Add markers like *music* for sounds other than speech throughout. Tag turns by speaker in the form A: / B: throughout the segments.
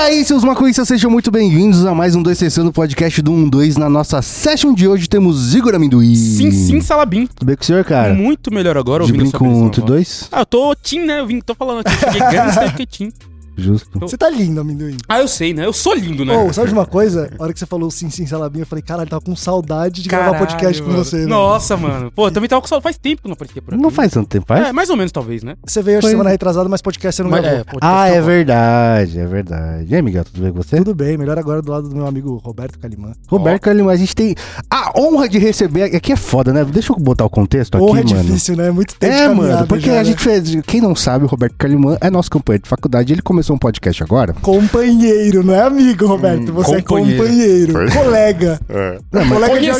A: aí, seus maconhistas, sejam muito bem-vindos a mais um 2 Sessão do podcast do 12. Na nossa session de hoje temos Igor Amendoim.
B: Sim, sim, Salabim.
A: Tudo bem com o senhor, cara?
B: Muito melhor agora
A: de um,
B: ouvindo
A: bem
B: sobre
A: com o
B: isso. agora.
A: 2?
B: Ah, eu tô Tim, né? Eu vim, tô falando aqui. Cheguei gangster que é Tim.
A: Justo.
B: Eu-
C: Você tá lindo, amendoim.
B: Ah, eu sei, né? Eu sou lindo, né?
C: Ô, sabe de uma coisa? A hora que você falou sim, sim, salabinha, eu falei, caralho, tava com saudade de
B: Caralho,
C: gravar podcast com
B: mano.
C: você. né? velho.
B: Nossa, mano. Pô, eu também tava com saudade. Faz tempo que eu não aparecia por aqui.
A: Não faz tanto tempo, faz?
B: É, mais ou menos, talvez, né?
C: Você veio acho,
A: Foi.
C: semana retrasada, mas podcast você não
B: Mas,
C: gravou.
B: é, pô,
A: ah,
B: tá
A: é
B: bom.
A: verdade, é verdade. E aí, Miguel, tudo bem com você?
C: Tudo bem, melhor agora do lado do meu amigo Roberto Calimã.
A: Roberto Calimã, a gente tem a honra de receber. Aqui é foda, né? Deixa eu botar o contexto
C: Honra é
A: aqui, mano.
C: difícil, né? Muito tempo de
A: É,
C: caminhada
A: mano, porque
C: já,
A: a
C: né?
A: gente fez. Quem não sabe, o Roberto Calimã é nosso companheiro de faculdade. Ele começou um podcast agora.
C: Companheiro, não é
A: Hum,
C: amigo, Roberto. você
B: companheiro.
C: é companheiro, colega.
D: É.
C: colega de
B: Conhecido.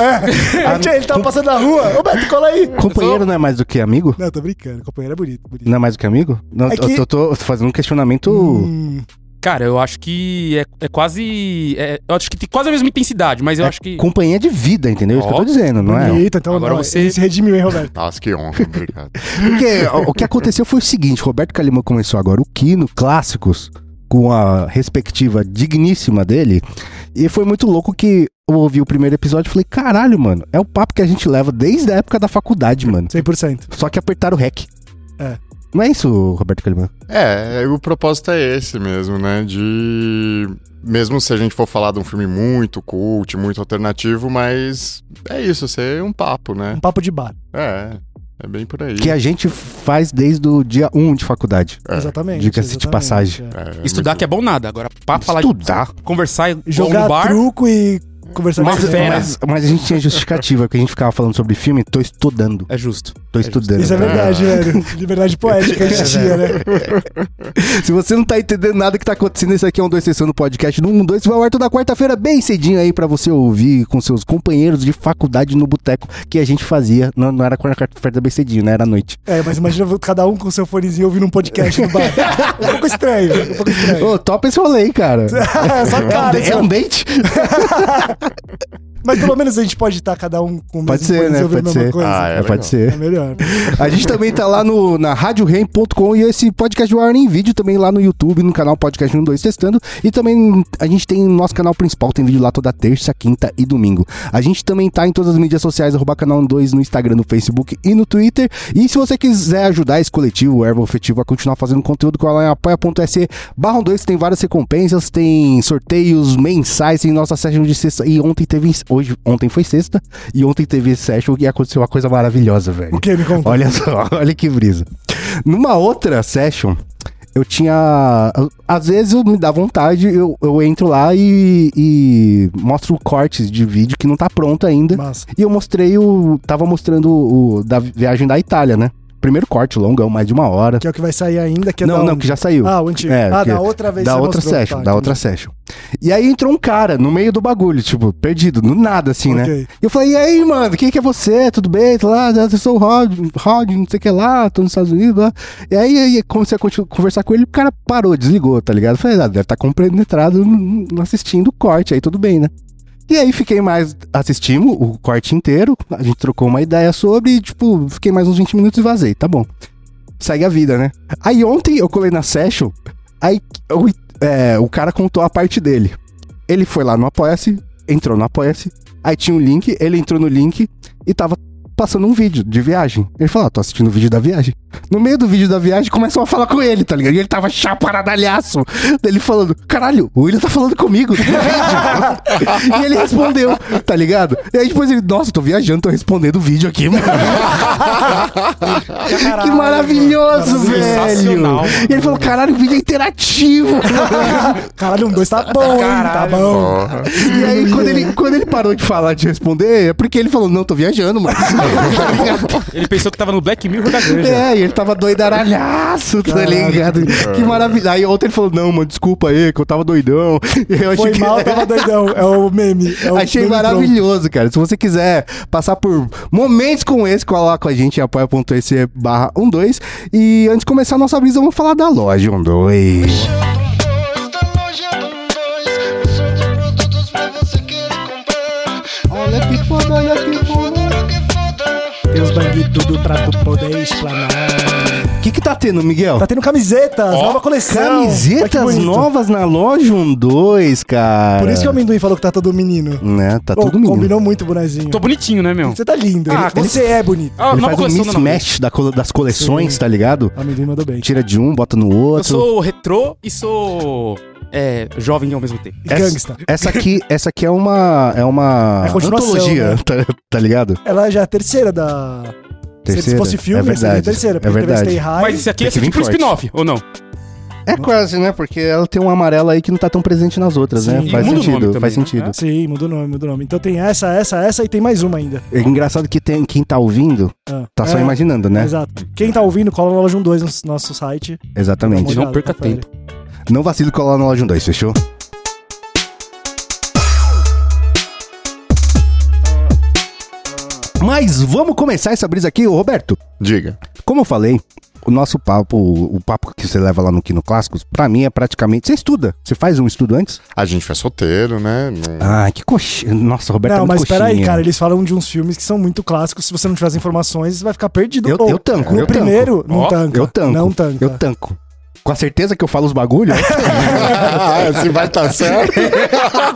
B: *laughs*
C: é. A gente- ele
A: Ah,
C: tava passando na rua. Roberto, cola aí.
A: Companheiro não é mais do que amigo?
C: Não, tô brincando. Companheiro é bonito, bonito.
A: Não é mais do que amigo? Não,
C: É
A: eu-
C: que-
A: eu tô fazendo um questionamento.
C: Hum,
B: Cara, eu acho que é, é quase. é- eu acho que tem quase a mesma intensidade, mas eu
A: É
B: acho que.
A: Companhia de vida, entendeu? Isso que eu tô
B: Ó.
A: dizendo, não é?
C: bonito, então
B: Agora
C: não,
B: você-
C: ele se redimiu, hein,
A: *laughs*
C: Roberto?
D: Nossa, que honra, obrigado.
A: Porque o- o que aconteceu foi o seguinte: Roberto Calimã começou agora o Kino Clássicos com a respectiva digníssima dele. E foi muito louco que eu ouvi o primeiro episódio e falei: caralho, mano, é o papo que a gente leva desde a época da faculdade, mano.
C: 100%.
A: Só que apertaram o REC.
C: É.
A: Não é isso, Roberto Calimã?
D: *laughs* É, o propósito é esse mesmo, né? De. Mesmo se a gente for falar de um filme muito cult, muito alternativo, mas é isso, ser um papo, né?
C: Um papo de bar.
D: É, é bem por aí.
A: Que a gente faz desde o dia 1 de faculdade.
D: É.
C: Exatamente.
A: Diga-se de
C: exatamente,
A: passagem.
C: é.
D: É,
B: Estudar
D: muito-
B: que é bom nada. Agora, pra falar
A: Estudar.
B: conversar e-
C: Jogar
B: no bar.
C: truco e conversar
B: Uma
C: com
B: fera.
C: fera.
A: Mas, mas a gente tinha justificativa, porque a gente ficava falando sobre filme, tô estudando.
B: É justo.
A: Tô estudando. né?
C: Isso é verdade, velho.
A: *laughs*
C: Liberdade poética existia, né?
A: Se você não tá entendendo nada que tá acontecendo, esse aqui é um 2 Sessão do podcast do 1, 2, vai ao ar toda quarta-feira, bem cedinho aí pra você ouvir com seus companheiros de faculdade no boteco, que a gente fazia, não, não era quarta-feira bem cedinho, né? Era à noite.
C: É, mas imagina cada um com seu fonezinho ouvindo um podcast no bar. Um pouco estranho, um pouco *laughs* estranho.
A: Ô, top esse rolê, hein, cara.
C: Só cara, assim,
A: é um date?
C: mas pelo menos a gente pode estar cada um com o mesmo
A: Pode ser, né?
C: fonezinho ouvindo
A: Pode
C: a mesma
A: ser.
C: coisa.
D: Ah,
A: É,
D: é,
A: pode
D: pode ser.
A: ser.
C: É melhor.
A: A gente também tá lá no, na radiorem.com e esse podcast vai ao ar em vídeo também lá no YouTube, no canal Podcast 12 Testando. E também a gente tem o nosso canal principal, tem vídeo lá toda terça, quinta e domingo. A gente também tá em todas as mídias sociais, arroba canal 2 no Instagram, no Facebook e no Twitter. E se você quiser ajudar esse coletivo, o Ervo Afetivo, a continuar fazendo conteúdo com ela em apoia.se barra 2, tem várias recompensas, tem sorteios mensais, tem nossa session de sexta. E ontem teve. Hoje, ontem foi sexta, e ontem teve session e aconteceu uma coisa maravilhosa, velho.
C: O que me conta?
A: Olha só, *laughs* olha que brisa. Numa outra session, eu tinha. Às vezes eu me dá vontade, eu, eu entro lá e, e mostro cortes de vídeo que não tá pronto ainda.
C: Massa.
A: E eu mostrei o. Tava mostrando o, o da viagem da Itália, né? Primeiro corte, longão, mais de uma hora.
C: Que é o que vai sair ainda, que é
A: não,
C: da
A: não,
C: onde?
A: que já saiu.
C: Ah, o antigo.
A: É,
C: ah,
A: que-
C: da outra vez
A: da
C: você
A: outra
C: mostrou.
A: session,
C: Tá,
A: da outra session. E aí entrou um cara no meio do bagulho, tipo, perdido, do nada assim, né?
C: Ok.
A: E eu falei, e aí, mano, quem que é você? Tudo bem? Tô lá, né, eu sou o Rod, Rod, não sei o que lá, tô nos Estados Unidos, lá. E aí, aí comecei a continu- conversar com ele, o cara parou, desligou, tá ligado? Eu falei, ah, deve estar compenetrado n- n- assistindo o corte, aí tudo bem, né? E aí fiquei mais, assistimos o corte inteiro, a gente trocou uma ideia sobre, e, tipo, fiquei mais uns 20 minutos e vazei, tá bom. Segue a vida, né? Aí ontem eu colei na session, aí eu- é, o cara contou a parte dele. Ele foi lá no Apoia-se, entrou no Apoia-se, Aí tinha um link, ele entrou no link e tava passando um vídeo de viagem. Ele falou, ah, tô assistindo o vídeo da viagem. No meio do vídeo da viagem, começam a falar com ele, tá ligado? E ele tava chaparadalhaço. Ele falando, caralho, o William tá falando comigo no vídeo. *laughs* e ele respondeu, tá ligado? E aí depois ele, nossa, tô viajando, tô respondendo o vídeo aqui, mano. que maravilhoso,
C: mano.
A: velho.
B: Sensacional, mano.
A: E ele falou, caralho, o vídeo é
B: *laughs*
A: interativo.
C: Caralho, um dois tá bom, hein? Tá
B: Caralho.
C: bom.
D: Porra.
A: E aí, quando ele, quando ele parou de falar, de responder, é porque ele falou, não, tô viajando, mano. *laughs* Tá ligado?
B: Ele pensou que tava no Black Mirror da
A: *laughs*
B: granja.
A: É, e ele tava doidaralhaço, tá
C: Caraca.
A: ligado? Que maravilha. Aí ontem ele falou, não, mano, desculpa aí, que eu tava doidão. *laughs* Eu achei
C: Foi
A: que-
C: mal, tava doidão. É o meme. é o
A: Achei
C: meme
A: maravilhoso, cara. Se você quiser passar por momentos como esse, cola lá com a gente em apoia.se barra 12. E antes de começar a nossa brisa, vamos falar da loja 12. Olha que foda, olha que foda.
C: Deus bandido tudo pra tu poder explanar.
A: que que tá tendo, Miguel?
C: Tá tendo camisetas, nova coleção. Olha que
A: Camisetas
C: bonito.
A: novas na loja 1, 2, cara.
C: Por isso que o amendoim falou que tá todo menino.
A: Né, tá
C: Pô,
A: todo menino.
C: Combinou muito, bonezinho.
B: Tô bonitinho, né, meu?
C: Você tá lindo.
B: Ah,
C: ele- você é bonito.
B: Ah,
A: Ele
B: nova
A: faz um
B: coleção do Naruto.
A: mismatch da colo- das coleções,
C: Sim.
A: tá ligado?
C: O amendoim mandou bem.
A: Tira de um, bota no
B: Eu
A: outro.
B: sou retrô e sou é, jovem ao mesmo tempo.
C: E
A: Essa-
C: Gangsta.
A: Essa aqui, essa aqui é uma é uma
C: É a continuação,
A: antologia,
C: né?
A: tá, tá ligado?
C: Ela já é a terceira da. Se
A: Terceira?
C: ele fosse filme,
A: É
C: seria
A: verdade,
C: a terceira.
A: é
C: Porque teve a
A: verdade.
C: Stay High.
B: Mas esse aqui é
A: tem que
B: assim,
A: vir
B: tipo um
A: forte.
B: spin-off, ou não?
A: É quase, né? Porque ela tem um amarelo aí que não tá tão presente nas outras, né?
C: Sim.
A: Faz
B: E muda o
A: sentido,
B: nome também,
A: faz
B: né?
A: sentido.
C: Sim, muda o nome, muda o nome. Então tem essa, essa, essa e tem mais uma ainda.
A: É engraçado que tem quem tá ouvindo
C: Ah.
A: tá só
C: É,
A: imaginando, né?
C: Exato. Quem tá ouvindo, cola no Loja 1 2 no nosso site.
A: Exatamente.
B: Não
C: Obrigado,
B: perca
C: confere.
B: tempo.
A: Não vacile colar na loja 1 2, fechou? Mas vamos começar essa brisa aqui, ô Roberto.
D: Diga.
A: Como eu falei, o nosso papo, o papo que você leva lá no Kino Clássicos, pra mim é praticamente. Você estuda? Você faz um estudo antes?
D: A gente faz roteiro, né? Não-
A: *laughs* Ah, que coxinha. Nossa, Roberto, é
C: não,
A: muito
C: mas peraí,
A: coxinha.
C: cara, eles falam de uns filmes que são muito clássicos. Se você não tiver as informações, você vai ficar perdido.
A: Eu-
C: Ou,
A: eu tanco,
C: No
A: eu tanco.
C: primeiro, não
B: Ó,
C: tanca.
A: Eu tanco.
C: Não tanca.
A: Eu tanco. Com a certeza que eu falo os
C: *laughs*
A: bagulhos?
D: Se vai estar certo.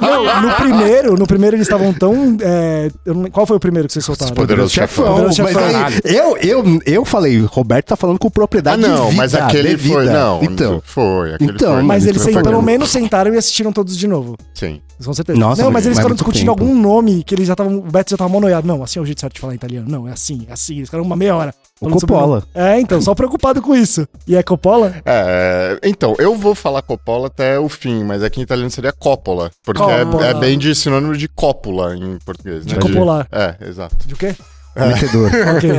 C: Não, no primeiro, no primeiro eles estavam tão. é, eu não- qual foi o primeiro que vocês soltaram?
D: Poderoso chefão.
C: Poderoso
A: mas
C: Chefão.
A: aí, eu, eu, eu falei, Roberto tá falando com
D: Ah,
A: propriedade
D: não,
A: de vida,
D: mas aquele
A: de vida.
D: foi. Não,
A: Então,
D: foi. Aquele
A: Então,
D: foi
C: Mas
D: muito
C: eles sem-
D: propaganda.
C: pelo menos sentaram e assistiram todos de novo.
D: Sim.
C: Com certeza.
A: Nossa,
C: não,
A: mas-
C: mas eles
A: mas
C: foram
A: muito
C: discutindo
A: tempo.
C: algum nome que eles já estavam. O Beto já tava monoiado. Não, assim é o jeito certo de falar em italiano. Não, é assim, é assim. Eles ficaram uma meia hora.
A: o
C: falando sobre
A: Coppola.
C: o nome. É, então, só preocupado com isso. E é Coppola?
D: É, então, eu vou falar Coppola até o fim, mas aqui em italiano seria Coppola. Porque
C: Coppola.
D: É, é bem de sinônimo de cópula em português, né?
C: De copular.
D: É, exato.
C: De o quê? *laughs*
A: Prometedor.
D: *laughs*
C: Ok.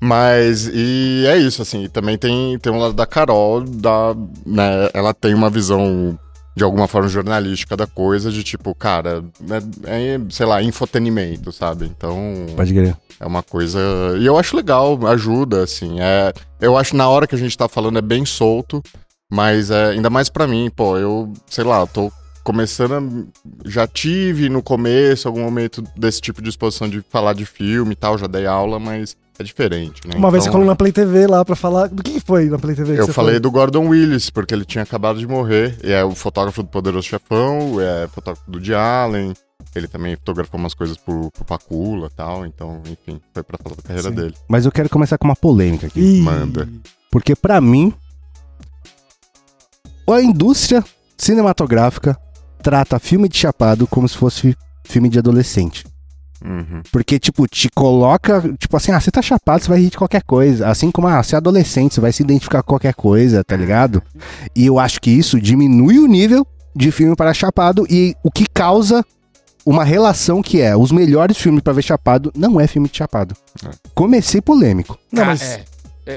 D: Mas, e é isso, assim, e também tem, tem um lado da Carol, da, né, ela tem uma visão, de alguma forma, jornalística da coisa, de tipo, cara, né, é, sei lá, infotenimento, sabe? Então,
A: Pode crer.
D: é uma coisa... E eu acho legal, ajuda, assim, é... Eu acho, na hora que a gente tá falando, é bem solto, mas é, ainda mais pra mim, pô, eu, sei lá, tô começando a, Já tive no começo algum momento desse tipo de exposição de falar de filme e tal, já dei aula, mas... É diferente, né?
C: Uma vez você
D: Então-
C: colou na Play TV lá pra falar. Do que que foi na Play TV? que
D: eu
C: você
D: falei
C: foi?
D: do Gordon Willis, porque ele tinha acabado de morrer. E é o fotógrafo do Poderoso Chefão, é fotógrafo do Woody Allen. Ele também fotografou umas coisas pro, pro Pacula e tal. Então, enfim, foi pra falar da carreira
C: Sim.
D: dele.
A: Mas eu quero começar com uma polêmica aqui.
C: Ih,
D: Manda.
A: Porque pra mim, a indústria cinematográfica trata filme de chapado como se fosse filme de adolescente.
D: Uhum.
A: Porque, tipo, te coloca, tipo assim, ah, você tá chapado, você vai rir de qualquer coisa. Assim como, ah, você é adolescente, você vai se identificar com qualquer coisa, tá ligado? E eu acho que isso diminui o nível de filme para chapado e o que causa uma relação que é os melhores filmes pra ver chapado não é filme de chapado.
D: É.
A: Comecei polêmico.
C: Não,
B: Ah,
C: mas,
B: é.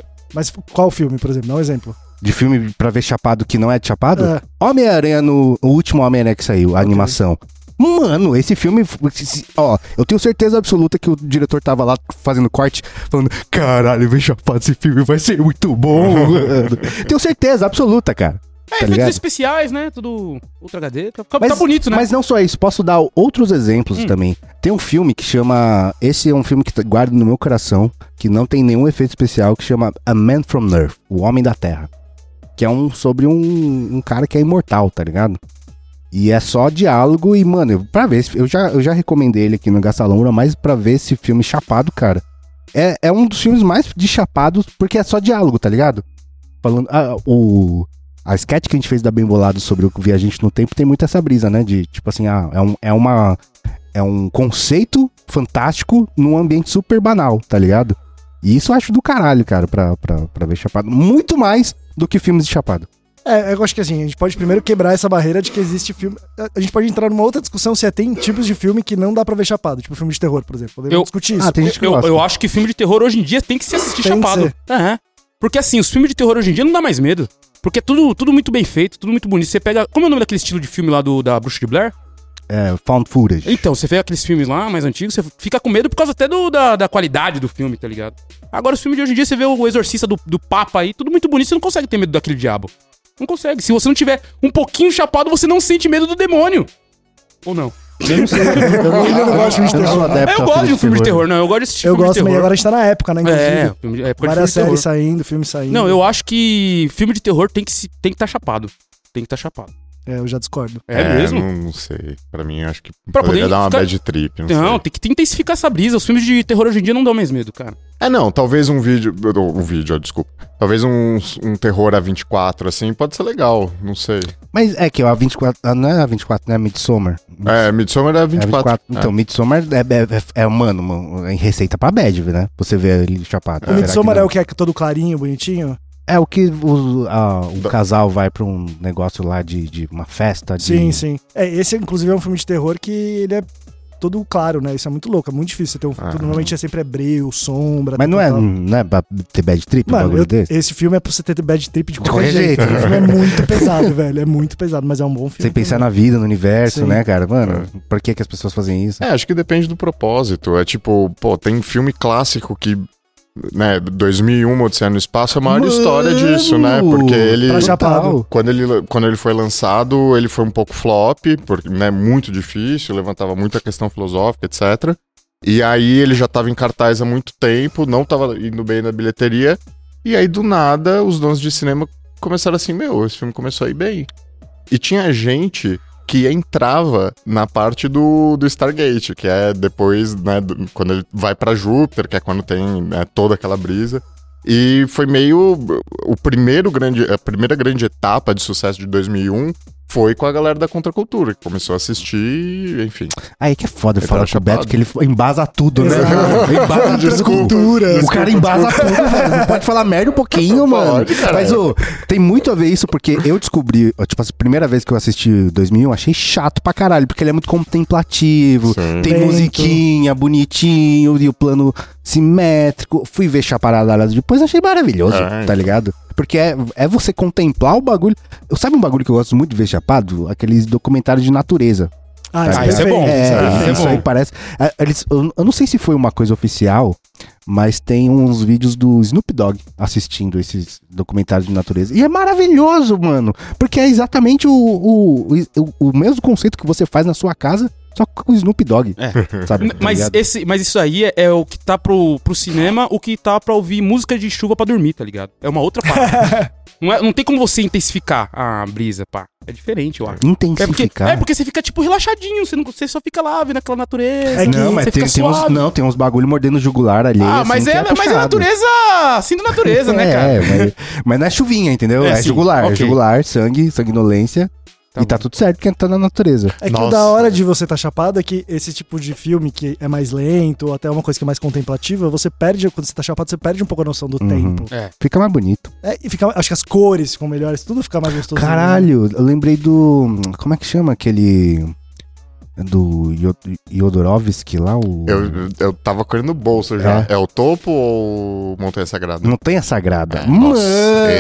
A: tá
C: mas qual filme, por exemplo? Dá um exemplo.
A: De filme pra ver chapado que não é de chapado?
C: É.
A: Homem-Aranha no o último Homem-Aranha que saiu, a animação. Mano, esse filme. esse- Ó, eu tenho certeza absoluta que o diretor tava lá fazendo corte, falando: caralho, vem chapado, esse filme vai ser muito bom. mano." tenho certeza absoluta, cara.
B: É,
A: tá
B: efeitos
A: ligado?
B: especiais, né? Tudo Ultra HD. Tá, tá
A: Mas-
B: bonito, né?
A: Mas não só isso, posso dar outros exemplos
B: Hum.
A: também. Tem um filme que chama. Esse é um filme que t- guardo no meu coração, que não tem nenhum efeito especial, que chama A Man from Earth O Homem da Terra. Que é um sobre um, um cara que é imortal, tá ligado? E é só diálogo e, mano, eu- pra ver, esse- eu já, eu já recomendei ele aqui no Gassalomura, mas pra ver esse filme chapado, cara. É, é um dos filmes mais de chapados, porque é só diálogo, tá ligado? Falando. ah, o. A sketch que a gente fez da Bem Bolado sobre o Viajante no Tempo tem muito essa brisa, né? De, tipo assim, ah, é, um, é uma... É um conceito fantástico num ambiente super banal, tá ligado? E isso eu acho do caralho, cara, pra, pra, pra ver Chapado. Muito mais do que filmes de Chapado.
C: É, eu acho que assim, a gente pode primeiro quebrar essa barreira de que existe filme. a- A gente pode entrar numa outra discussão se é, tem tipos de filme que não dá pra ver chapado, tipo filme de terror, por exemplo. Podemos
B: Eu-
C: discutir isso.
A: Ah, tem gente que
B: eu,
A: gosta.
B: eu acho que filme de terror hoje em dia tem que se assistir
C: Tem que
B: chapado. Aham. Porque assim, os filmes de terror hoje em dia não dá mais medo. Porque é tudo, tudo muito bem feito, tudo muito bonito. Você pega. Como é o nome daquele estilo de filme lá do, da Bruxa de Blair?
A: É, found footage.
B: Então, você vê aqueles filmes lá mais antigos, você fica com medo por causa até do- da, da qualidade do filme, tá ligado? Agora, os filmes de hoje em dia, você vê o exorcista do, do Papa aí, tudo muito bonito, você não consegue ter medo daquele diabo. Não consegue. Se você não tiver um pouquinho chapado, você não sente medo do demônio. Ou não?
A: Eu não sei.
B: *laughs*
A: Eu não,
C: Ele não gosta de filme de
A: eu não sou
C: terror.
A: adepto
B: eu
A: a
B: gosto de um filme de terror, não. Eu gosto de assistir
C: Eu
B: filme de
C: gosto, mas
B: terror.
C: agora a gente tá na época, né?
B: É,
C: Inclusive.
B: filme de, época de filme
C: Várias
B: de terror.
C: séries saindo, filme saindo.
B: Não, eu acho que filme de terror tem que estar tem que tá chapado. Tem que estar chapado.
C: É, eu já discordo.
B: É, mesmo?
D: Não, não sei. Pra mim, eu acho que
B: Pra
D: poderia
B: poder
D: dar uma
B: ficar-
D: bad trip. Não,
B: Não,
D: sei.
B: tem que tem que intensificar essa brisa. Os filmes de terror hoje em dia não dão mais medo, cara.
D: É, não, talvez um vídeo. Um vídeo, ó, desculpa. Talvez um, um terror a 24, assim, pode ser legal. Não sei.
A: Mas é que a 24. ah, Não é a 24, né? Midsommar.
D: É, Midsommar é
A: É
D: 24.
A: Então, Midsommar é, é, é, mano, mano, é receita pra bad, né? Você vê ele chapado.
C: O
A: Ah, Será
C: Midsommar
A: que
C: é
A: não?
C: o que é todo clarinho, bonitinho?
A: É o que o, a- o
D: Da-
A: casal vai pra um negócio lá de, de uma festa. De...
C: Sim, sim. É, esse, inclusive, é um filme de terror que ele é todo claro, né? Isso é muito louco, é muito difícil. Você ter um filme,
D: Ah.
C: tudo, normalmente é sempre é breu, sombra.
A: Mas
C: tal,
A: não é,
C: tal, tal.
A: não é pra ter bad trip um
C: Mano,
A: bagulho
C: eu-
A: desse?
C: esse filme é pra você ter bad trip de
A: De
C: qualquer
A: qualquer
C: jeito.
A: jeito,
C: O filme é muito pesado, velho. É muito pesado, mas é um bom filme.
A: Sem pensar na vida, no universo,
C: Sim.
A: né, cara? Mano, por que, que as pessoas fazem isso?
D: É, acho que depende do propósito. É tipo, pô, tem filme clássico que. Né, 2001, Odisseia no Espaço, é a maior
A: Mano!
D: história disso, né? Porque ele.
C: Pra já-
A: Total.
D: Quando ele, quando ele foi lançado, ele foi um pouco flop, porque né, muito difícil, levantava muita questão filosófica, etc. E aí ele já tava em cartaz há muito tempo, não tava indo bem na bilheteria. E aí, do nada, os donos de cinema começaram assim: meu, esse filme começou a ir bem. E tinha gente que entrava na parte do, do Stargate, que é depois, né, do- quando ele vai pra Júpiter, que é quando tem né, toda aquela brisa. E foi meio o primeiro grande, a primeira grande etapa de sucesso de 2001 foi com a galera da contracultura, que começou a assistir, enfim.
A: Aí que é foda
D: Ele
A: falar
D: tava
A: com o Beto
D: chapado.
A: que ele embasa tudo, né?
C: Exato.
A: Ele embasa
D: Desculpa.
A: tudo. O
D: Desculpa,
A: cara embasa tudo, velho.
D: *laughs*
A: Não pode falar merda um pouquinho, mano.
D: Pode, caralho.
A: Mas, ô, tem muito a ver isso, porque eu descobri, ó, tipo, a primeira vez que um, eu assisti 2001, achei chato pra caralho, porque ele é muito contemplativo.
D: Sim.
A: Tem
C: Lento.
A: musiquinha, bonitinho, e o plano simétrico. Fui ver Chaparadalas depois, achei maravilhoso,
D: Ah,
A: tá
D: então.
A: ligado? Porque é, é você contemplar o bagulho. Eu- Sabe um bagulho que eu gosto muito de ver chapado? Aqueles documentários de natureza.
C: Ah,
A: Ah,
B: isso é bom.
A: É,
C: isso
B: isso é
A: isso
B: bom.
A: aí parece. é, eles- eu, eu não sei se foi uma coisa oficial, mas tem uns vídeos do Snoop Dogg assistindo esses documentários de natureza. E é maravilhoso, mano. Porque é exatamente o, o, o, o mesmo conceito que você faz na sua casa, só que com o Snoop Dogg. Sabe? tá
B: É. Mas,
A: ligado?
B: esse, mas isso aí é, é o que tá pro, pro cinema, o que tá pra ouvir música de chuva pra dormir, tá ligado? É uma outra parte.
A: *laughs*
B: não, é- não tem como você intensificar a brisa, pá. É diferente, eu acho. É porque,
A: intensificar.
B: é porque você fica, tipo, relaxadinho. Você, não, você só fica lá vendo aquela natureza.
C: É que-
A: não, mas
B: você
A: tem,
B: fica
A: tem uns,
B: suave.
A: não, tem uns bagulho mordendo jugular ali. assim,
B: Ah, mas, é, mas é natureza. Sim, da natureza, né, cara?
A: É, mas, mas não é chuvinha, entendeu?
B: É,
A: É,
B: sim,
A: jugular, é
B: ok.
A: jugular, sangue, sanguinolência.
B: Tá
A: e tá
B: bom.
A: tudo certo que tá na natureza.
C: É que o
D: Nossa.
C: da hora de você estar chapado é que esse tipo de filme que é mais lento, ou até uma coisa que é mais contemplativa, você perde, quando você tá chapado, você perde um pouco a noção do
A: Uhum.
C: tempo.
A: Fica mais bonito.
C: É, e fica, acho que as cores ficam melhores, tudo fica mais né? gostoso.
A: Caralho, eu lembrei do. Como é que chama aquele. Do Yo- Yodorovsky lá? O...
D: Eu, eu tava correndo no bolso já. É. o topo ou Montanha Sagrada?
A: Montanha Sagrada.
D: É,
A: Mano!
D: nossa,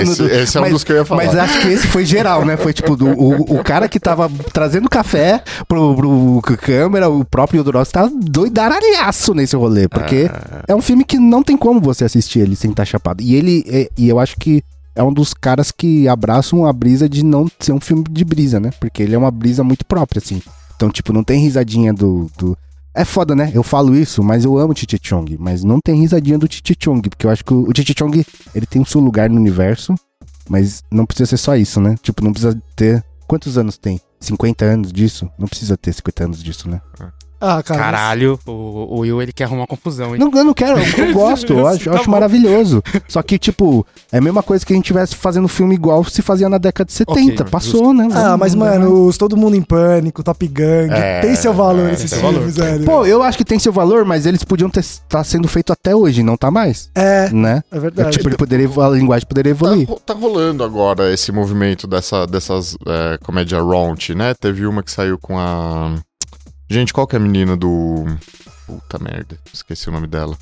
D: esse,
A: do-
D: esse é um
A: mas-
D: dos que eu ia falar.
A: Mas acho que esse foi geral, né? Foi tipo do, o, o cara que tava trazendo café pro, pro c- câmera, o próprio Yodorovsky, tava doidaralhaço nesse rolê, porque
D: Ah.
A: é um filme que não tem como você assistir ele sem estar chapado. E ele, é- e eu acho que é um dos caras que abraçam a brisa de não ser um filme de brisa, né? Porque ele é uma brisa muito própria, assim. Então, tipo, não tem risadinha do. do- É foda, né? Eu falo isso, mas eu amo o Titi Chong. Mas não tem risadinha do Titi Chong, porque eu acho que o o Titi Chong, ele tem o seu lugar no universo, mas não precisa ser só isso, né? Tipo, não precisa ter. Quantos anos tem? 50 anos disso? Não precisa ter 50 anos disso, né?
C: Ah, cara.
B: Caralho, o, o Will, ele quer arrumar confusão, hein?
A: Não, eu não quero,
B: *laughs*
A: eu, eu gosto, eu acho, eu
B: Tá
A: acho
B: bom.
A: maravilhoso. Só que, tipo, é a mesma coisa que a gente tivesse fazendo filme igual se fazia na década de 70.
B: Ok,
A: Passou, né?
C: Ah,
A: Vamos-
C: mas, mano, os Todo Mundo em Pânico, Top Gang,
D: É,
C: tem seu valor
D: é,
C: esses
B: tem seu
C: filmes, velho.
A: Pô, eu acho que tem seu valor, mas eles podiam estar sendo feito até hoje, não tá mais,
C: é,
A: né?
C: é verdade.
A: Tipo, ele poderia, a linguagem poderia
D: Tá,
A: evoluir.
D: ro- tá rolando agora esse movimento dessa, dessas é, comédia raunch, né? Teve uma que saiu com a. Gente, qual que é a menina do. Puta merda, esqueci o nome dela.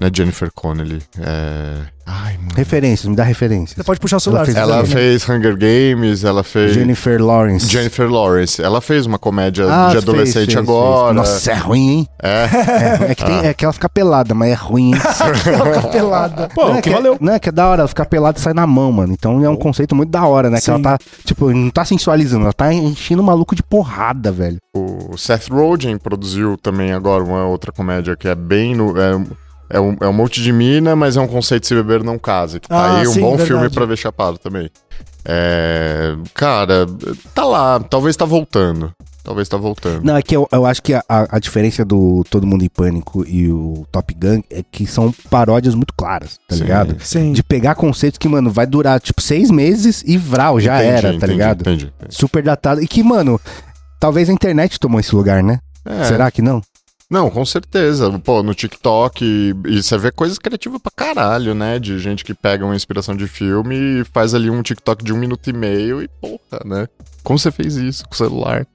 D: Né, Jennifer Connelly. É... Ai, mano.
A: Referências, me dá referências.
C: Você pode puxar o celular.
A: Ela fez-
C: se quiser.
D: Ela fez Hunger Games, ela fez.
A: Jennifer Lawrence.
D: Jennifer Lawrence. Ela fez uma comédia
A: Ah,
D: de
A: fez,
D: adolescente
A: fez, fez.
D: agora.
A: Nossa, é ruim, hein?
D: É.
A: É, é que tem- é que ela fica pelada, mas é ruim. *laughs*
C: Fica pelada.
B: Pô,
A: Não, é
B: o que valeu.
A: Não, é que é da hora, ela fica pelada e sai na mão, mano. Então é um conceito muito da hora, né? Que
C: Sim.
A: ela tá, tipo, não tá sensualizando, ela tá enchendo o maluco de porrada, velho.
D: O Seth Rogen produziu também agora uma outra comédia que é bem no. É, é um, é um monte de mina, mas é um conceito se beber não casa. Que tá
C: Ah,
D: aí um
C: sim,
D: bom
C: verdade.
D: filme pra ver chapado também. É, cara, tá lá. Talvez tá voltando. Talvez tá voltando.
A: Não, é que eu, eu acho que a, a diferença do Todo Mundo em Pânico e o Top Gun é que são paródias muito claras, tá
D: Sim.
A: ligado?
C: Sim.
A: De pegar conceitos que, mano, vai durar, tipo, seis meses e vral, já
D: Entendi,
A: era, tá
D: entendi,
A: ligado?
D: Entendi. entendi.
A: Super datado. E que, mano, talvez a internet tomou esse lugar, né?
D: É.
A: Será que não?
D: Não, com certeza. Pô, no TikTok, e e você vê coisas criativas pra caralho, né? De gente que pega uma inspiração de filme e faz ali um TikTok de um minuto e meio e porra, né? Como você fez isso com o celular?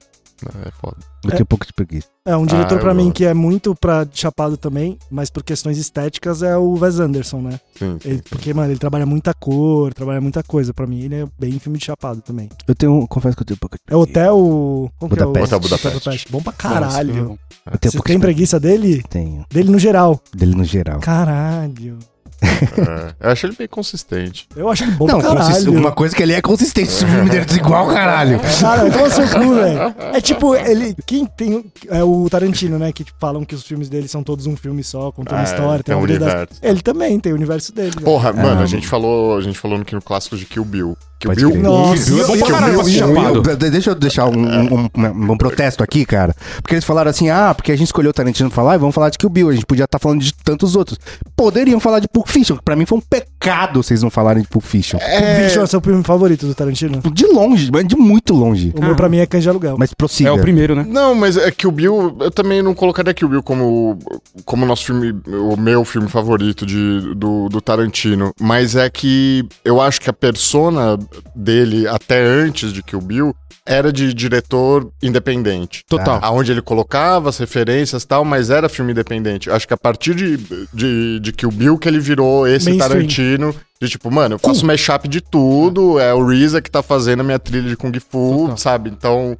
D: É foda.
A: Eu tenho um pouco de preguiça.
C: É, um
D: Ah,
C: diretor
D: eu
C: pra mim
D: gosto.
C: que é muito pra chapado também, mas por questões estéticas é o Wes Anderson, né?
D: Sim,
C: *laughs*
D: sim.
C: Ele- porque, mano, ele trabalha muita cor, trabalha muita coisa. Pra mim, ele é bem filme de chapado também.
A: Eu tenho, confesso que eu tenho um pouco de
C: É o Hotel. Como que é o-
A: Budapeste.
D: Hotel Budapeste.
C: Bom pra caralho.
B: Nossa,
A: Eu tenho um
C: Você
A: pouco
C: tem
A: de
C: preguiça dele?
A: Tenho.
C: Dele no geral.
A: Dele no geral.
C: Caralho.
D: É, eu acho ele bem consistente.
C: Eu acho ele bom
A: não,
C: pra
A: consist...
C: caralho. é,
A: uma coisa que ele é consistente. Esse filme dele é desigual, caralho.
C: Cara, toma seu cu, velho. É tipo, ele. Quem tem. É o Tarantino, né? Que tipo, falam que os filmes dele são todos um filme só, contam uma
D: É,
C: história, tem
D: é
C: uma É.
D: um
C: vida das-
D: universo.
C: Ele também tem o universo dele. velho.
D: Porra, mano,
A: mano.
D: a gente falou, a gente falou no, no clássico de Kill Bill. Kill
A: Pode
D: Bill,
A: crer.
C: Nossa,
B: Viu? É bom
C: eu-
B: pra
C: eu-
B: caralho pra assistir chapado.
A: De- de- deixa eu deixar um, um- um- um protesto aqui, cara. Porque eles falaram assim: ah, porque a gente escolheu o Tarantino pra falar e vamos falar de Kill Bill. A gente podia estar falando de tantos outros. Poderiam falar de Pulp Fiction. que Pra mim foi um pecado vocês não falarem de Pulp Fiction.
C: Pulp Fiction é o seu filme favorito do Tarantino?
A: De longe, mas de muito longe.
C: O meu pra mim é Cães de Aluguel.
A: Mas
B: É,
A: prossiga.
B: o primeiro, né?
D: Não, mas é que o Bill, eu também não colocaria que o Bill como como nosso filme, o meu filme favorito de, do, do Tarantino, mas é que eu acho que a persona dele até antes de que o Bill era de diretor independente. Tá.
B: Total.
D: Aonde ele colocava as referências e tal, mas era filme independente. Acho que a partir de, de, de que o Bill que ele virou esse
C: Mainstream.
D: Tarantino, de tipo, mano, eu faço mashup de tudo, é o Reza que tá fazendo a minha trilha de Kung Fu,
B: Total.
D: sabe? Então,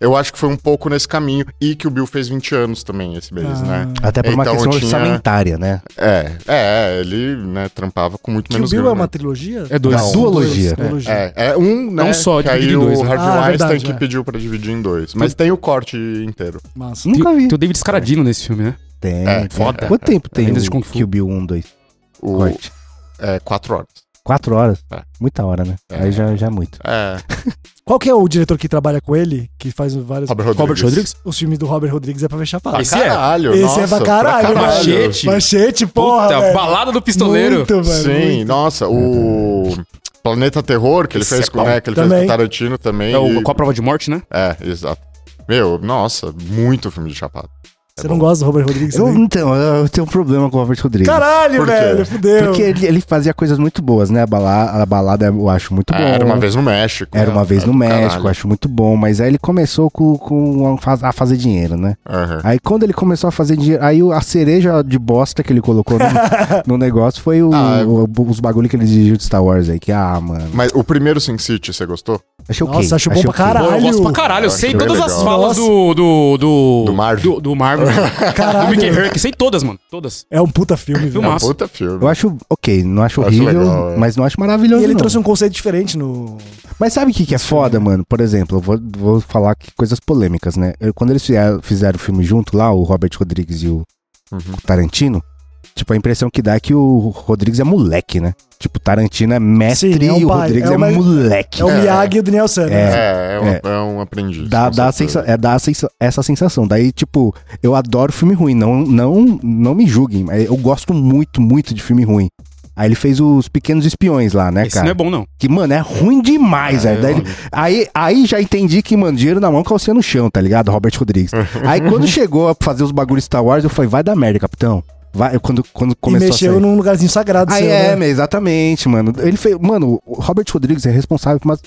D: eu acho que foi um pouco nesse caminho. E que o Bill fez 20 anos também esse mês, né?
C: Ah.
A: Até por uma
D: Então,
A: questão
D: tinha-
A: orçamentária, né?
D: É, é, ele né, trampava com muito
C: Que o
D: menos
C: Bill é
D: grana.
C: uma trilogia?
B: É dois.
A: Não.
B: Duas-
A: Duologia.
C: Duologia.
D: É, é um, né?
B: É um só,
D: que aí
B: dividido em
D: o
B: dois, né?
D: Harvey
C: Ah,
D: Weinstein
C: verdade,
D: que
C: é.
D: pediu pra dividir em dois. Mas tem o corte inteiro.
C: Massa.
A: Nunca
B: Tem-
A: vi.
B: Tem o David Scaradino nesse filme, né?
A: Tem.
D: É,
A: tem.
D: foda.
A: Quanto tempo tem
B: Lendas de
A: o
B: Kung Fu.
A: Kill Bill 1, 2?
D: O,
A: Corte.
D: é, quatro horas.
A: Quatro horas.
D: É.
A: Muita hora, né?
D: É.
A: Aí já, já é muito.
D: É,
C: Qual que é o diretor que trabalha com ele? Que faz vários.
D: Robert
B: Robert
D: Rodrigues.
B: Rodrigues?
C: Os filmes do Robert Rodrigues é pra fechar
D: Pra
C: papo.
B: Esse é.
D: caralho,
C: Esse
D: nossa,
C: é pra caralho,
D: pra
B: velho. Machete.
C: Machete, porra.
B: Puta,
C: velho.
B: balada do pistoleiro.
C: Muito, velho.
D: Sim,
C: muito.
D: nossa, o Planeta Terror que ele
B: Esse
D: fez
B: é
D: com,
B: bom.
D: né, que ele
C: Também.
D: fez com o Tarantino também.
B: É o,
D: e-
B: com a prova de morte, né?
D: É, exato. Meu, nossa, muito filme de chapado.
C: Você não gosta do Robert Rodrigues?
A: Eu,
C: também?
A: então, eu tenho um problema com o Robert Rodrigues.
C: Caralho,
D: Por quê?
C: velho. Fudeu.
A: Porque ele, ele fazia coisas muito boas, né? A balada, a balada eu acho muito
D: Ah,
A: bom.
D: era uma vez no México.
A: Era
D: né?
A: uma vez
D: Era
A: no
D: do
A: México,
D: caralho.
A: acho muito bom. Mas aí ele começou com, com a, faz- a fazer dinheiro, né?
D: Aham.
A: Aí quando ele começou a fazer dinheiro, aí o- a cereja de bosta que ele colocou no, *laughs* no negócio foi o-
D: Ah, é.
A: o- os bagulho que ele dirigiu de Star Wars aí. Que, ah, mano.
D: Mas o primeiro Sin City, você gostou?
A: Achei o quê?
C: Nossa, acho bom pra
B: Pô,
C: Caralho.
B: eu gosto pra caralho. Eu
D: Acho
B: sei
D: bem
B: todas
D: legal.
B: as falas do. Do, do,
D: Do Marvel.
B: Do, do Marvel. do Mickey
C: Caralho.
B: Herc. Sei todas, mano. Todas.
C: É um puta filme,
D: É
B: Filma.
C: velho.
D: um
B: Massa.
D: puta filme.
A: Eu acho ok, não acho
D: Acho
A: horrível,
D: legal, é.
A: mas não acho
C: E
A: maravilhoso.
C: ele
A: não.
C: trouxe um conceito diferente no.
A: Mas sabe o que, que é foda, mano? Por exemplo, eu vou, vou falar que coisas polêmicas, né? Eu- quando eles fizeram, fizeram o filme junto lá, o Robert Rodrigues e o
D: Uhum.
A: Tarantino, tipo, a impressão que dá é que o Rodrigues é moleque, né? Tipo, o Tarantino é mestre
C: Sim, é um
A: e o
C: pai,
A: Rodrigues
C: é
A: é,
C: uma-
A: moleque.
C: É o
D: É.
C: Miyagi e o Daniel San.
A: É.
D: É, é, um,
A: É.
D: é um aprendiz.
A: Dá,
D: com
A: dá, a
D: certeza.
A: sensa, é, dá a sensa- essa sensação. Daí, tipo, eu adoro filme ruim. Não, não, não me julguem, mas eu gosto muito, muito de filme ruim. Aí ele fez os Pequenos Espiões lá, né,
B: Esse
A: cara?
B: não é bom, não.
A: Que, mano, é ruim demais,
C: Ah, é
A: velho. Daí ele- Aí, aí já entendi que, mano, dinheiro na mão, calcinha no chão, tá ligado? Robert
C: *laughs*
A: Rodrigues. aí quando chegou a fazer os bagulhos Star Wars, eu falei, vai dar merda, capitão. Vai, eu- quando, quando
C: E
A: começou a
C: mexeu
A: sair.
C: num lugarzinho sagrado.
A: Aí
C: seu,
A: é,
C: né?
A: exatamente, mano. Ele fez. Mano, o Robert Rodrigues é responsável por umas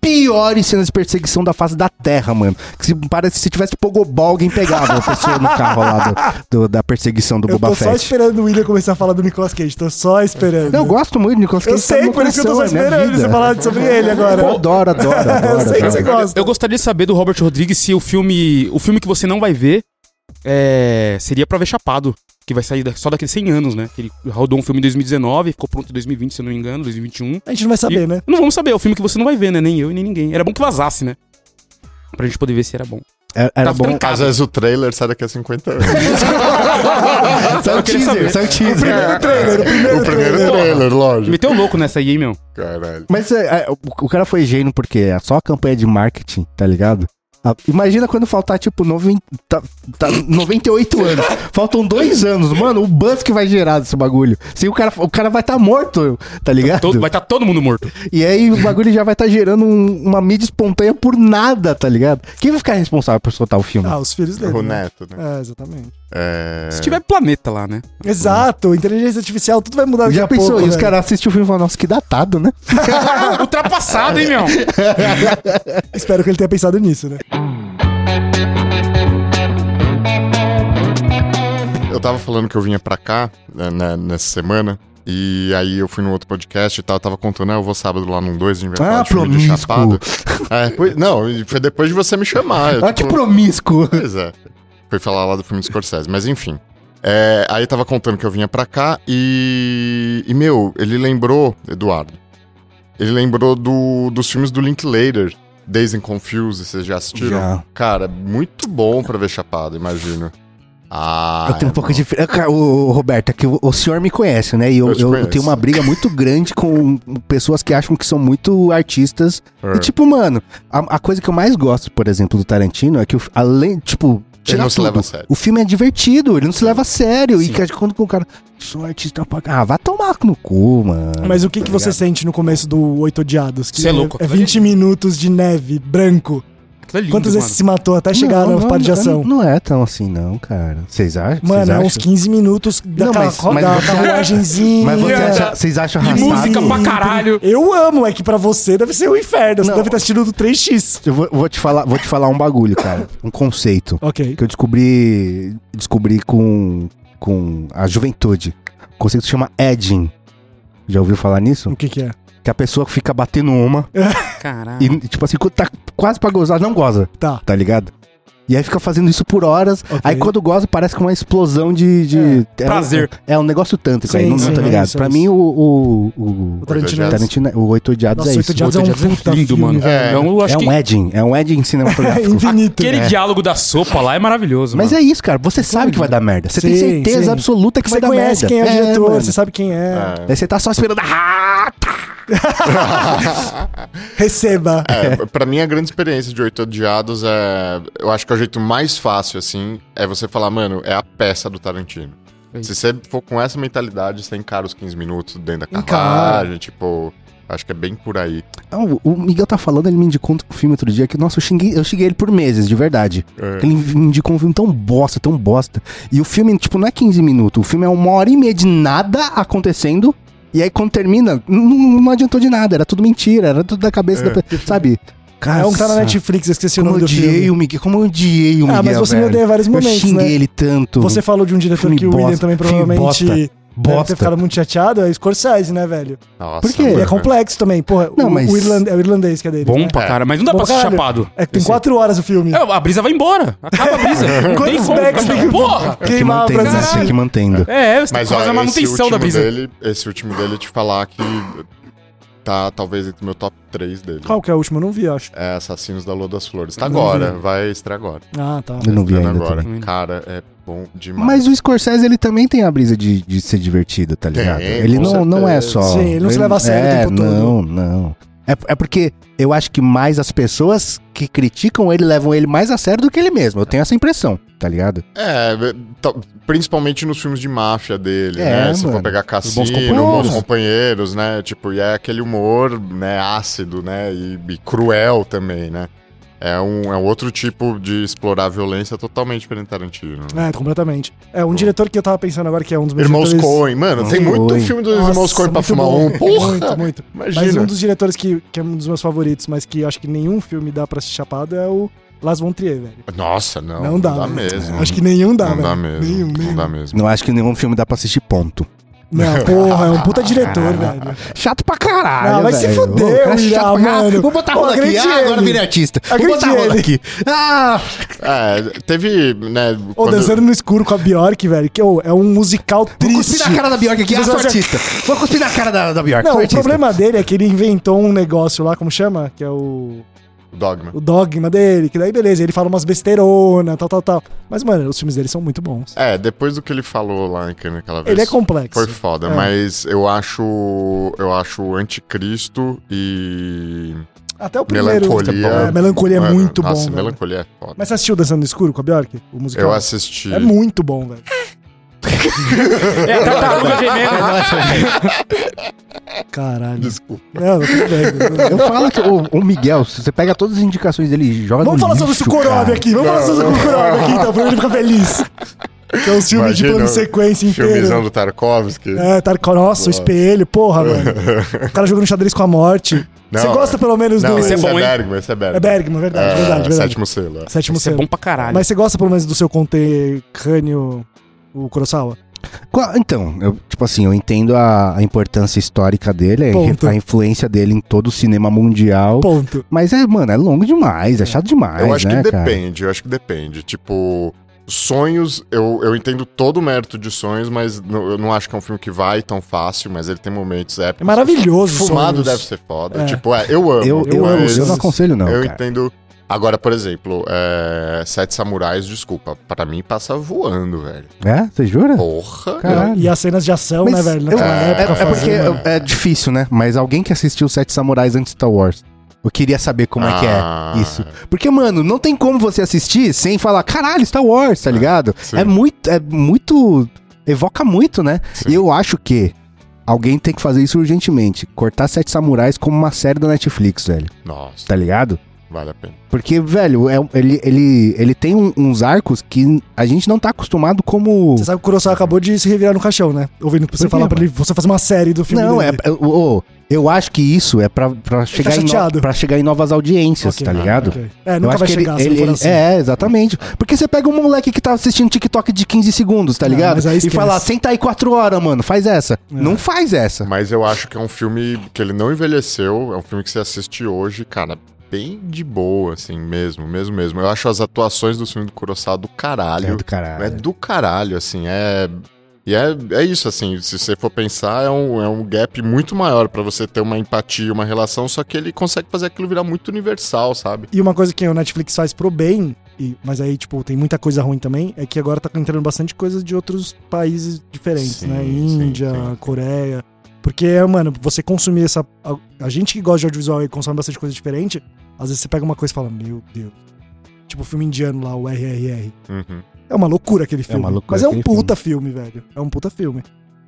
A: piores cenas de perseguição da face da Terra, mano. Que se, parece que se tivesse pogobol, alguém pegava a pessoa no carro lá do- do- da perseguição do
C: Eu
A: Boba
C: tô só
A: Fett.
C: esperando o William começar a falar do Nicolas Cage, tô só esperando.
A: Eu gosto muito de Nicolas Cage. tá
C: Eu sei, por isso que eu tô só
A: é
C: esperando você falar sobre ele agora.
A: Eu adoro, adoro, adoro.
C: Eu sei que
A: adoro.
C: você gosta.
B: Eu gostaria de saber do Robert Rodrigues se o filme. O filme que você não vai ver é, seria pra ver Chapado. Que vai sair da- só daqui a 100 anos, né? Que ele rodou um filme em 2019, ficou pronto em 2020, se eu não me engano, 2021.
C: A gente não vai saber,
B: E- um.
C: né?
B: Não vamos saber, é o filme que você não vai ver, né? Nem eu e nem ninguém. Era bom que vazasse, né? Pra gente poder ver se
A: *laughs*
B: era bom.
A: Era, era
B: Tava
A: É bom.
B: trancado.
D: Às vezes o trailer sai daqui a 50 anos.
A: *laughs* Saiu o
B: queria saber.
A: teaser, saiu o teaser. É.
D: primeiro trailer, o primeiro,
B: trailer.
D: lógico.
B: Meteu louco nessa aí, hein, meu?
A: *laughs*
D: Caralho.
A: Mas é, é, o, o cara foi gênio porque é só a campanha de marketing, tá ligado? A- Imagina quando faltar, tipo, 90, tá- tá 98 anos. Faltam dois anos, mano. O buzz que vai gerar desse bagulho. Se o cara, o cara vai estar morto, tá ligado?
B: Todo- vai estar todo mundo morto.
A: E aí o bagulho já vai estar gerando um- uma mídia espontânea por nada, tá ligado? Quem vai ficar responsável por soltar o filme?
C: Ah, os filhos dele.
D: O
C: né?
D: Neto, né?
C: É, exatamente.
D: É...
B: Se tiver planeta lá, né?
C: Exato, inteligência artificial, tudo vai mudar daqui
A: já
C: a pouco. né?
A: pensou? E os
C: velho.
A: caras assistem o filme e falam, nossa, que datado, né?
B: Ultrapassado, hein, meu?
C: Espero que ele tenha pensado nisso, né?
B: Tá
D: Eu tava falando que eu vinha pra cá né, né, nessa semana. E aí eu fui num outro podcast e tal, eu tava contando, ah, eu vou sábado lá num 2 de inventário
A: Ah,
D: de filme de
A: promíscuo. Ah,
D: chapado. É, pois- não, e foi depois de você me chamar. eu,
A: Olha que *laughs*
D: tipo,
A: promíscuo.
D: Pois é. Foi falar lá do filme do Scorsese, mas enfim. É, aí tava contando que eu vinha pra cá e. E, meu, ele lembrou, Eduardo. Ele lembrou do, dos filmes do Linklater, Days and Confused, vocês já assistiram?
A: Já.
D: Cara, muito bom pra ver chapado, imagino. Ah.
A: Eu tenho um pouco
D: irmão.
A: de. Eu, cara, Ô, ô, Roberto, é que o, o senhor me conhece, né? E eu,
D: Eu te
A: eu
D: conheço.
A: tenho uma briga muito grande com *laughs* pessoas que acham que são muito artistas. E, tipo, mano, a, a coisa que eu mais gosto, por exemplo, do Tarantino é que, o fi- além, tipo.
D: Ele não
A: tirar
D: se
A: tudo,
D: leva a sério.
A: O filme é divertido, ele não se leva a sério. E que, quando o cara. Sou artista pra. cá", Ah, vá tomar no cu, mano.
C: Mas o que, que você sente no começo do Oito Odiados? Que
B: Cê é louco.
C: É 20 minutos de neve, branco.
B: Aquilo é lindo,
C: Quantas vezes
B: mano.
C: se matou até é chegar na parte de ação?
A: Não, não é tão assim, não, cara. Vocês acham?
C: Mano,
A: Vocês
C: é
A: acham?
C: uns 15 minutos da
A: Não,
C: carro-
A: mas- mas
C: da
A: você-
B: *laughs*
C: carruagenzinha.
A: Mas você acha- vocês acham
B: E
A: arrastado?
B: música pra caralho.
C: Ah, Eu amo, é que pra você deve ser um inferno. Você
A: Não.
C: deve estar assistindo do 3x.
A: Eu vou, vou te falar, vou te falar um bagulho, cara. Um conceito.
C: Ok.
A: que eu descobri descobri com, com a juventude. O conceito se chama edging. Já ouviu falar nisso?
C: O que que é?
A: Que a pessoa fica batendo uma
B: Caralho.
A: e, tipo assim, quando tá quase pra gozar, não goza,
C: Tá.
A: tá ligado? E aí fica fazendo isso por horas.
C: Ok.
A: Aí quando goza, parece que é uma explosão de. de é,
B: prazer.
A: É, um negócio tanto, cara.
C: Sim,
A: não, não
C: sim,
A: tá
C: é
A: ligado?
C: isso, é
A: pra
C: isso.
A: mim, o. O, o,
C: O
A: o
C: Tarantino. é
D: Oito Odiados.
A: Tarantino, o Oito Odiados
C: Nossa,
A: é
C: Oito
A: isso.
C: Odiados é um puta
B: lindo,
C: filme,
B: mano.
C: velho.
D: É.
B: Então, eu acho
A: é
B: que
A: um edging, é um edging
C: *laughs* É
A: cinematográfico.
C: infinito.
B: aquele diálogo da sopa lá é maravilhoso.
A: Mas
B: mano.
A: é isso, cara. Você sabe que vai dar merda. Você tem
C: Sim,
A: certeza
C: sim.
A: absoluta que
C: Você
A: vai dar
C: conhece
A: merda.
C: quem é o diretor,
A: mano.
C: você sabe quem é.
D: É.
A: Aí você tá só esperando. Ah, tá.
C: Receba.
D: É, pra mim, a grande experiência de Oito Odiados é. Eu acho que é o jeito mais fácil, assim, é você falar, mano, é a peça do Tarantino.
B: É
D: Se você for com essa mentalidade, você encara os 15 minutos dentro da
C: Encara.
D: carruagem, tipo. Acho que é bem por aí.
A: Ah, o- O Miguel tá falando, ele me indicou um filme outro dia que, nossa, eu xinguei, eu xinguei ele por meses, de verdade.
D: É.
A: Ele me indicou um filme tão bosta, tão bosta. E o filme, tipo, não é 15 minutos. O filme é uma hora e meia de nada acontecendo. E aí, quando termina, n- n- não adiantou de nada. Era tudo mentira, era tudo da cabeça da pessoa. Sabe? Cara,
C: É um que tá na Netflix, eu esqueci o
A: Como
C: nome
A: eu
C: do
A: odiei
C: filme.
A: o Miguel. Como eu odiei o Miguel.
C: Ah, mas você me
A: velho.
C: odeia em vários
A: Eu
C: momentos,
A: xinguei
C: né?
A: ele tanto.
C: Você falou de um diretor
A: Filme
C: que o William
A: bosta,
C: também
A: filme
C: provavelmente
A: bosta,
C: deve ter
A: bosta.
C: ficado muito chateado. É o Scorsese, né, velho?
D: Nossa,
A: Por quê?
D: mano.
C: Ele é complexo também. Porra,
A: Não,
C: o,
A: mas-
C: o irland- é o irlandês que é dele.
B: Bom
C: né?
B: pra cara, mas não dá
C: Bom
B: pra ser
C: caralho.
B: chapado.
C: É que tem quatro horas o filme.
B: É, a brisa vai embora. Acaba a brisa. Não tem
C: Quantos
B: como.
C: backs tem que
B: Porra!
A: É que
C: queimar
A: mantendo,
C: pra
A: você
C: assistir?
A: tem que mantendo.
B: É, você tem que
D: Mas
B: fazer
D: olha,
B: a
D: esse
B: manutenção da
D: último,
B: brisa.
D: dele, esse último dele, é te falar que tá talvez entre o meu top 3 dele.
C: Qual que é o último? Eu não vi, eu acho.
D: É Assassinos da Lua das Flores. Tá
C: Não
D: agora,
C: vi.
D: vai estrear agora.
C: Ah, tá.
A: Eu não vi ainda.
D: Estreando agora.
A: também.
B: também.
D: Cara, é bom demais.
A: Mas o Scorsese, ele também tem a brisa de, de ser divertido, tá
D: Tem,
A: ligado?
D: com
A: ele não,
D: certeza.
A: não é só...
C: Sim, ele não se leva a sério o
A: é,
C: tempo todo.
A: não, não. É, é porque eu acho que mais as pessoas que criticam ele levam ele mais a sério do que ele mesmo. Eu tenho essa impressão, tá ligado?
D: É, tá- principalmente nos filmes de máfia dele,
A: É,
D: né? Se for
A: mano.
D: pegar Cassino,
B: Bons
D: Bons
B: Companheiros.
D: Companheiros, né? Tipo, e é aquele humor, né, ácido, né? E, e cruel também, né? É um, é um outro tipo de explorar a violência totalmente diferente do Tarantino. né?
C: É, completamente. É, um diretor que eu tava pensando agora que é um dos meus
D: Irmãos
C: diretores...
D: Coen, mano, tem
A: Irmãos
D: muito
A: Coen.
D: filme dos Irmãos
C: Nossa,
D: Coen pra
C: muito
D: fumar
C: bom.
D: um. Porra!
C: Muito, muito. Mas
D: Imagina.
C: um dos diretores que, que é um dos meus favoritos, mas que acho que nenhum filme dá pra assistir chapado é o Las von Trier, velho.
D: Nossa, não.
C: Não dá, velho.
D: mesmo.
C: Acho que nenhum dá, né?
D: não
C: velho.
D: dá mesmo.
C: Nenhum, nenhum.
D: Não dá mesmo.
A: Não acho que nenhum filme dá pra assistir, ponto.
C: Não, porra, é um
D: *laughs*
C: puta diretor, velho.
A: Chato pra caralho.
C: Ah, vai se
A: velho.
C: fuder,
A: Ô, cara, é
C: William,
A: chato pra caralho.
C: mano.
A: Vou botar a
C: Pô,
A: roda aqui.
C: agride
A: Ah, agora
C: ele.
A: virei artista.
C: Agride
A: Vou botar a roda
C: ele.
A: aqui. Ah,
D: É, teve, né. Ou
C: Ou Dançando no Escuro com a Bjork, velho, que ô, é um musical
A: vou
C: triste.
A: cuspir na cara da Bjork aqui. Ah,
C: Mas
A: sou
C: você-
A: artista. Vou cuspir na cara da, da Bjork.
C: Não,
A: sou
C: o
A: artista.
C: problema dele é que ele inventou um negócio lá, como chama? Que é o,
D: Dogma.
C: o dogma dele, que daí beleza, ele fala umas besteirona, tal, tal, tal. Mas, mano, os filmes dele são muito bons.
D: É, depois do que ele falou lá em Cannes aquela vez.
C: Ele é complexo.
D: Foi foda,
C: É.
D: mas eu acho. Eu acho anticristo e.
C: Até o primeiro.
D: melancolia.
C: É, melancolia é
D: Mano,
C: muito bom.
D: Nossa,
C: velho.
D: melancolia é foda.
C: Mas você assistiu Dançando no Escuro com a Bjork? O musical?
D: Eu assisti.
C: É muito bom, velho.
B: É a tartaruga gemendo.
C: Caralho.
D: Desculpa.
C: Não, não tudo bem, tudo bem.
D: *laughs*
A: Eu falo que o, o Miguel, se você pega todas as indicações dele e joga
C: Vamos
A: no
C: falar sobre o
A: lixo,
C: Sukorov
A: cara.
C: aqui. Vamos falar sobre o Sukorov aqui, então, pra ele ficar feliz. Que é um filme de
D: Imagina
C: plano
D: o
C: sequência
D: Filmezão
C: inteiro.
D: do Tarkovsky.
C: É, Tarkov, nossa, o espelho, porra,
D: *laughs*
C: mano. O cara jogando xadrez com a morte.
D: Não,
C: Você gosta
D: é.
C: pelo menos
D: Não,
C: do.
D: esse é,
B: bom, hein?
D: Bergman, esse é Bergman.
C: É Bergman, verdade,
D: É,
C: verdade, verdade.
D: Sétimo selo. é.
C: Sétimo
B: Isso é
C: selo.
B: bom pra caralho.
C: Mas você gosta pelo menos do seu conterrâneo, o Kurosawa?
A: Qual- Então, eu, tipo assim, eu entendo a, a importância histórica dele,
C: Ponto.
A: a, a influência dele em todo o cinema mundial.
C: Ponto.
A: Mas é, mano, é longo demais, é chato demais.
D: Eu acho
A: né,
D: que
A: cara?
D: depende, eu acho que depende. Tipo, sonhos, eu, eu entendo todo o mérito de sonhos, mas não- eu não acho que é um filme que vai tão fácil, mas ele tem momentos épicos.
C: É maravilhoso,
D: Fumado
C: Sonhos.
D: deve ser
C: É.
D: foda. Tipo, é, eu amo.
A: Eu, eu,
C: Eu
A: amo,
D: mas
A: eu não aconselho, não.
D: eu
A: cara.
D: entendo. Agora, por exemplo, é, Sete Samurais, desculpa, pra mim passa voando, velho.
A: É? Você jura?
D: Porra.
A: Caralho.
C: E as cenas de ação,
A: Mas
C: né, velho?
A: eu-
C: Naquela
A: é,
C: época, assim,
A: é porque
C: fazendo-
A: eu- é difícil, né? Mas alguém que assistiu Sete Samurais antes de Star Wars. Eu queria saber como é que
D: Ah.
A: é isso. Porque, mano, não tem como você assistir sem falar, caralho, Star Wars, tá ligado?
D: sim.
A: É, muito. É muito. Evoca muito, né?
D: Sim.
A: E eu acho que alguém tem que fazer isso urgentemente. Cortar Sete Samurais como uma série da Netflix, velho.
D: Nossa,
A: Tá ligado?
D: vale a pena.
A: Porque, velho, é- ele, ele, ele tem um- uns arcos que a gente não tá acostumado como.
C: Você sabe que o Kurosawa acabou de se revirar no caixão, né? Ouvindo
A: Por
C: você
A: quê,
C: falar pra ele, você fazer uma série do filme
A: Não, é,
C: dele. tá
A: é- ô, ô, eu acho que isso é pra, pra, chegar, em
C: chateado.
A: no, pra chegar em novas audiências,
C: Ok.
A: tá ligado?
C: Ok. É,
A: Eu
C: nunca
A: acho
C: vai
A: que
C: chegar se
A: ele,
C: não for
A: ele-
C: assim.
A: É, exatamente. Porque você pega um moleque que tá assistindo TikTok de 15 segundos, tá
C: Não,
A: ligado?
C: É, mas aí
A: e
C: esquece. É.
A: fala, senta aí 4 horas, mano, faz essa. Não faz essa.
D: Mas eu acho que é um filme que ele não envelheceu, é um filme que você assiste hoje, cara, bem de boa, assim, mesmo, mesmo, mesmo. Eu acho as atuações do filme do Kurosawa do caralho.
A: É do caralho.
D: É do caralho, assim, é... E é, é isso, assim, se você for pensar, é um, é um gap muito maior pra você ter uma empatia, uma relação, só que ele consegue fazer aquilo virar muito universal, sabe?
C: E uma coisa que o Netflix faz pro bem, e- mas aí, tipo, tem muita coisa ruim também, é que agora tá entrando bastante coisa de outros países diferentes,
D: Sim,
C: né?
D: sim,
C: Índia,
D: sim.
C: Coreia. Porque, mano, você consumir essa. A, a gente que gosta de audiovisual e consome bastante coisa diferente, às vezes você pega uma coisa e fala, meu Deus. Tipo o filme indiano lá, o RRR.
D: Uhum.
C: É uma loucura aquele filme.
A: uma loucura
C: mas é um
A: aquele
C: puta filme. velho. É um puta filme.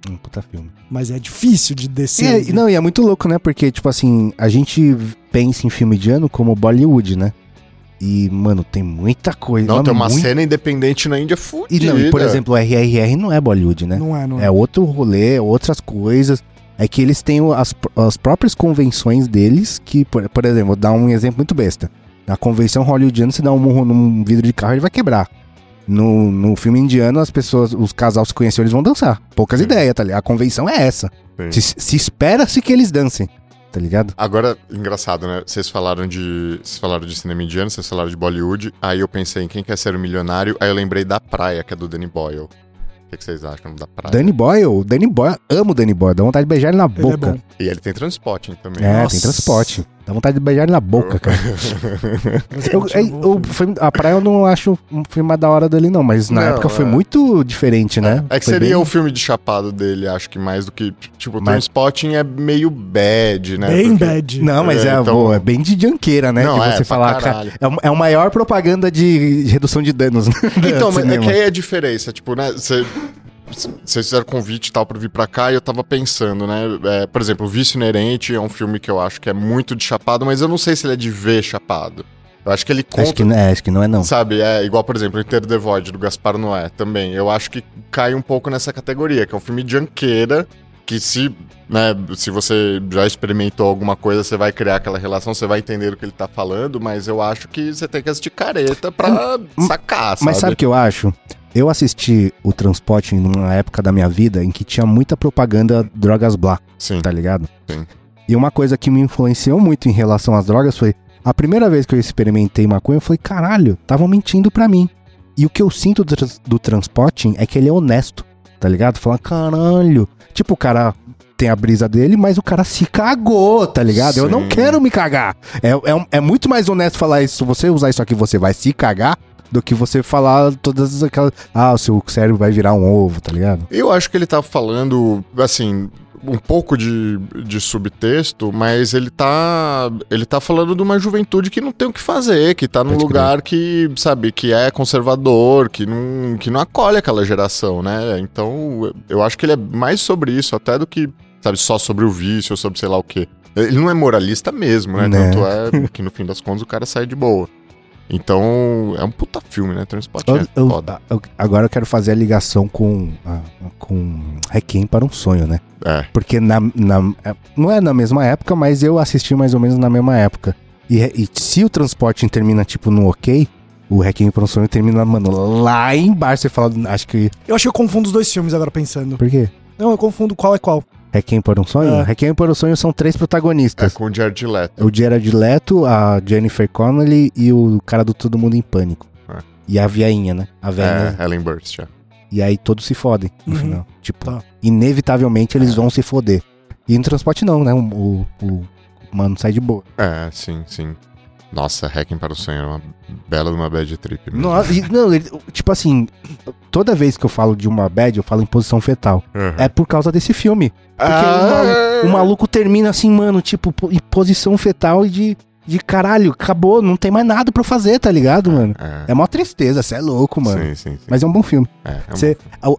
A: Hum, puta filme.
C: Mas é difícil de
A: E
C: descer.
A: é- não, e é muito louco, né? Porque, tipo assim, a gente pensa em filme de ano como Bollywood, né? E, mano, tem muita coisa.
D: Não,
A: mano,
D: tem uma
A: muito-
D: cena independente na Índia
A: E
D: fudida.
A: não, e, por exemplo, o RRR não é Bollywood, né?
C: Não é, não é.
A: É outro rolê, outras coisas. É que eles têm o- as, pr- as próprias convenções deles, que, por, por exemplo, vou dar um exemplo muito besta. Na convenção hollywoodiana, se dá um murro num vidro de carro, ele vai quebrar. No, no filme indiano, as pessoas, os casais se conheceram, eles vão dançar. Poucas
D: Sim.
A: ideias, tá ligado? A convenção é essa.
D: Sim.
A: Se, se espera-se que eles dancem, tá ligado?
D: Agora, engraçado, né? Vocês falaram de. Vocês falaram de cinema indiano, vocês falaram de Bollywood. Aí eu pensei em quem quer ser o milionário. Aí eu lembrei da praia, que é do Danny Boyle. O que, que vocês acham da praia?
A: Danny Boyle, Danny Boyle, amo o Danny Boyle, dá vontade de beijar ele na
C: Ele é
A: boca.
C: bom.
D: E ele tem transporte também.
A: É,
C: Nossa.
A: tem transporte. Dá vontade de beijar ele na boca, cara.
D: *laughs*
A: Eu-
D: Tipo,
C: Transporte é
A: é-
C: um bom
A: o
C: filme.
A: filme- a praia eu não acho um filme mais da hora dele, não, mas na
D: Não,
A: época foi
D: é.
A: muito diferente, né?
D: É que
A: Foi
D: seria
A: bem-
D: o filme de chapado dele, acho que mais do que. Tipo, o
A: Mas-
D: Transpotting é meio bad, né?
C: Bem
D: Porque-
C: bad.
A: Não, mas é,
D: É, então-
A: boa, é bem de janqueira, né?
D: Não,
A: de
D: é,
A: você
D: pra
A: falar.
D: caralho.
A: cara, é, o- é o maior propaganda de redução de danos. né,
D: *laughs* Então,
A: do
D: mas é
A: cinema.
D: que aí é a diferença. Tipo, né? Você. Vocês fizeram convite e tal pra vir pra cá e eu tava pensando, né? É, por exemplo, Vício Inerente é um filme que eu acho que é muito de chapado, mas eu não sei se ele é de ver chapado. Eu acho que ele conta.
A: Acho que, não é, acho que não é, não.
D: Sabe, é igual, por exemplo, Enter the Void, do Gaspar Noé, também. Eu acho que cai um pouco nessa categoria, que é um filme de anqueira, que se, né, se você já experimentou alguma coisa, você vai criar aquela relação, você vai entender o que ele tá falando, mas eu acho que você tem que assistir careta pra sacar, sabe?
A: É, Mas sabe o que eu acho? Eu assisti o Transporte numa época da minha vida em que tinha muita propaganda drogas blá,
D: Sim.
A: tá ligado?
D: Sim.
A: E uma coisa que me influenciou muito em relação às drogas foi a primeira vez que eu experimentei maconha, eu falei, caralho, estavam mentindo pra mim. E o que eu sinto do, trans- do Transporting é que ele é honesto, tá ligado? Fala, caralho. Tipo, o cara tem a brisa dele, mas o cara se cagou, tá ligado? Eu não
D: Sim.
A: quero me cagar. É, é, um- é muito mais honesto falar isso. Você usar isso aqui, você vai se cagar, do que você falar todas aquelas. Ah, o seu cérebro vai virar um ovo, tá ligado?
D: Eu acho que ele tá falando, assim, um pouco de, de subtexto, mas ele tá. Ele tá falando de uma juventude que não tem o que fazer, que tá num
A: Pode crer.
D: lugar que, sabe, que é conservador, que não, que não acolhe aquela geração, né? Então, eu acho que ele é mais sobre isso, até do que, sabe, só sobre o vício ou sobre sei lá o quê. Ele não é moralista mesmo, né?
A: Né.
D: Tanto é que no fim das contas o cara sai de boa. Então, é um puta filme, né? Transporte
A: Eu-
D: é
A: eu-
D: foda.
A: eu- agora eu quero fazer a ligação com. ah, com Requiem para um sonho, né?
D: É.
A: Porque na, na- não é na mesma época, mas eu assisti mais ou menos na mesma época. E, é, e se o transporte termina, tipo, no ok, o Requiem para um sonho termina, mano, lá embaixo. Você fala, acho que.
C: Eu acho que eu confundo os dois filmes agora pensando.
A: Por quê?
C: Não, eu confundo qual é qual.
A: Requiem para um sonho?
C: É.
A: Requiem para um sonho são três
D: É
A: protagonistas.
D: com o Jared Leto.
A: O Jared Leto, a Jennifer Connelly e o cara do Todo Mundo em Pânico.
D: É.
A: E a viainha, né? A
D: É,
A: velhinha.
D: Ellen Burst, já.
A: E aí todos se fodem no
C: Uhum.
A: final. Tipo,
C: Tá.
A: inevitavelmente
D: É.
A: eles vão se foder. E no transporte não, né? O, o, o mano sai de boa.
D: É, sim, sim. Nossa, Hacking para o Sonho era uma bela de uma bad trip. né? mesmo.
A: Não, e- não, ele- tipo assim, toda vez que eu falo de uma bad, eu falo em posição fetal.
D: Uhum.
A: É por causa desse filme. Porque
D: Ah!
A: o, malu- o maluco termina assim, mano, tipo, po- em posição fetal e de, de caralho, acabou, não tem mais nada pra eu fazer, tá ligado, mano?
D: É,
A: É mó tristeza, você é louco, mano.
D: Sim, sim, sim.
A: Mas é um bom filme.
D: É, é um-
A: Você, a,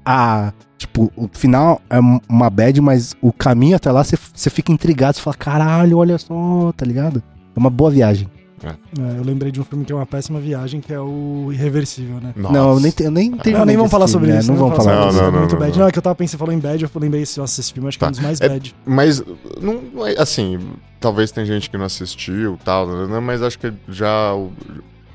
A: a- tipo, o final é uma bad, mas o caminho até lá você- você fica intrigado, você fala, caralho, olha só, tá ligado? É uma boa viagem.
C: É, eu lembrei de um filme que é uma péssima viagem, que é o Irreversível, né?
D: Nossa.
A: Não, eu nem, te- eu nem terminei
C: Não, nem
A: de
C: vamos falar
A: assistir,
C: sobre
A: né?
C: isso.
A: Não vamos falar
D: sobre
A: sobre
D: isso.
A: isso.
D: não,
C: muito
D: não,
C: bad.
D: não.
C: Não. é que eu tava pensando, você falou em bad, eu lembrei, nossa, esse filme acho que é
D: Tá.
C: um dos mais
D: É-
C: bad.
D: Mas, não, não é- assim, talvez tem gente que não assistiu e tal, né, né, mas acho que já o,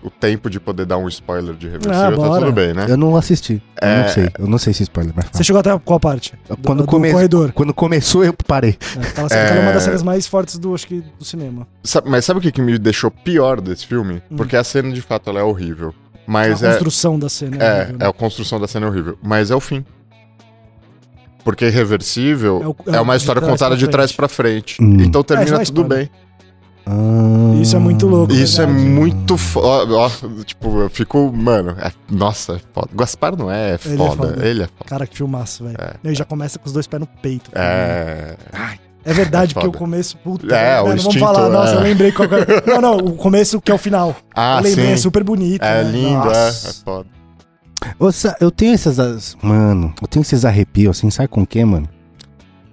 D: o tempo de poder dar um spoiler de
C: Ah,
D: reversível tá
C: bora.
D: tudo bem, né?
A: Eu não assisti. Eu
D: É.
A: não sei. Eu não sei se spoiler vai
C: Você
A: falar.
C: chegou até qual parte?
A: Quando
C: do, do
A: come-
C: corredor.
A: Quando começou, eu parei.
C: É, Aquela, aquela é uma das cenas mais fortes do, acho que, do cinema.
D: Sabe- mas sabe o que, que me deixou pior desse filme?
A: Hum.
D: Porque a cena, de fato, ela é horrível. Mas
A: Tá,
C: a
D: é,
C: construção da cena.
D: é,
C: horrível,
D: é
C: né?
D: a construção da cena é horrível. Mas é o fim. Porque irreversível
C: É o- é
D: É
C: o
D: uma
C: de
D: história
C: trás
D: contada
C: pra
D: de
C: frente.
D: trás pra frente.
A: Hum.
D: Então
C: É,
D: termina
C: isso é
D: tudo
C: spoiler.
D: bem.
A: Ah,
C: Isso é muito louco.
D: Isso é
C: verdade.
D: muito foda. Tipo, eu fico. Mano, é- nossa, é foda. Gaspar não é, é
C: Ele é
D: foda.
C: foda.
D: Ele é foda.
C: Cara, que filmaço, velho.
D: É.
C: Não, e já começa com os dois pés no peito. cara.
D: É.
C: É verdade,
D: É
C: porque o
D: foda.
C: começo, puta.
D: É,
C: né?
D: o
C: não
D: instinto,
C: vamos falar, nossa,
D: é.
C: eu lembrei qual que é. Não, não, o começo que é o final.
D: *laughs* Ah,
C: eu lembrei, é
D: sim.
C: super bonito.
D: É
C: né?
D: lindo, é.
C: Nossa.
D: É foda.
A: Ô, Sa- eu tenho essas. as- Mano, eu tenho esses arrepios assim, sabe com o quê, mano?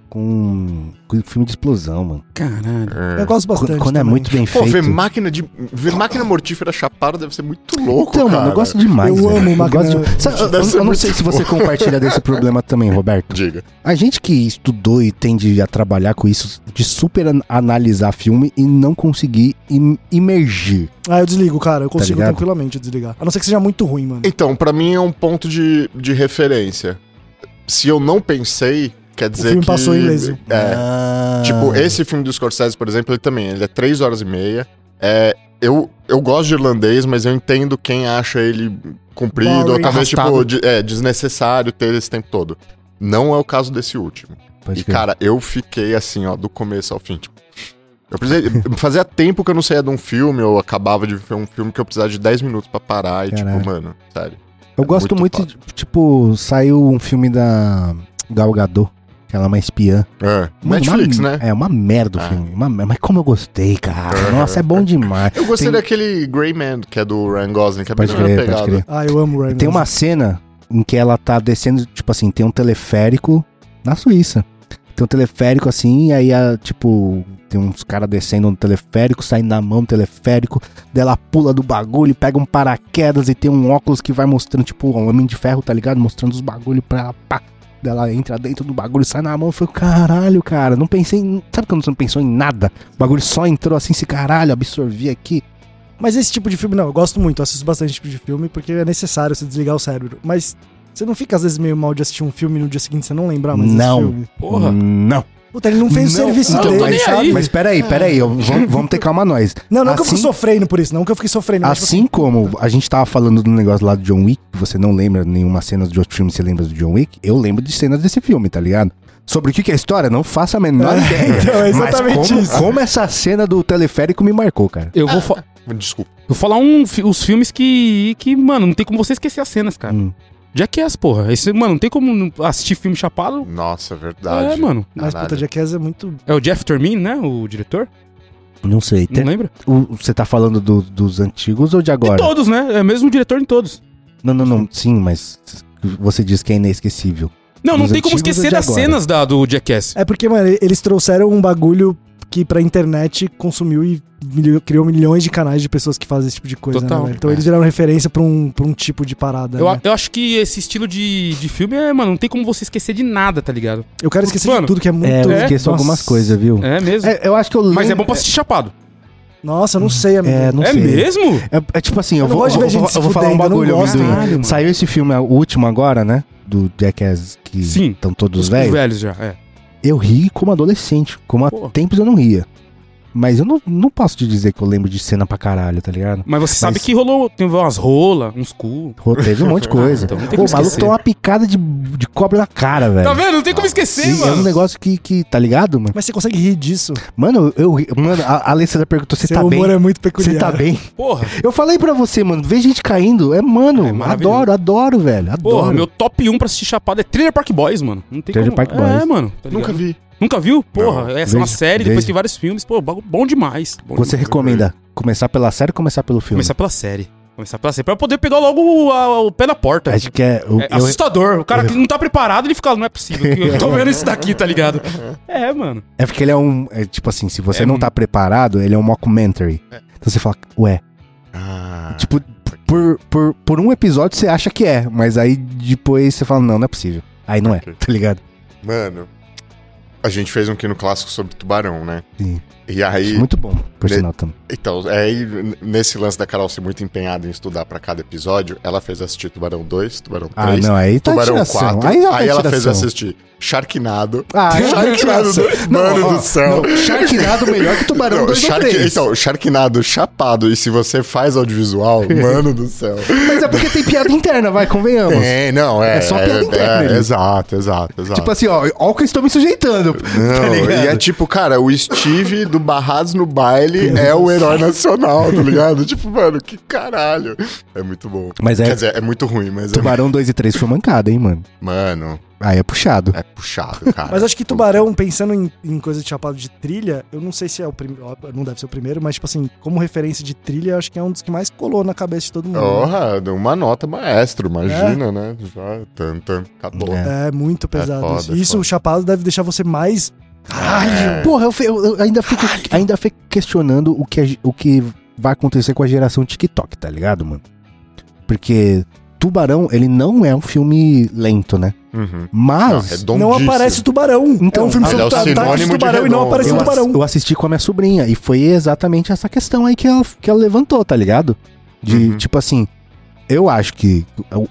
A: Com. Com filme de explosão, mano.
B: Caralho.
C: Eu gosto bastante.
A: Quando, quando é
C: também.
A: muito bem
D: Pô,
A: feito.
D: ver máquina de. Ver máquina mortífera chapada deve ser muito louco,
A: então,
D: cara.
A: mano, eu gosto demais.
C: Eu
A: velho.
C: amo máquina-
A: gosto de- Sabe, eu-
D: Deve ser
A: eu, eu não
D: muito
A: sei se você compartilha desse problema também, Roberto.
D: Diga.
A: A gente que estudou e tende a trabalhar com isso, de super an- analisar filme e não conseguir im imergir.
C: Ah, eu desligo, cara. Eu consigo
A: Tá ligado?
C: tranquilamente desligar. A não ser que seja muito ruim, mano.
D: Então, pra mim é um ponto de, de referência. Se eu não pensei, quer dizer
C: filme
D: que.
C: passou ileso.
D: É.
A: Ah.
D: Tipo, esse filme do Scorsese, por exemplo, ele também, ele é 3 horas e meia. É, eu, eu gosto de irlandês, mas eu entendo quem acha ele comprido, ou
C: Boring.
D: talvez, tipo,
B: Arrastado.
D: de- é, desnecessário ter esse tempo todo. Não é o caso desse último.
A: Pode
D: e,
A: crer.
D: cara, eu fiquei assim, ó, do começo ao fim, tipo. Eu precisei, *laughs* fazia tempo que eu não saía de um filme, eu acabava de ver um filme que eu precisava de 10 minutos pra parar e,
A: Caraca.
D: tipo, mano, sério.
A: Eu
D: É
A: gosto
D: muito
A: muito, de- tipo, saiu um filme da Gal Gadot, que ela é uma espiã.
D: É,
A: Mano,
D: Netflix,
A: uma-
D: né?
A: É, uma merda o
D: Ah.
A: filme. uma mer- mas como eu gostei,
D: *laughs*
A: cara. Nossa, é bom demais.
D: Eu gostei
A: Tem-
D: daquele Grey Man, que é do Ryan Gosling, que é bem
A: Pode
D: na
A: crer,
D: mesma
A: pode crer.
D: pegada.
C: Ah, eu amo o Ryan.
A: Tem uma cena em que ela tá descendo, tipo assim, tem um teleférico na Suíça. Tem um teleférico assim, e aí, a, tipo, Tem uns caras descendo no teleférico, saindo na mão do teleférico. Daí ela pula do bagulho, pega um paraquedas e tem um óculos que vai mostrando, tipo, um homem de ferro, tá ligado? Mostrando os bagulho pra ela, pá. Daí ela entra dentro do bagulho, sai na mão. Eu falei, caralho, cara, não pensei em... Sabe quando você não pensou em nada? O bagulho só entrou assim, esse caralho, absorvi aqui.
C: Mas esse tipo de filme, não, eu gosto muito, eu assisto bastante tipo de filme, porque é necessário você desligar o cérebro. Mas você não fica, às vezes, meio mal de assistir um filme e no dia seguinte você não lembrar mais desse
A: Não.
C: filme.
B: Porra.
A: Não.
C: Puta, ele não fez o serviço
D: então,
B: não, eu tô
C: dele,
B: nem
C: sabe?
B: aí.
A: Mas peraí, peraí, eu- vamos, vamos ter calma nós.
C: Não, não que eu
A: Assim-
C: fiquei sofrendo por isso, não que eu fiquei sofrendo. mas, tipo,
A: Assim como a gente tava falando do negócio lá do John Wick, que você não lembra nenhuma cena de outro filme, você lembra do John Wick, eu lembro de cenas desse filme, tá ligado? Sobre o que, que é a história, não faço a menor
C: É,
A: ideia.
C: então, é exatamente
A: Mas como,
C: isso.
A: como essa cena do teleférico me marcou, cara.
B: Eu vou, fa-
D: Desculpa.
B: eu vou falar um, fi- os filmes que, que, mano, não tem como você esquecer as cenas, cara.
A: Hum.
B: Jackass, porra. Esse, mano, não tem como não assistir filme chapado.
D: Nossa, é verdade.
B: É, mano.
A: Assim-
C: Mas, puta,
D: Caralho.
C: Jackass é muito...
B: É o Jeff Termin, né? O diretor?
A: Não sei. tem-
B: Não lembra?
A: o- você tá falando do- dos antigos ou de
B: De
A: agora?
B: todos, né? É o mesmo diretor em todos.
A: Não, não, não. Sim, mas você diz que é inesquecível.
B: Não, não
A: Dos
B: tem como
A: antigos ou
B: esquecer
A: de
B: das
A: agora?
B: cenas da, do Jackass.
C: É porque, mano, eles trouxeram um bagulho que pra internet consumiu e milho- criou milhões de canais de pessoas que fazem esse tipo de coisa,
B: Total.
C: né, velho? Então
B: É.
C: eles viraram referência pra um, pra um tipo de parada,
B: Eu,
C: né?
B: a- eu acho que esse estilo de, de filme é, mano, não tem como você esquecer de nada, tá ligado?
C: Eu quero esquecer
B: Mano,
C: de tudo que é muito...
A: É, eu esqueço
C: Nossa.
A: algumas coisas, viu?
B: É mesmo.
A: É, eu acho que eu lembro.
B: Mas é bom pra assistir chapado.
C: Nossa, eu não sei, amigo.
A: É, não
B: é
A: sei.
B: mesmo?
A: É, é tipo assim, eu,
C: Eu não
A: vou,
C: gosto de ver
A: eu vou-
C: gente se
A: eu vou falar um
C: fudendo, eu não
A: bagulho,
C: gosto, né?
A: Amendoim.
B: caralho, mano.
A: Saiu esse filme, é o último agora, né? Do Jackass, que
B: Sim.
A: estão todos
B: Os
A: velhos.
B: velhos já, é.
A: Eu ri como adolescente. Como há
B: Pô.
A: tempos eu não ria. Mas eu não, não posso te dizer que eu lembro de cena pra caralho, tá ligado?
B: Mas você sabe
A: Mas-
B: que rolou, tem umas rola, uns cu.
A: Pô, Teve um
B: *laughs*
A: monte de coisa.
B: Então, não tem
A: Pô,
B: como
A: o maluco
B: esquecer.
A: tem uma picada de, de cobra na cara, velho.
B: Tá vendo? Não tem como esquecer,
A: É. Sim, é um
B: mano.
A: negócio que, que, tá ligado, mano?
C: Mas você consegue rir disso?
A: Mano, eu, ri- mano, a a Alessandra perguntou, você
C: Seu
A: tá
C: humor
A: bem?
C: é muito
A: Você
C: peculiar.
A: tá bem?
B: Porra.
A: Eu falei pra você, mano, vê gente caindo. É, mano,
B: É maravilhoso.
A: adoro, adoro, velho. Adoro.
B: Porra, meu top 1 pra assistir chapado é Trailer Park Boys, mano. Não tem
A: Trailer
B: como.
A: Park
B: é,
A: Boys.
B: mano. tá
D: Nunca
B: ligado?
D: vi.
B: Nunca viu? Porra, essa é uma
A: Veja,
B: série, depois
A: veja.
B: tem vários filmes. Pô, bagulho bom demais. Bom
A: Você
B: demais.
A: recomenda começar pela série ou começar pelo filme?
B: Começar pela série. Começar pela série. Pra eu poder pegar logo o, a- o pé na porta.
A: Acho que é. o-
B: É
A: eu-
B: assustador. O cara que não tá preparado, ele fica, não é possível. que Eu tô vendo isso daqui, tá ligado? É, mano.
A: *laughs* é porque ele é um. é tipo assim, se você
B: É
A: não
B: um-
A: tá preparado, ele é um mockumentary. Então você fala, ué.
D: Ah,
A: Tipo, por, por, por um episódio você acha que é, mas aí depois você fala, não, não é possível. Aí não é,
D: Ok.
A: tá ligado?
D: mano. A gente fez um aqui no clássico sobre tubarão, né?
A: Sim. é
D: E aí.
A: Muito bom, por
D: Ne-
A: sinal também.
D: Então, é aí, n- nesse lance da Carol ser muito empenhada em estudar pra cada episódio, ela fez assistir Tubarão 2, Tubarão 3,
A: Ah, não, aí tá
D: Tubarão
A: tiração.
D: 4.
A: Aí,
D: Aí,
A: já tá
D: ela fez
A: tiração.
D: assistir Sharknado.
A: Ah,
D: *laughs*
A: aí já tá
D: Sharknado
A: tiração.
D: dois. Mano
A: ó,
D: do céu.
A: não, Sharknado melhor que Tubarão
D: *laughs* Não,
A: 2 ou
D: Shark-
A: 3.
D: então, Sharknado chapado, e se você
A: *laughs*
D: faz audiovisual, mano do céu.
A: Mas é porque tem piada interna, vai, convenhamos.
D: É, não, é.
A: É só piada interna,
D: é,
A: né?
D: Exato, exato, exato.
A: Tipo assim, ó, ó o que eu estou me sujeitando. *laughs* tá
D: Não,
A: ligado?
D: e é tipo, cara, o Steve do Barrados no baile é o herói nacional, tá ligado? *laughs* Tipo, mano, que caralho. É muito bom.
A: Mas é-
D: Quer dizer, é muito ruim, mas é.
A: Tubarão 2 e 3 foi mancada, hein, mano.
D: Mano,
A: Aí é puxado.
D: é puxado, cara.
C: Mas acho que Tubarão, pensando em, em coisa de chapado de trilha, eu não sei se é o primeiro. Não deve ser o primeiro, mas, tipo assim, como referência de trilha, eu acho que é um dos que mais colou na cabeça de todo mundo.
D: Porra, deu uma nota maestro, imagina, né? Já, tan, tan, acabou.
A: É.
C: É muito pesado.
D: foda,
C: isso.
D: é
C: Isso,
D: foda.
C: o chapado deve deixar você mais. Caralho!
A: Porra, eu, fe- eu- eu ainda, fico, ainda fico questionando o que, a ge- o que vai acontecer com a geração TikTok, tá ligado, mano? Porque Tubarão, ele não é um filme lento, né?
D: Uhum. Não,
A: Mas.
D: redondíssimo.
C: Não aparece o tubarão.
A: Então,
C: é um filme
A: ele
D: é o
C: sobre ataque de
D: sinônimo de
C: tubarão e não
D: redondo.
C: aparece
A: eu,
C: o
A: ass-
C: tubarão.
A: eu assisti com a minha sobrinha e foi exatamente essa questão aí que ela, que ela levantou, tá ligado? De,
D: Uhum.
A: tipo assim, eu acho que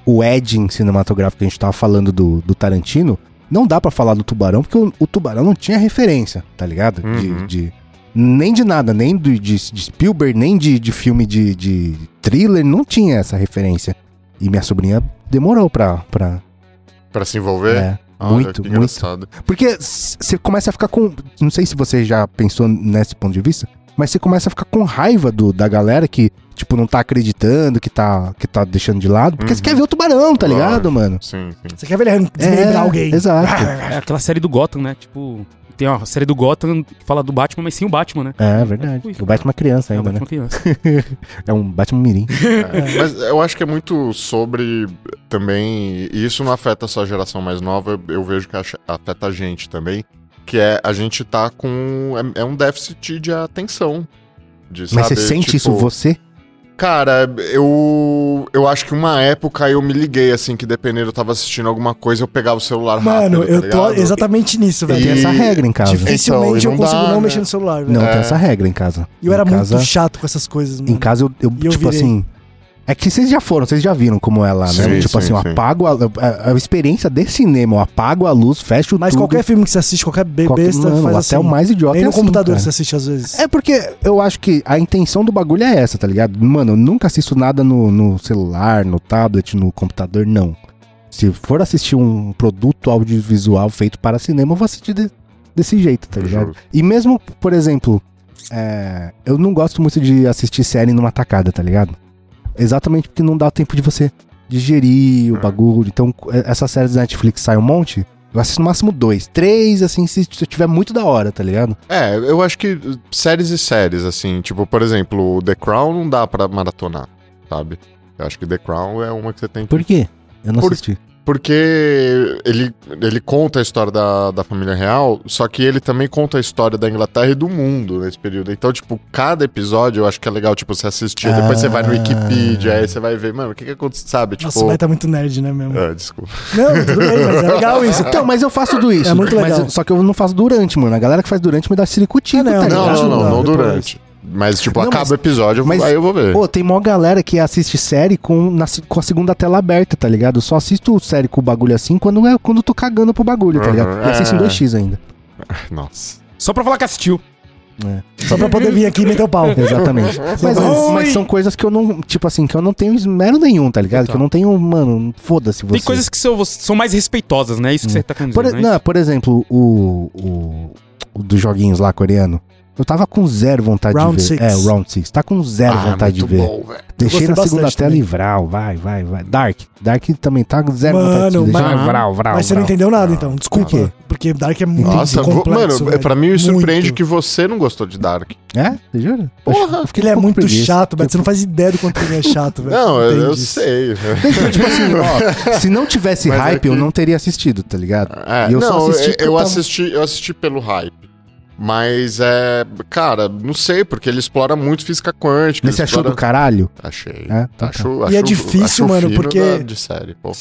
A: o, o edging cinematográfico que a gente tava falando do, do Tarantino, não dá pra falar do Tubarão, porque o, o Tubarão não tinha referência, tá ligado? De-
D: Uhum.
A: De, nem de nada, nem do- de, de Spielberg, nem de, de filme de, de thriller, não tinha essa referência. E minha sobrinha demorou pra... pra
D: Pra se envolver?
A: é,
D: Olha,
A: muito,
D: que
A: muito.
D: engraçado.
A: Porque você começa a ficar com. Não sei se você já pensou nesse ponto de vista, mas você começa a ficar com raiva do, da galera que, tipo, não tá acreditando, que tá, que tá deixando de lado. Porque você
D: Uhum.
A: quer ver o tubarão, tá ligado,
D: Lógico.
A: mano? É,
D: Sim, sim.
C: Você quer ver ele arran- desmembrar alguém?
A: Exato.
C: *laughs*
B: É aquela série do Gotham, né? Tipo, tem uma série do Gotham que fala do Batman, mas sem o Batman, né?
A: É
B: É
A: verdade.
B: tipo isso,
A: o Batman é uma criança
B: é o
A: ainda, né?
B: Batman criança.
A: É um Batman Mirim.
D: É, Mas eu acho que é muito sobre também. E isso não afeta só a geração mais nova, eu vejo que acha- afeta a gente também. que é a gente tá com. É, é um déficit de atenção. de,
A: Mas
D: saber,
A: você sente
D: tipo,
A: isso você?
D: Cara, eu. Eu acho que uma época eu me liguei, assim, que dependendo, eu tava assistindo alguma coisa, eu pegava o celular
C: Mano,
D: rápido. tá
C: eu tô
D: ligado?
C: exatamente nisso,
A: Eu
D: E-
A: tenho
C: velho.
A: essa regra em casa.
C: Dificilmente
D: Então, e
C: eu
D: não
C: consigo
D: dá,
C: não
D: né?
C: mexer no celular, velho.
A: Não,
D: É.
A: tem essa regra em casa.
C: E eu era
A: em casa,
C: muito chato com essas coisas, mano.
A: Em casa eu, eu,
C: Hum. E eu
A: tipo
C: virei.
A: assim. É que vocês já foram, vocês já viram como é lá, né?
D: Sim,
A: tipo
D: sim,
A: assim, eu
D: sim.
A: apago a, a- a experiência de cinema, eu apago a luz, fecho
C: Mas
A: tudo.
C: qualquer filme que você assiste, qualquer be-
A: qualquer-
C: besta,
A: mano,
C: faz
A: até
C: assim.
A: o mais idiota
C: Nem
A: é
C: no
A: assim,
C: computador
A: cara.
C: você assiste às vezes.
A: É porque eu acho que a intenção do bagulho é essa, tá ligado? Mano, eu nunca assisto nada no, no celular, no tablet, no computador, não. Se for assistir um produto audiovisual feito para cinema, eu vou assistir de- desse jeito, tá ligado?
D: Justo.
A: E mesmo, por exemplo, é, eu não gosto muito de assistir série numa tacada, tá ligado? Exatamente porque não dá o tempo de você digerir o
D: É.
A: bagulho. Então, é- essas séries da Netflix saem um monte. Eu assisto no máximo dois, três, assim, se, se eu tiver muito da hora, tá ligado?
D: É, eu acho que uh, séries e séries, assim, tipo, por exemplo, o The Crown não dá pra maratonar, sabe? Eu acho que The Crown é uma que você tem que.
A: Por quê? Eu não
D: Por-
A: assisti.
D: Porque ele, ele conta a história da, da família real, só que ele também conta a história da Inglaterra e do mundo nesse período. Então, tipo, cada episódio eu acho que é legal, tipo, você assistir, depois você vai no
A: Ah.
D: Wikipedia, aí você vai ver, mano, o que que aconteceu, sabe? Tipo.
C: Nossa, mas tá muito nerd, né, mesmo?
D: Ah, desculpa.
C: Não, tudo bem, mas é legal isso.
A: Então, mas eu faço tudo isso.
C: É muito legal.
A: Mas, só que eu não faço durante, mano. A galera que faz durante me dá ciricutico,
C: Ah, não,
A: tá
D: Não,
A: ligado?
D: não, não, não,
C: Não, depois.
D: durante. Mas, tipo,
A: Não,
D: acaba
A: mas-
D: o episódio, eu vou-
A: mas-
D: aí eu vou ver.
A: Pô, tem mó galera que assiste série com, na se- com a segunda tela aberta, tá ligado? Eu só assisto série com o bagulho assim quando, é, quando eu tô cagando pro bagulho, tá
D: Uhum,
A: ligado? E assisto em
D: é.
A: 2x ainda.
D: Nossa.
B: Só pra falar que assistiu.
C: Só pra poder vir aqui e meter o pau.
D: *laughs*
A: Exatamente. mas,
B: Oi!
A: mas são coisas que eu não, tipo assim, que eu não tenho esmero nenhum, tá ligado? Que eu não tenho, mano, foda-se você. Hum.
B: Tem coisas que são, são mais respeitosas, né? Isso que você tá querendo
A: Por,
B: dizer, né?
A: não, por exemplo, o, o, o dos joguinhos lá coreano. Eu tava com zero vontade
C: Round
A: de ver.
C: Six.
A: É, o Round Six. Tá com zero vontade de
D: Ah, muito
A: ver.
D: bom, velho.
A: Deixei
C: gostei
A: na
C: bastante
A: segunda tela
C: também.
A: e vral, vai, vai, vai. Dark. Dark também tá com zero vontade de
C: Mano,
A: ver. Deixei
B: mas-
A: vral, vral,
C: Mas você não
A: vral.
C: entendeu nada, então. Desculpa.
A: Por quê?
C: Porque Dark é muito
D: Nossa, vo-
C: complexo,
D: mano, é,
C: velho.
D: pra mim me surpreende
C: Muito.
D: que você não gostou de Dark.
A: É? Você jura?
D: Porra!
A: Eu
C: Porque
A: fiquei
C: ele é
A: um pouco
C: muito
A: preguiça.
C: chato, velho.
A: Eu-
C: Você não faz ideia do quanto ele é chato, velho.
D: *laughs* Não, eu, eu
C: Entende isso.
D: sei.
A: Então, tipo assim, ó, se não tivesse
D: Mas é
A: hype, eu
D: que-
A: não teria assistido, tá ligado?
D: É,
A: E eu
D: não,
A: só assisti
D: eu,
A: porque eu
D: eu
A: tava-
D: assisti, eu assisti pelo hype. Mas é. Cara, não sei, porque ele explora muito física quântica.
A: Mas você
D: ele
A: achou
D: explora...
A: do caralho?
D: Achei.
A: É, então tá.
D: acho,
C: E é
D: acho-
C: difícil,
D: acho o
C: mano,
D: fino
C: porque-
D: da- de série, pô.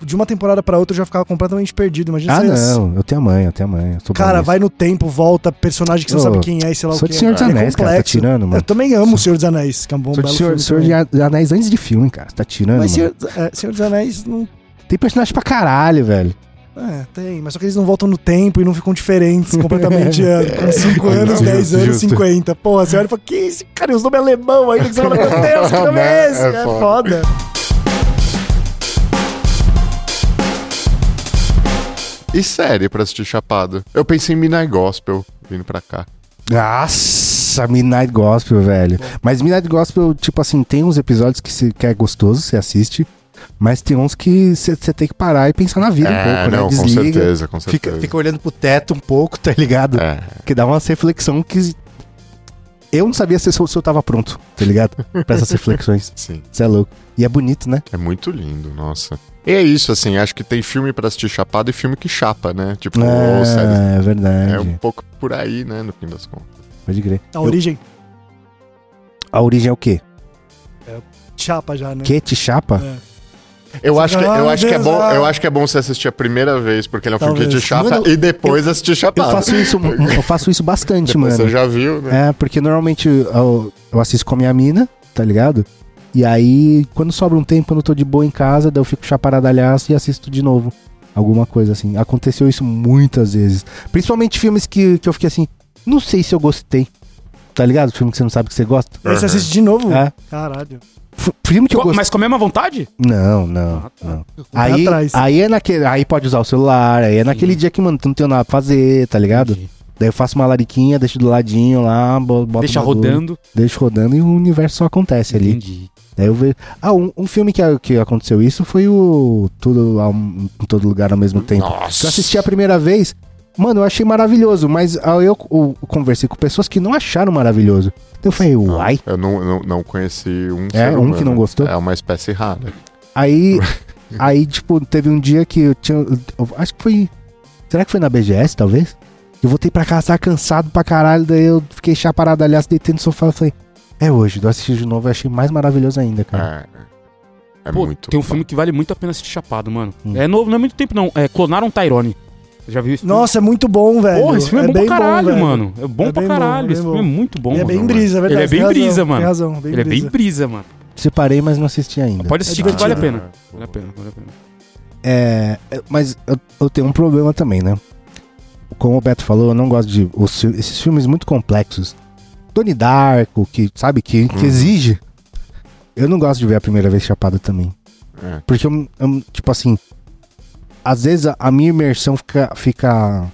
C: De uma temporada pra outra eu já ficava completamente perdido. Imagina
A: Ah,
C: você.
A: não. Eu tenho a mãe, eu tenho a mãe. eu sou
C: é Cara,
A: paulista.
C: vai no tempo, volta, personagem que você não
A: Ô,
C: sabe quem é e sei lá
A: Sou
C: o que.
A: de Senhor dos Anéis, cara. Tá tirando, mano.
C: Eu também amo o Senhor dos Anéis, que é um bom
A: Sou de
C: belo
A: Senhor,
C: filme
A: Senhor
C: também.
A: de Anéis antes de filme, cara. Você tá tirando,
C: Mas
A: mano.
C: Senhor, é, Senhor dos Anéis não.
A: Tem personagem pra caralho, velho.
C: É, tem, mas só que eles não voltam no tempo e não ficam
A: *laughs*
C: diferentes completamente. é, com 5 anos,
A: Justo,
C: 10 anos,
A: justo.
C: 50. Porra, você olha e fala, que esse cara, e os nomes é alemão ainda que você fala, meu Deus,
D: *laughs*
C: que nome é esse?
D: É
C: É foda.
D: E série pra assistir Chapado? Eu pensei em Midnight Gospel vindo pra cá.
A: Nossa, Midnight Gospel, velho. Mas Midnight Gospel, tipo assim, tem uns episódios que, se, que é gostoso, você assiste. Mas tem uns que você tem que parar e pensar na vida um pouco, né?
D: É, não, com
A: Desliga.
D: certeza, com certeza.
A: Fica, fica olhando pro teto um pouco, *laughs* tá ligado?
D: É,
A: Que dá uma reflexão que. Eu não sabia se eu, se eu tava pronto, tá
C: *laughs*
A: ligado? Pra essas reflexões.
D: sim.
A: Você é louco. E é bonito, né?
D: É muito lindo, nossa. E é isso, assim, acho que tem filme pra assistir Chapado e filme que chapa, né? Tipo, ou série
A: é, é
D: É
A: verdade.
D: um pouco por aí, né, no fim das contas.
A: Pode crer.
C: A
A: Eu-
C: origem,
A: a origem é o quê?
C: chapa já, né?
A: Que te chapa?
C: É.
D: Eu acho que, eu
C: Ah,
D: acho que é
C: Deus,
D: bom,
C: ah.
D: eu acho que é bom você assistir a primeira vez, porque ele é um filme que
C: Talvez.
D: te chapa
A: Mano,
D: e depois assistir
A: Eu
D: chapado.
A: faço isso, eu faço isso bastante,
D: *laughs* Depois
A: mano.
D: Você já viu, né?
A: É, porque normalmente eu, eu assisto com a minha mina, tá ligado? E aí, quando sobra um tempo, quando eu tô de boa em casa, daí eu fico chaparadalhaço e assisto de novo. Alguma coisa assim. Aconteceu isso muitas vezes. Principalmente filmes que, que eu fiquei assim, não sei se eu gostei. Tá ligado? Filme que você não sabe que você gosta.
C: E aí você assiste de novo?
D: Hum.
A: É.
C: Caralho.
A: F- filme que eu
B: Co-
A: gostei.
B: Mas com a mesma vontade?
A: Não, não,
B: Ah, tá.
A: não.
C: pé
A: Aí,
C: atrás.
A: aí é naquele. Aí pode usar o celular, aí é naquele dia que, mano, tu não tem nada pra fazer, tá ligado?
B: Entendi.
A: Daí eu faço uma lariquinha, deixo do ladinho lá, bo- boto
B: Deixa
A: o bagulho.
B: rodando.
A: deixo rodando e o universo só acontece ali.
B: Entendi.
A: Daí eu vejo. Ah, um, um filme que, que aconteceu isso foi o Tudo ao- em Todo Lugar ao mesmo tempo.
D: Nossa.
A: então, Eu assisti a primeira vez, mano, eu achei maravilhoso, mas ah, eu, eu conversei com pessoas que não acharam maravilhoso. Daí Eu falei,
D: Não,
A: uai.
D: Eu não, não, não conheci um
A: É,
D: ser
A: um
D: humano.
A: que não gostou?
D: É uma espécie rara.
A: Aí, aí, tipo, teve um dia que eu tinha. eu acho que foi. Será que foi na BGS, talvez? Eu voltei pra casa, tava cansado pra caralho, daí eu fiquei chaparado, aliás, deitei no sofá e falei, é hoje, eu assisti de novo e achei mais maravilhoso ainda, cara.
D: É, é
B: Pô,
D: muito.
B: tem um filme que vale muito a pena assistir chapado, mano.
A: Hum.
B: É novo, não é muito tempo não. É Clonaram Tyrone. Você Já viu isso?
C: Nossa, é muito bom, velho.
B: Porra, esse filme é, bom pra caralho, mano. É bom
C: É
B: pra
C: bem bom,
B: caralho.
C: é
B: esse
C: bem
B: filme é muito bom.
C: Ele é
B: mano.
C: bem brisa, é
B: Ele
C: verdade.
B: é bem
C: tem razão,
B: brisa, mano.
C: Tem razão, bem
B: Ele é bem
C: brisa. É
B: brisa, mano.
A: Separei, mas não assisti ainda.
B: Pode assistir que vale a pena. Vale a
D: pena.
B: pena, vale a pena.
A: É, é, mas eu, eu tenho um problema também, né? Como o Beto falou, eu não gosto de os fi- esses filmes muito complexos. Tony Darko, que sabe, que, que
D: Hum.
A: exige. Eu não gosto de ver a primeira vez chapado também.
D: É.
A: Porque, eu, eu, tipo assim, às vezes a, a minha imersão fica, fica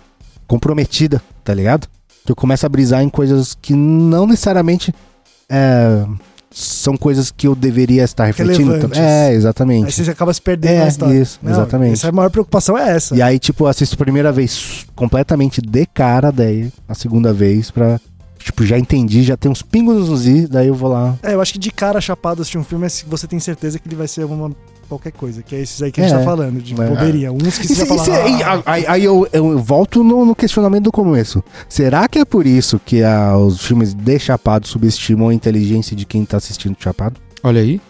A: comprometida, tá ligado? Que eu começo a brisar em coisas que não necessariamente é, são coisas que eu deveria estar refletindo.
C: Relevantes.
A: É, exatamente.
C: Aí você acaba se perdendo
A: É,
C: na história.
A: isso, exatamente.
C: Essa é a maior preocupação é essa.
A: E aí, tipo, eu assisto a primeira vez completamente de cara, daí a segunda vez pra. Tipo, já entendi, já tem uns pingos nos i, daí eu vou lá.
C: É, eu acho que de cara chapado assistir um filme é se você tem certeza que ele vai ser uma qualquer coisa, que é esses aí que a gente
A: É.
C: tá falando, de
A: É.
C: boberia. Uns que
A: E
C: você
A: se-
C: é." vai
A: e se-
C: falar, "Ah,
A: e a- aí aí eu, eu volto no, no questionamento do começo. Será que é por isso que ah, os filmes de Chapado subestimam a inteligência de quem tá assistindo Chapado?
B: Olha aí.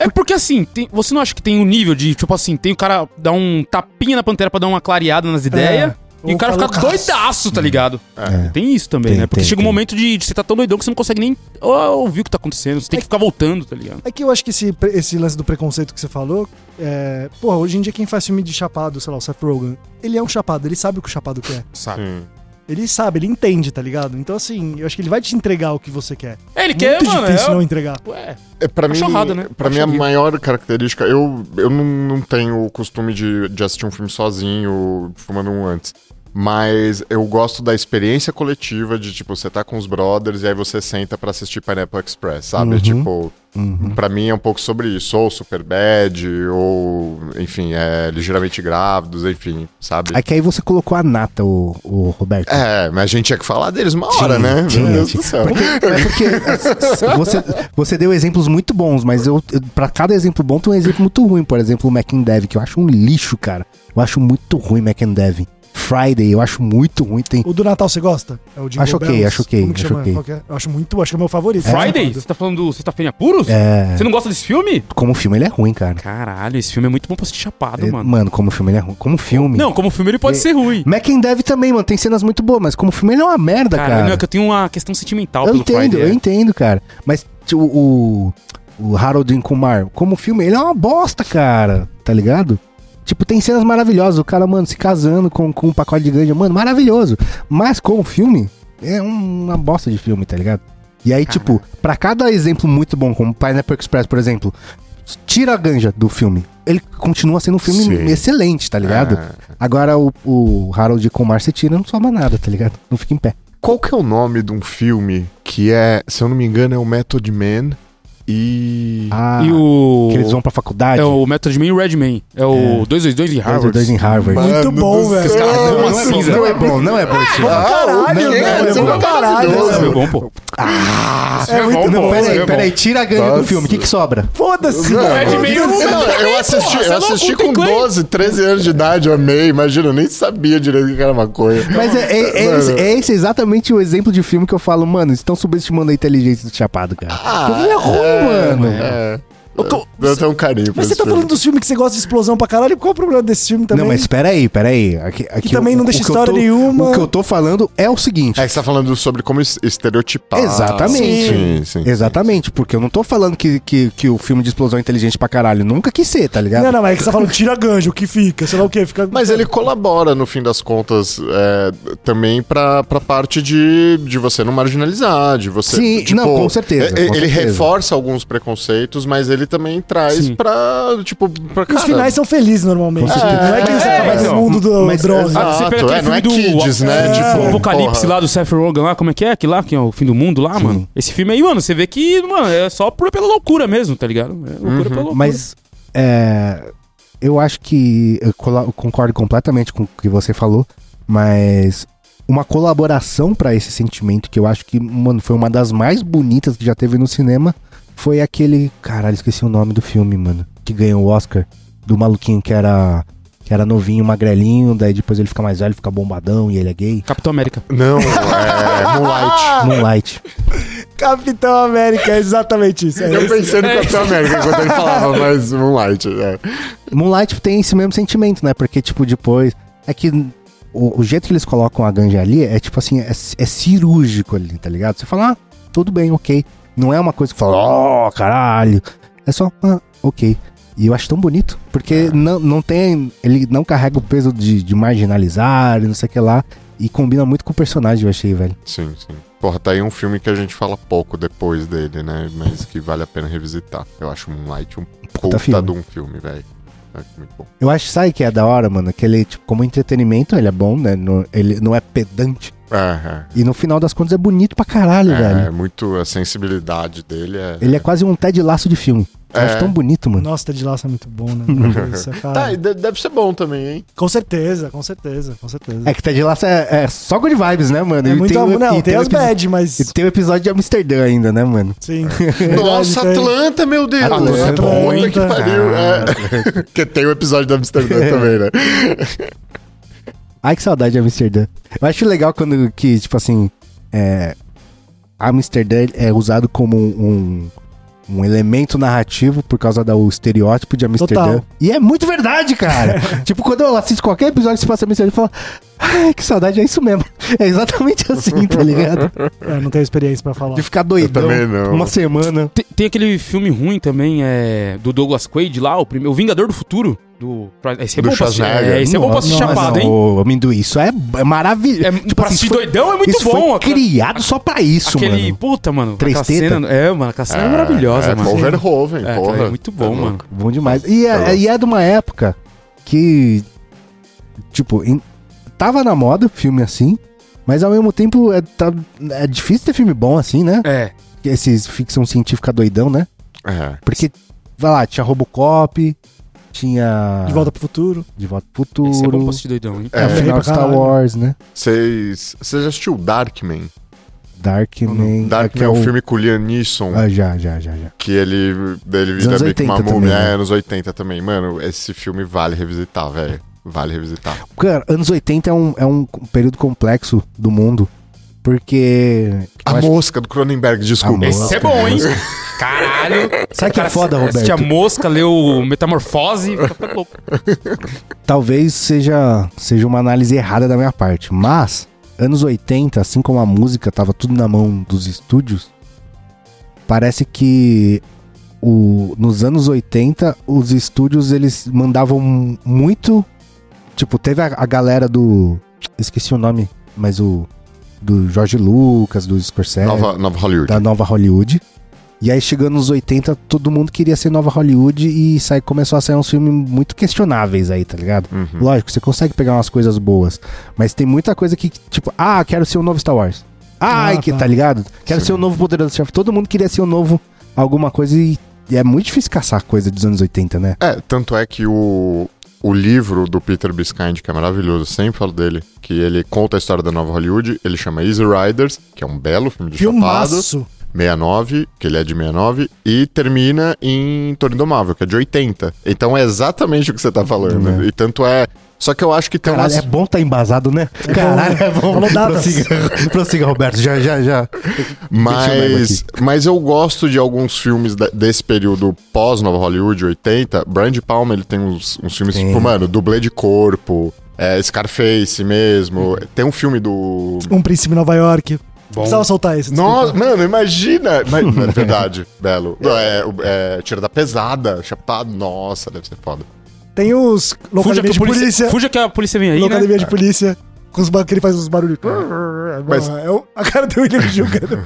B: É porque assim, tem- você não acha que tem um nível de, tipo assim, tem o cara dar um tapinha na pantera pra dar uma clareada nas ideias
C: Ou
B: e o cara
C: É, Um fala,
B: fica doidaço, tá ligado?
A: É.
B: Tem isso também,
A: Tem,
B: né? Porque
A: tem,
B: chega um
A: tem.
B: momento de, de você tá tão doidão que você não consegue nem ó, ouvir o que tá acontecendo. Você tem que ficar voltando, tá ligado?
C: É que eu acho que esse, pre- esse lance do preconceito que você falou, é... Porra, hoje em dia quem faz filme de chapado, sei lá, o Seth Rogen, ele é um chapado, ele sabe o que o chapado quer.
B: Sabe?
D: Sim.
C: Ele sabe, ele entende, tá ligado? Então, assim, eu acho que ele vai te entregar o que você quer.
B: É, ele quer,
C: Muito
B: mano.
C: difícil
B: é-
C: não entregar.
B: Ué,
D: É, pra
A: Tá
D: mim,
B: Cachorrada, né?
D: pra mim, a
B: Cachorrinho.
D: maior característica. Eu, eu não, não tenho o costume de, de assistir um filme sozinho, fumando um antes. Mas eu gosto da experiência coletiva de, tipo, você tá com os brothers e aí você senta pra assistir Pineapple Express, sabe?
A: Uhum.
D: Tipo,
A: Uhum.
D: pra mim é um pouco sobre isso. Ou Superbad, ou, enfim, é ligeiramente grávidos, enfim, sabe?
A: É que aí você colocou a nata, o, o Roberto.
D: É, mas a gente tinha que falar deles uma hora,
A: Tinha,
D: né?
A: tinha,
D: Meu Deus
A: tinha.
D: do céu.
A: Porque, é porque s- s- *laughs* você, você deu exemplos muito bons, mas eu, eu- pra cada exemplo bom tem um exemplo muito ruim. Por exemplo, o Mac and Dev, que eu acho um lixo, cara. Eu acho muito ruim Mac and Dev. Friday, eu acho muito ruim. Tem,
C: O do Natal você gosta? É o Jingle
A: Acho ok,
C: Bells.
A: acho ok,
C: Como que
A: acho
C: chama?
A: ok.
C: Qual que é? Eu acho muito, acho que é o meu favorito.
B: Friday? Você tá falando do Sexta-feira em Apuros?
A: é,
B: Você não gosta desse filme?
A: como filme, ele é ruim, cara.
B: Caralho, esse filme é muito bom pra assistir
C: Então,
B: chapado,
A: É,
B: mano.
A: mano, como filme, ele é ruim. Como filme.
B: Não, como filme ele pode
A: É-
B: ser ruim.
A: Mac and Dev também, mano, tem cenas muito boas, mas como filme ele é uma merda,
B: Cara,
A: cara.
B: não, é que eu tenho uma questão sentimental
A: Eu
B: pelo
A: entendo,
B: Friday. é.
A: eu entendo, cara. Mas tipo, o, o Harold e Kumar, como filme, ele é uma bosta, cara. Tá ligado? Tipo, tem cenas maravilhosas. O cara, mano, se casando com, com um pacote de ganja. Mano, maravilhoso. Mas como filme, é um- uma bosta de filme, tá ligado? E aí, tipo, pra cada exemplo muito bom, como Pineapple Express, por exemplo, tira a ganja do filme. Ele continua sendo um filme
D: Sim.
A: excelente, tá ligado?
D: É.
B: Ah.
A: Agora o, o Harold e Kumar se tira, não soma nada, tá ligado? Não fica em pé.
D: Qual que é o nome de um filme que é, se eu não me engano, é o Method Man e.
A: Ah,
B: é. E o.
A: que eles vão pra faculdade.
B: É o Method Man e o Red Man. É o
A: É.
B: 222 em Harvard.
A: Dois em Harvard.
C: Mano Muito bom, velho.
D: Os caras
B: Não,
D: dão uma
B: não é bom,
D: cinza.
B: não é
A: bom, não é bom isso.
D: Ah,
C: Caralho,
D: não,
C: velho,
D: esse
C: é bom
D: um
C: caralho,
B: Esse
D: maravilhoso.
B: filme é bom, pô.
D: é muito
A: Não,
D: bom,
A: peraí,
D: é
A: peraí, tira a gangue do
D: Nossa.
A: filme, o que que sobra?
C: Foda-se!
D: Não,
B: Red Man
D: eu-
B: é um-
D: não, eu assisti,
B: porra, você é
D: eu assisti
B: louco, tem
D: com
B: Clay.
D: 12, 13 anos de idade, eu amei. Imagina, eu nem sabia direito o que era maconha.
A: Mas é, é- é
D: Mano.
A: esse, é esse exatamente o exemplo de filme que eu falo, mano, estão subestimando a inteligência do Chapado, cara.
D: Ah,
A: que filme é ruim, mano.
D: É.
C: Eu tô-
D: Eu tenho um carinho pra
C: Mas você
D: esse
C: tá
D: filme.
C: falando dos filmes que você gosta de explosão pra caralho? Qual o problema desse filme também?
A: Não, mas peraí, peraí. Aqui, aqui
C: Que também não deixa
A: que eu
C: história
A: tô-
C: nenhuma.
A: O que eu tô falando é o seguinte.
D: É que você tá falando sobre como es- estereotipar.
A: Exatamente.
D: Sim, sim.
A: Exatamente, porque eu não tô falando que, que, que o filme de explosão é inteligente pra caralho. Nunca quis ser, tá ligado?
C: Não, não, mas é que você tá falando tira ganjo, o que fica? Sei lá o que, fica...
D: Mas ele colabora, no fim das contas, é, também pra, pra parte de, de você não marginalizar, de você.
A: Sim,
D: tipo,
A: não, com certeza,
D: é, é,
A: com
D: ele
A: certeza.
D: reforça alguns preconceitos, mas ele também traz
B: Sim.
D: pra. Tipo, pra
C: E os
D: cara,
C: finais são felizes normalmente.
A: Com certeza.
C: Não é que você
B: É,
C: acaba no
B: então,
C: mundo do
A: mas-
C: drone.
D: exato,
B: Ah, você pega
D: é,
B: aquele
D: não
B: filme
D: é
B: do-
D: kids, né?
C: É,
D: tipo,
B: O Apocalipse
D: porra.
B: lá do Seth Rogen lá, como é que é? Que lá, que é o fim do mundo lá,
A: Sim.
B: mano. Esse filme aí, mano, você vê que, mano, é só por, pela loucura mesmo, tá ligado? É loucura pela loucura.
A: Uhum. Mas é, eu acho que eu cola- eu concordo completamente com o que você falou, mas uma colaboração pra esse sentimento que eu acho que, mano, foi uma das mais bonitas que já teve no cinema foi aquele, caralho, esqueci o nome do filme, mano, que ganhou o Oscar do maluquinho que era que era novinho, magrelinho, daí depois ele fica mais velho, fica bombadão e ele é gay.
B: Capitão América.
A: *laughs*
D: Não, é
A: Ah,
D: Moonlight.
A: Moonlight.
C: Capitão América, é exatamente isso. É
D: Eu
C: isso.
D: pensei no Capitão América enquanto
A: *laughs*
D: ele falava, mas Moonlight, é.
A: Moonlight tem esse mesmo sentimento, né? Porque, tipo, depois. É que o, o jeito que eles colocam a ganja ali é, tipo assim, é, é cirúrgico ali, tá ligado? Você fala, ah, tudo bem, ok. Não é uma coisa que fala, ó, caralho. É só, ah, ok. E eu acho tão bonito,
D: É.
A: porque não, não tem. Ele não carrega o peso de, de marginalizar e não sei o que lá. E combina muito com o personagem, eu achei, velho.
D: Sim, sim. Porra, tá aí um filme que a gente fala pouco depois dele, né? Mas que vale a pena revisitar. Eu acho Moonlight um puta
A: filme.
D: de um filme, velho. É muito bom.
A: Eu acho, sabe que é da hora, mano? Que ele, tipo, como entretenimento, ele é bom, né? No- ele não é pedante.
D: É,
A: E no final das contas é bonito pra caralho,
D: é.
A: velho.
D: É, muito a sensibilidade dele é.
A: Ele é quase um Ted Laço de filme. Eu
D: É.
A: acho tão bonito, mano.
C: Nossa, Ted Lasso é muito bom,
A: *laughs*
C: né? Meu Deus do céu, cara.
D: Tá, e de- deve ser bom também, hein?
C: Com certeza, com certeza, com certeza.
A: É que Ted Laço é, é só good vibes, né, mano?
C: É
A: E
C: muito
A: o-
C: amor. Não,
A: e
C: tem,
A: o
C: as
A: epi-
C: bad, mas.
A: E tem o episódio de Amsterdã ainda, né, mano? *laughs*
C: Sim.
D: Nossa,
C: É Verdade, então, tem.
D: Atlanta, meu Deus!
A: Atlanta.
D: Puta que
C: Atlanta.
D: pariu. É. *laughs* Porque tem o episódio da Amsterdã também, né?
A: Ai, que saudade de Amsterdã. Eu acho legal quando que, tipo assim, é, Amsterdã é usado como um, um elemento narrativo por causa do estereótipo de Amsterdã.
C: Total.
A: E é muito verdade,
C: *laughs*
A: cara. tipo, quando eu assisto qualquer episódio que se passa em Amsterdã, eu falo, ai, que saudade, é isso mesmo. *laughs* É
D: *laughs*
A: exatamente assim, tá ligado?
C: É, não tenho experiência pra falar.
A: De ficar doidão
D: também não.
A: uma semana.
B: Tem, tem aquele filme ruim também, é. Do Douglas Quaid lá, o primeiro. O Vingador do Futuro. Do. pra- Esse é
D: Do
B: bom pra assistir.
D: Schwarzenegger.
B: É, esse é bom pra assistir
A: Nossa,
B: chapado, hein?
A: ô, amendoim, isso é, é maravilhoso.
B: É,
A: assim,
B: pra assistir
A: isso foi-
B: doidão é muito
A: isso
B: bom.
A: foi
B: aquela-
A: criado só pra isso,
B: aquele.
A: mano.
B: Puta, mano.
A: Três
B: aquela
A: tetas?
B: cena- É, mano, aquela cena é maravilhosa,
D: é,
B: mano.
D: Paul Verhoeven,
B: É,
D: porra.
B: é muito bom,
D: louco.
B: mano.
A: Bom demais. E é,
D: É.
A: e é de uma época que, tipo, em- tava na moda filme assim, mas ao mesmo tempo é, tá- é difícil ter filme bom assim, né?
B: É.
A: Esses ficção científica doidão, né?
D: É.
A: Porque, vai lá, tinha Robocop, tinha...
C: De volta pro futuro.
A: De Volta pro
B: Esse é bom pra
A: Futuro,
B: assistir doidão, hein?
D: É.
A: no final
C: Pra
A: Star
C: caralho.
A: Wars, né?
D: Vocês você já assistiu Darkman?
A: Darkman.
D: Darkman
A: que
D: é o filme com o Liam Neeson,
A: Ah, já, já, já, já.
D: que ele, ele
A: Dos
D: vira
A: anos
D: meio que uma
A: 80
D: múmia.
A: também, né?
D: É, anos 80 também. Mano, esse filme vale revisitar, velho. Vale revisitar.
A: Cara, anos 80 é um, é um período complexo do mundo, porque...
D: A
A: eu acho-
D: Mosca do Cronenberg, desculpa.
A: A Mosca.
B: Esse é bom,
D: *laughs*
B: hein? Caralho.
A: Sabe o que é
B: Cara,
A: foda,
B: Assiste a
A: Roberto?
B: mosca, lê o Metamorfose. fica louco.
A: Talvez seja, seja uma análise errada da minha parte, mas anos 80, assim como a música tava tudo na mão dos estúdios, parece que o, nos anos 80 os estúdios eles mandavam muito, tipo, teve a, a galera do esqueci o nome, mas o do Jorge Lucas, do Scorsese,
D: Nova, Nova Hollywood.
A: da Nova Hollywood. E aí, chegando nos 80, todo mundo queria ser Nova Hollywood e sai, começou a sair uns filmes muito questionáveis aí, tá ligado?
D: Uhum.
A: Lógico, você consegue pegar umas coisas boas, mas tem muita coisa que, tipo, ah, quero ser o novo Star Wars. Ai,
C: Ah,
A: que,
C: tá.
A: tá. ligado? Quero
D: Sim.
A: ser o novo Poderoso Chefe. Todo mundo queria ser o novo alguma coisa e, e é muito difícil caçar coisa dos anos 80, né?
D: É, tanto é que o, o livro do Peter Biskind, que é maravilhoso, sempre falo dele, que ele conta a história da Nova Hollywood, ele chama Easy Riders, que é um belo filme de chapado,
C: Filmaço.
D: 69, que ele é de 69, e termina em Toro Indomável, que é de 80. Então é exatamente o que você tá falando.
A: Uhum.
D: E tanto é... Só que eu acho que tem
A: Caralho,
D: umas...
A: é bom tá embasado, né? Caralho, é bom.
C: Falou datas.
A: Prossiga, *laughs* prossiga, Roberto. Já, já, já.
D: Mas, mas eu gosto de alguns filmes da- desse período pós-Nova Hollywood, 80. Brand Palmer, ele tem uns, uns filmes,
A: Tem.
D: tipo, mano, dublê de corpo, é, Scarface
A: Uhum.
D: mesmo. Tem um filme do...
C: Um príncipe em Nova York.
B: Bom.
C: Precisava soltar esse.
D: Nossa, mano, imagina! Mas, é verdade, *laughs* belo. Não, é, o- é, Tira da pesada, chapado. Nossa, deve ser foda.
C: Tem os
B: Fuja que,
C: locademia
B: a
C: de
B: polícia,
C: polícia.
B: fuja que a polícia vem aí, né?
C: Locademia de polícia. Com os barulhos que ele faz os barulhos.
D: Mas-
C: É o- a cara do William julgando.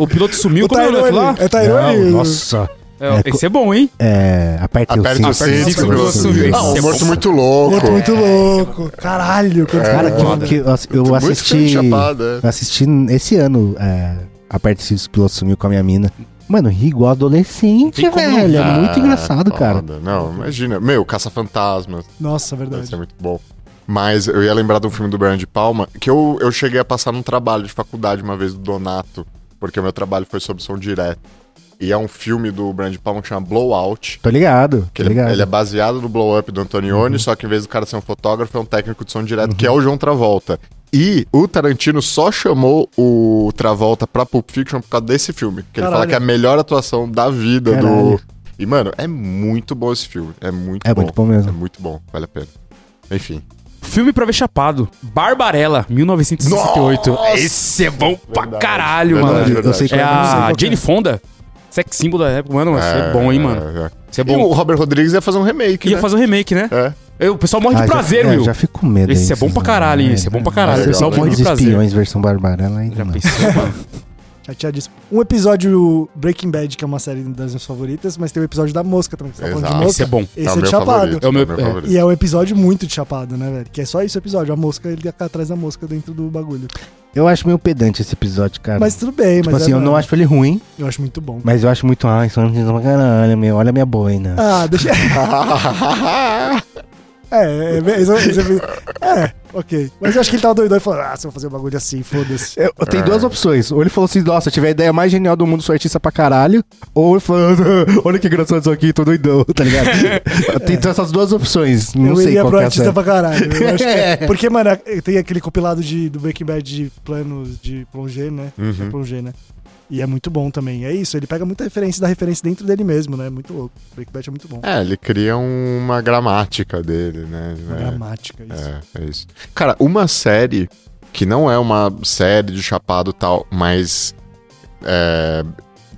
B: O piloto sumiu,
C: O
B: como é o outro
C: Tyrone.
B: lá?
C: É Tyrone.
A: Não, nossa.
B: É, esse é bom, hein?
A: É, aperta o
D: Aperta o
A: cinto.
D: cinto,
B: cinto,
D: meu.
B: cinto.
D: Ah,
B: Esse
D: o
B: é
D: Morto
B: bom.
D: Muito Louco.
C: Outro muito louco. Caralho. quanto
A: Cara,
C: cara-
A: que, que eu, ass- eu
D: Muito filme
A: assisti.
D: chapado, é.
A: Eu assisti esse ano é, a parte dos pilotos sumiu com a minha mina. Mano, ri igual adolescente,
B: Tem como não
A: velho. É
D: Ah,
A: muito engraçado, cara.
D: foda. Não, imagina. Meu, Caça-Fantasmas.
C: Nossa,
D: Deve ser
C: verdade.
D: muito bom. Mas eu ia lembrar de um filme do Brian de Palma que eu, eu cheguei a passar num trabalho de faculdade uma vez do Donato, porque o meu trabalho foi sobre som direto. E é um filme do Brand Palma que chama Blowout.
A: Tô ligado,
D: Que
A: tô
D: ele,
A: ligado.
D: ele é baseado no blow up do Antonioni,
A: Uhum.
D: só que em vez do cara ser um fotógrafo, é um técnico de som direto, que é o João Travolta. E o Tarantino só chamou o Travolta pra Pulp Fiction por causa desse filme. Que ele fala
C: Caralho.
D: que é a melhor atuação da vida do.
A: Caralho.
D: E, mano, é muito bom esse filme. É muito
A: É
D: bom.
A: muito bom mesmo.
D: É muito bom, vale a pena. Enfim.
B: Filme pra ver chapado. Barbarella, 1968.
D: Nossa!
B: Esse é bom pra
D: Verdade,
B: caralho,
D: verdade,
B: mano.
D: verdade.
A: Eu sei que
B: É a
C: qual que é.
B: Jane Fonda, sex símbolo da época. Mano, isso é, bom, hein, mano.
D: é, é.
B: Isso é
D: E o
B: bom.
D: Robert Rodrigues ia fazer um remake,
B: Ia
D: né?
B: fazer um remake, né?
D: É.
B: Eu- o pessoal morre
A: Ah,
B: de
A: já-
B: prazer,
A: é,
B: Will.
A: Já né? fico com medo.
B: Esse
A: aí,
B: é bom
A: vocês
B: pra
A: não-
B: caralho, esse é bom pra caralho,
A: Nossa,
D: esse é um
A: filme
D: monte
B: de
A: dos
B: prazer.
A: espiões né? versão Barbarella ainda
B: Já
A: não.
B: pensou, mano?
C: Chateadíssimo. Um episódio Breaking Bad, que é uma série das minhas favoritas, mas tem o episódio da mosca também, que você tá falando de
D: Exato.
B: Esse
C: mosca.
B: é bom.
C: Esse
D: o
C: é,
D: meu
C: de chapado.
D: favorito,
B: É o meu- é.
D: favorito.
C: E é um episódio muito de chapado, né, velho? Que é só esse episódio. A mosca, ele fica atrás da mosca dentro do bagulho.
A: Eu acho meio pedante esse episódio, cara.
C: Mas tudo bem,
A: tipo
C: mas. é,
A: assim, eu não
C: mano,
A: acho ele ruim,
C: Eu acho muito bom.
A: mas eu acho muito. Ai, só não pra caralho, meu. Olha a minha boina.
C: Ah, deixa. *laughs*
A: *laughs*
C: É, é, é, isso- isso é, é, ok. Mas eu acho que ele tava doidão e falou: ah, se eu fazer um bagulho assim, foda-se.
A: Eu, É, tem
D: É.
A: duas opções. Ou ele falou assim, nossa, eu tive a ideia mais genial do mundo, sou artista pra caralho. Ou ele falou, *laughs* olha que engraçado isso aqui, tô doidão, *laughs* tá
D: *laughs*
A: ligado? tem então essas duas opções. Não
C: eu
A: sei
C: iria
A: qual
C: pro
A: que é a
C: artista
A: certa.
C: pra caralho. eu
A: *laughs*
C: acho que é. Porque, mano, tem aquele compilado de, do Breaking Bad de planos de Plongé, né? É
D: Uhum.
C: Plongé, né? E é muito bom também. É isso, ele pega muita referência da referência dentro dele mesmo, né? Muito louco. Breaking Bad é muito bom.
D: É, ele cria uma gramática dele, né?
C: Uma Gramática, isso.
D: É, é isso. Cara, uma série que não é uma série de chapado e tal, mas é,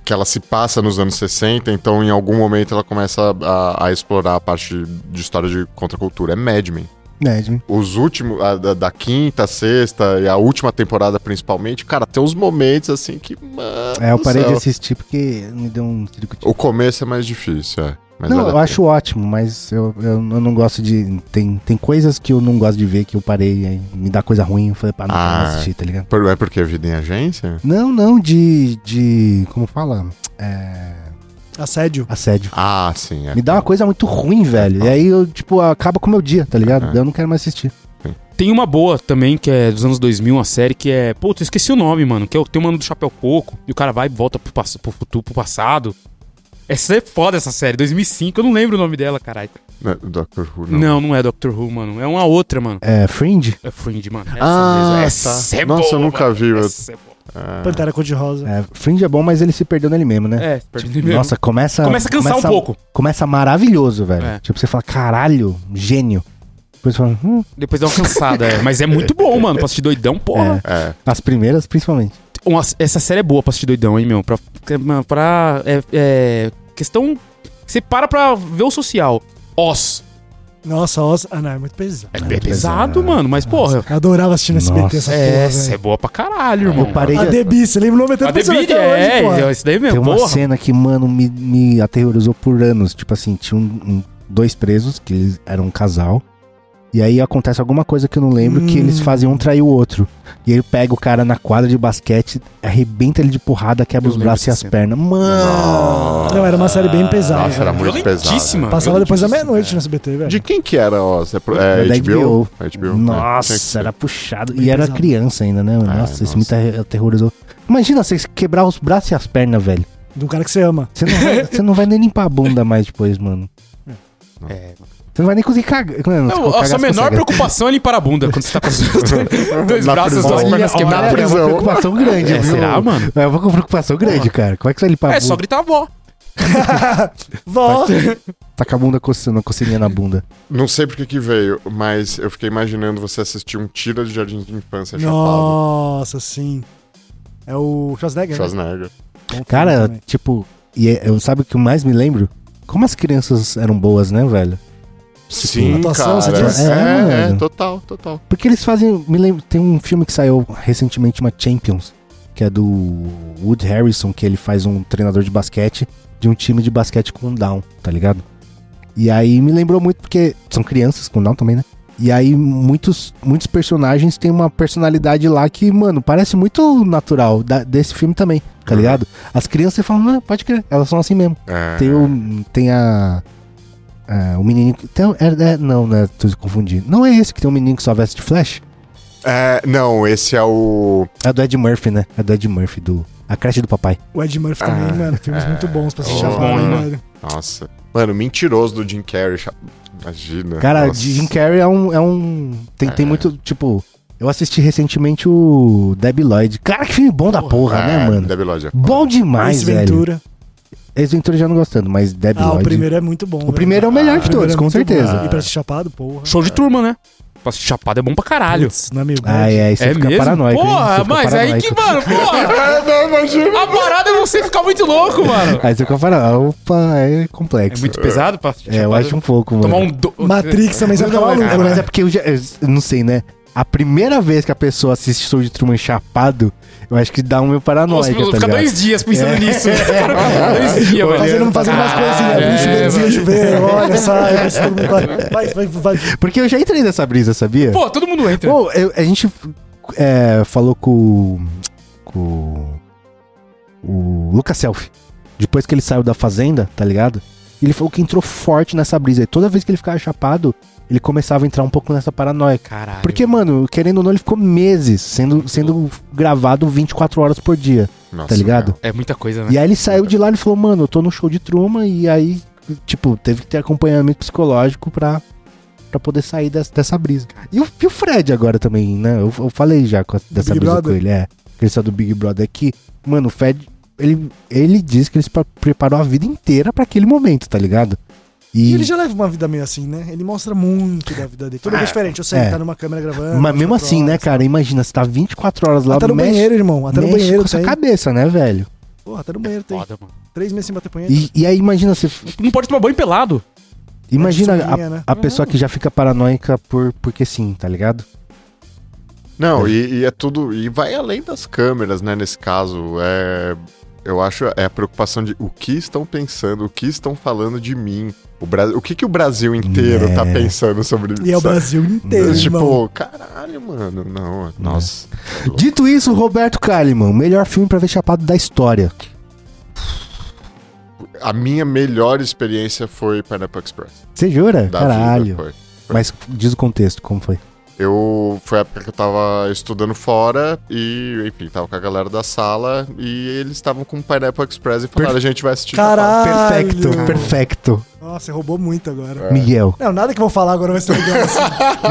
D: que ela se passa nos anos 60, então em algum momento ela começa a, a explorar a parte de história de contracultura. É Mad Men.
A: É, Jimmy.
D: Os últimos, a da, da quinta, sexta e a última temporada principalmente, cara, tem uns momentos assim que, mano.
A: É, eu
D: do
A: parei de
D: céu.
A: assistir porque me deu um tricotinho.
D: O começo é mais difícil, é. Mas
A: Não,
D: vale a
A: eu
D: pena.
A: acho ótimo, mas eu, eu, eu não gosto de. Tem, tem coisas que eu não gosto de ver que eu parei, aí me dá coisa ruim, eu falei, pá, não
D: Ah.
A: quero assistir, tá ligado?
D: Por- É porque é vida em agência?
A: Não, não, de. de como fala? É,
C: Assédio.
A: assédio.
D: Ah, sim, é.
A: Me dá uma coisa muito ruim, velho. E aí eu, tipo, acaba com o meu dia, tá ligado?
B: Ah.
D: Aham.
A: Eu não quero mais assistir.
B: Tem uma boa também, que é dos anos 2000, uma série que é. Puta, eu esqueci o nome, mano. Que é o Tem o Mano do Chapéu Coco. E o cara vai e volta pro, pass- pro futuro, pro passado. Essa é foda essa série, 2005. Eu não lembro o nome dela, caralho.
D: Não, Doctor Who,
B: Não, não, é Doctor Who, mano. É uma outra, mano.
A: É, Fringe?
B: É Fringe, mano. Essa
D: Ah,
B: mesmo.
D: tá. Nossa, eu nunca vi, eu-
B: Essa é boa.
D: Ah.
C: Pantera Cor-de-Rosa.
A: É, Fringe é bom, mas ele se perdeu nele mesmo, né?
B: É,
A: Tipo,
B: perdi mesmo.
A: Nossa, começa.
B: Começa a cansar um pouco.
A: Começa maravilhoso, velho.
B: É.
A: Tipo, você fala, caralho, gênio. Depois você fala, hum,
B: Depois dá uma cansada, é. Mas é muito bom, mano. Pra assistir doidão, porra.
D: É.
A: as primeiras principalmente.
B: Uma- essa série é boa pra assistir doidão, hein, meu. Pra. pra- pra é, é, questão. Você para pra ver o social. Os.
C: Nossa, nossa. Ah, não, é muito pesado.
B: É,
A: É
B: pesado,
A: pesado.
B: mano. Mas, porra.
C: Eu adorava assistir no SBT
A: Nossa.
C: essa porra,
B: É, essa é
C: velho.
B: boa pra caralho,
A: Eu
B: irmão.
D: é
A: parei
C: A
A: de.
C: Debi, você lembra o nome até
B: A
C: do personagem
B: Debide,
C: até
B: é,
C: hoje, porra.
B: é, isso daí
A: Tem
B: mesmo,
A: uma
B: porra.
A: cena que, mano, me, me aterrorizou por anos. Tipo assim, tinha um- um- dois presos, que eles eram um casal. E aí acontece alguma coisa que eu não lembro, que
C: Hum.
A: eles fazem um trair o outro. E ele pega o cara na quadra de basquete, arrebenta ele de porrada, quebra
B: Eu
A: os
B: lembro
A: braços e
B: dessa
A: as
B: cena.
A: pernas. Mano!
C: Não, era uma série bem pesada.
D: é.
C: né?
D: Nossa, era
C: velho.
D: muito
B: Violentíssima.
D: pesado.
C: Passava depois da
B: violentíssima.
C: meia-noite no SBT, velho.
D: De quem que era Oz? É, pro- é
A: Da
D: HBO? HBO, é.
A: Nossa,
D: Tinha
A: era puxado.
C: Bem
A: E era
C: pesado.
A: criança ainda, né?
B: É,
A: Nossa,
D: nossa.
A: isso me ater- aterrorizou. Imagina você quebrar os braços e as pernas, velho.
C: De um cara que você ama.
A: Você não
B: *laughs*
A: vai, você não vai nem limpar a bunda mais depois, mano.
B: É.
A: Você não vai nem conseguir cagar. Não,
B: Não, a sua menor preocupação é limpar a bunda
A: *laughs*
B: quando você tá com os *laughs* dois, dois
D: Na
B: braços,
D: prisão.
B: duas pernas
D: Olha,
A: Na
B: quebradas.
A: prisão. É uma
D: olha. prisão.
A: preocupação grande,
B: É,
A: viu?
B: será, mano?
A: É uma preocupação grande, cara. Como é que você vai limpar a
B: É
A: bunda?
B: só gritar avó.
C: Vó!
A: Tá com a bunda coçando, a coceirinha na bunda.
D: Não sei porque que veio, mas eu fiquei imaginando você assistir um Tira de Jardim de Infância tá chapado.
C: Nossa, sim. É o Schwarzenegger, né?
D: Schwarzenegger.
C: Bom filme
A: Cara,
C: também.
A: tipo... E é- eu, sabe o que eu mais me lembro? Como as crianças eram boas, né, velho?
D: Sim,
C: Atuação,
D: cara.
C: você diz?
D: É,
A: É,
D: é,
A: mano.
D: total, total.
A: Porque eles fazem... Me lembro... Tem um filme que saiu recentemente, uma Champions. Que é do Wood Harrison, que ele faz um treinador de basquete de um time de basquete com down, tá ligado? E aí me lembrou muito, porque são crianças com down também, né? E aí muitos, muitos personagens têm uma personalidade lá que, mano, parece muito natural da- desse filme também, tá
D: Uhum.
A: ligado? As crianças você fala, não, pode crer, elas são assim mesmo.
D: É.
A: Tem o. Tem a. um é, um a- o menino. Tem, o- é, é- não, né? Tô confundindo. Não é esse que tem um menino que só veste de flash?
D: É, não, esse é o.
A: É do Ed Murphy, né? É do Ed Murphy, do A Creche do Papai.
C: O Ed Murphy também,
D: Ah,
C: mano. Filmes
D: é.
C: muito bons pra assistir
D: Oh,
C: agora,
B: bom, né?
C: velho.
D: Nossa. Mano, mentiroso do Jim Carrey. cha- Imagina.
A: Cara,
D: nossa.
A: Jim Carrey é um. É um tem, tem
D: É.
A: muito. Tipo, eu assisti recentemente o Debbie Lloyd. Cara, que filme bom da porra, né,
D: É,
A: mano?
D: Debbie Lloyd é
A: Bom demais,
C: Ace
A: velho.
C: Ventura.
A: Ace Ventura já não gostando, mas Debbie
C: Ah, o
A: Lloyd.
C: primeiro é muito bom.
A: o primeiro é o melhor de todos, com certeza.
C: E pra assistir chapado, porra.
B: Show de turma, né? Pra assistir Chapado é bom pra caralho.
C: Putz, não é meio bom.
A: Ah, é, aí você
B: é
A: fica
B: mesmo?
A: paranoico. hein?
B: porra,
A: Você fica
B: mas aí que,
A: paranoico.
B: mano, porra!
A: É,
B: a parada é você ficar muito louco, mano.
A: Aí você fica paranoico. Opa, é
B: É
A: complexo.
B: muito pesado pra assistir
A: É, eu
B: Chapado.
A: acho um pouco, mano.
B: Tomar um... Do...
C: Matrix também você fica
A: Não,
C: maluco,
A: é, mas é
C: né?
A: porque eu já. Eu não sei, né? A primeira vez que a pessoa assiste Show de Truman chapado, eu acho que dá um meu
B: Nossa,
A: paranoico.
B: eu vou
A: tá
B: ficar
A: ligado?
B: dois dias
A: *laughs*
B: pensando nisso. né? dois dias, mano.
C: Fazendo, fazendo umas
A: né?
C: coisinhas,
B: Caralho,
C: abrindo
B: é, mano. *laughs*
C: chuveirinho, chuveiro, olha, sai, vai, todo mundo vai, vai, vai, vai.
A: Porque eu já entrei nessa brisa, sabia?
B: Pô, todo mundo entra.
A: Pô, eu- a gente é, falou com, o- com o Lucas Selfie. Depois que ele saiu da fazenda, tá ligado? Ele falou que entrou forte nessa brisa. E toda vez que ele ficava chapado, ele começava a entrar um pouco nessa paranoia.
B: Caralho.
A: Porque, mano, querendo ou não, ele ficou meses sendo, sendo gravado 24 horas por dia,
D: Nossa,
A: tá ligado?
B: É muita coisa, né?
A: E aí ele saiu de lá e falou, mano, eu tô num show de truma, e aí, tipo, teve que ter acompanhamento psicológico pra, pra poder sair des- dessa brisa. E o, e o Fred agora também, né? Eu, eu falei já com a- dessa
C: Big
A: brisa
C: Brother?
A: com ele, é. Que ele saiu do Big Brother aqui. Mano, o Fred, ele, ele diz que ele se pre- preparou a vida inteira pra aquele momento, tá ligado?
C: E
A: E,
C: ele já leva uma vida meio assim, né? Ele mostra muito da vida dele. Tudo bem diferente, eu sei,
A: É.
C: tá numa câmera gravando.
A: mas mesmo
C: 24
A: assim, né,
C: horas.
A: cara? Imagina, você tá 24 horas lá,
C: Até no
A: mexe-
C: banheiro, irmão. Até no
A: mexe
C: banheiro
A: com sua
C: tem.
A: cabeça, né, velho?
C: Porra, até no banheiro tem.
B: Foda, mano.
C: Três meses sem bater punheta.
A: E, e aí imagina, você
B: Não pode tomar banho pelado.
A: Imagina
C: Mas
A: a,
C: sumia, né?
A: a pessoa que já fica paranoica por, porque sim, tá ligado?
D: Não, e, e é tudo. E vai além das câmeras, né? Nesse caso, é. Eu acho é a preocupação de o que estão pensando, o que estão falando de mim. O, Bra... o que, que o Brasil inteiro tá
A: É.
D: pensando sobre isso?
C: E é o Brasil inteiro,
D: Tipo,
C: irmão.
D: caralho, mano. Não, é, né?" nossa.
A: Dito isso, Roberto Kalimann, melhor filme pra ver chapado da história.
D: A minha melhor experiência foi Pineapple Express.
A: Você jura?
D: Da
A: Caralho.
D: vida, foi. foi.
A: Mas diz o contexto, como foi?
D: Eu. Foi a época que eu tava estudando fora e, enfim, tava com a galera da sala e eles estavam com Pineapple Express e falaram: a gente vai assistir.
C: Caralho.
A: Perfecto, perfecto.
C: Nossa, você roubou muito agora. *laughs*
D: É.
A: Miguel.
B: É.
C: Não, nada que eu vou falar agora *laughs* vai ser legal assim.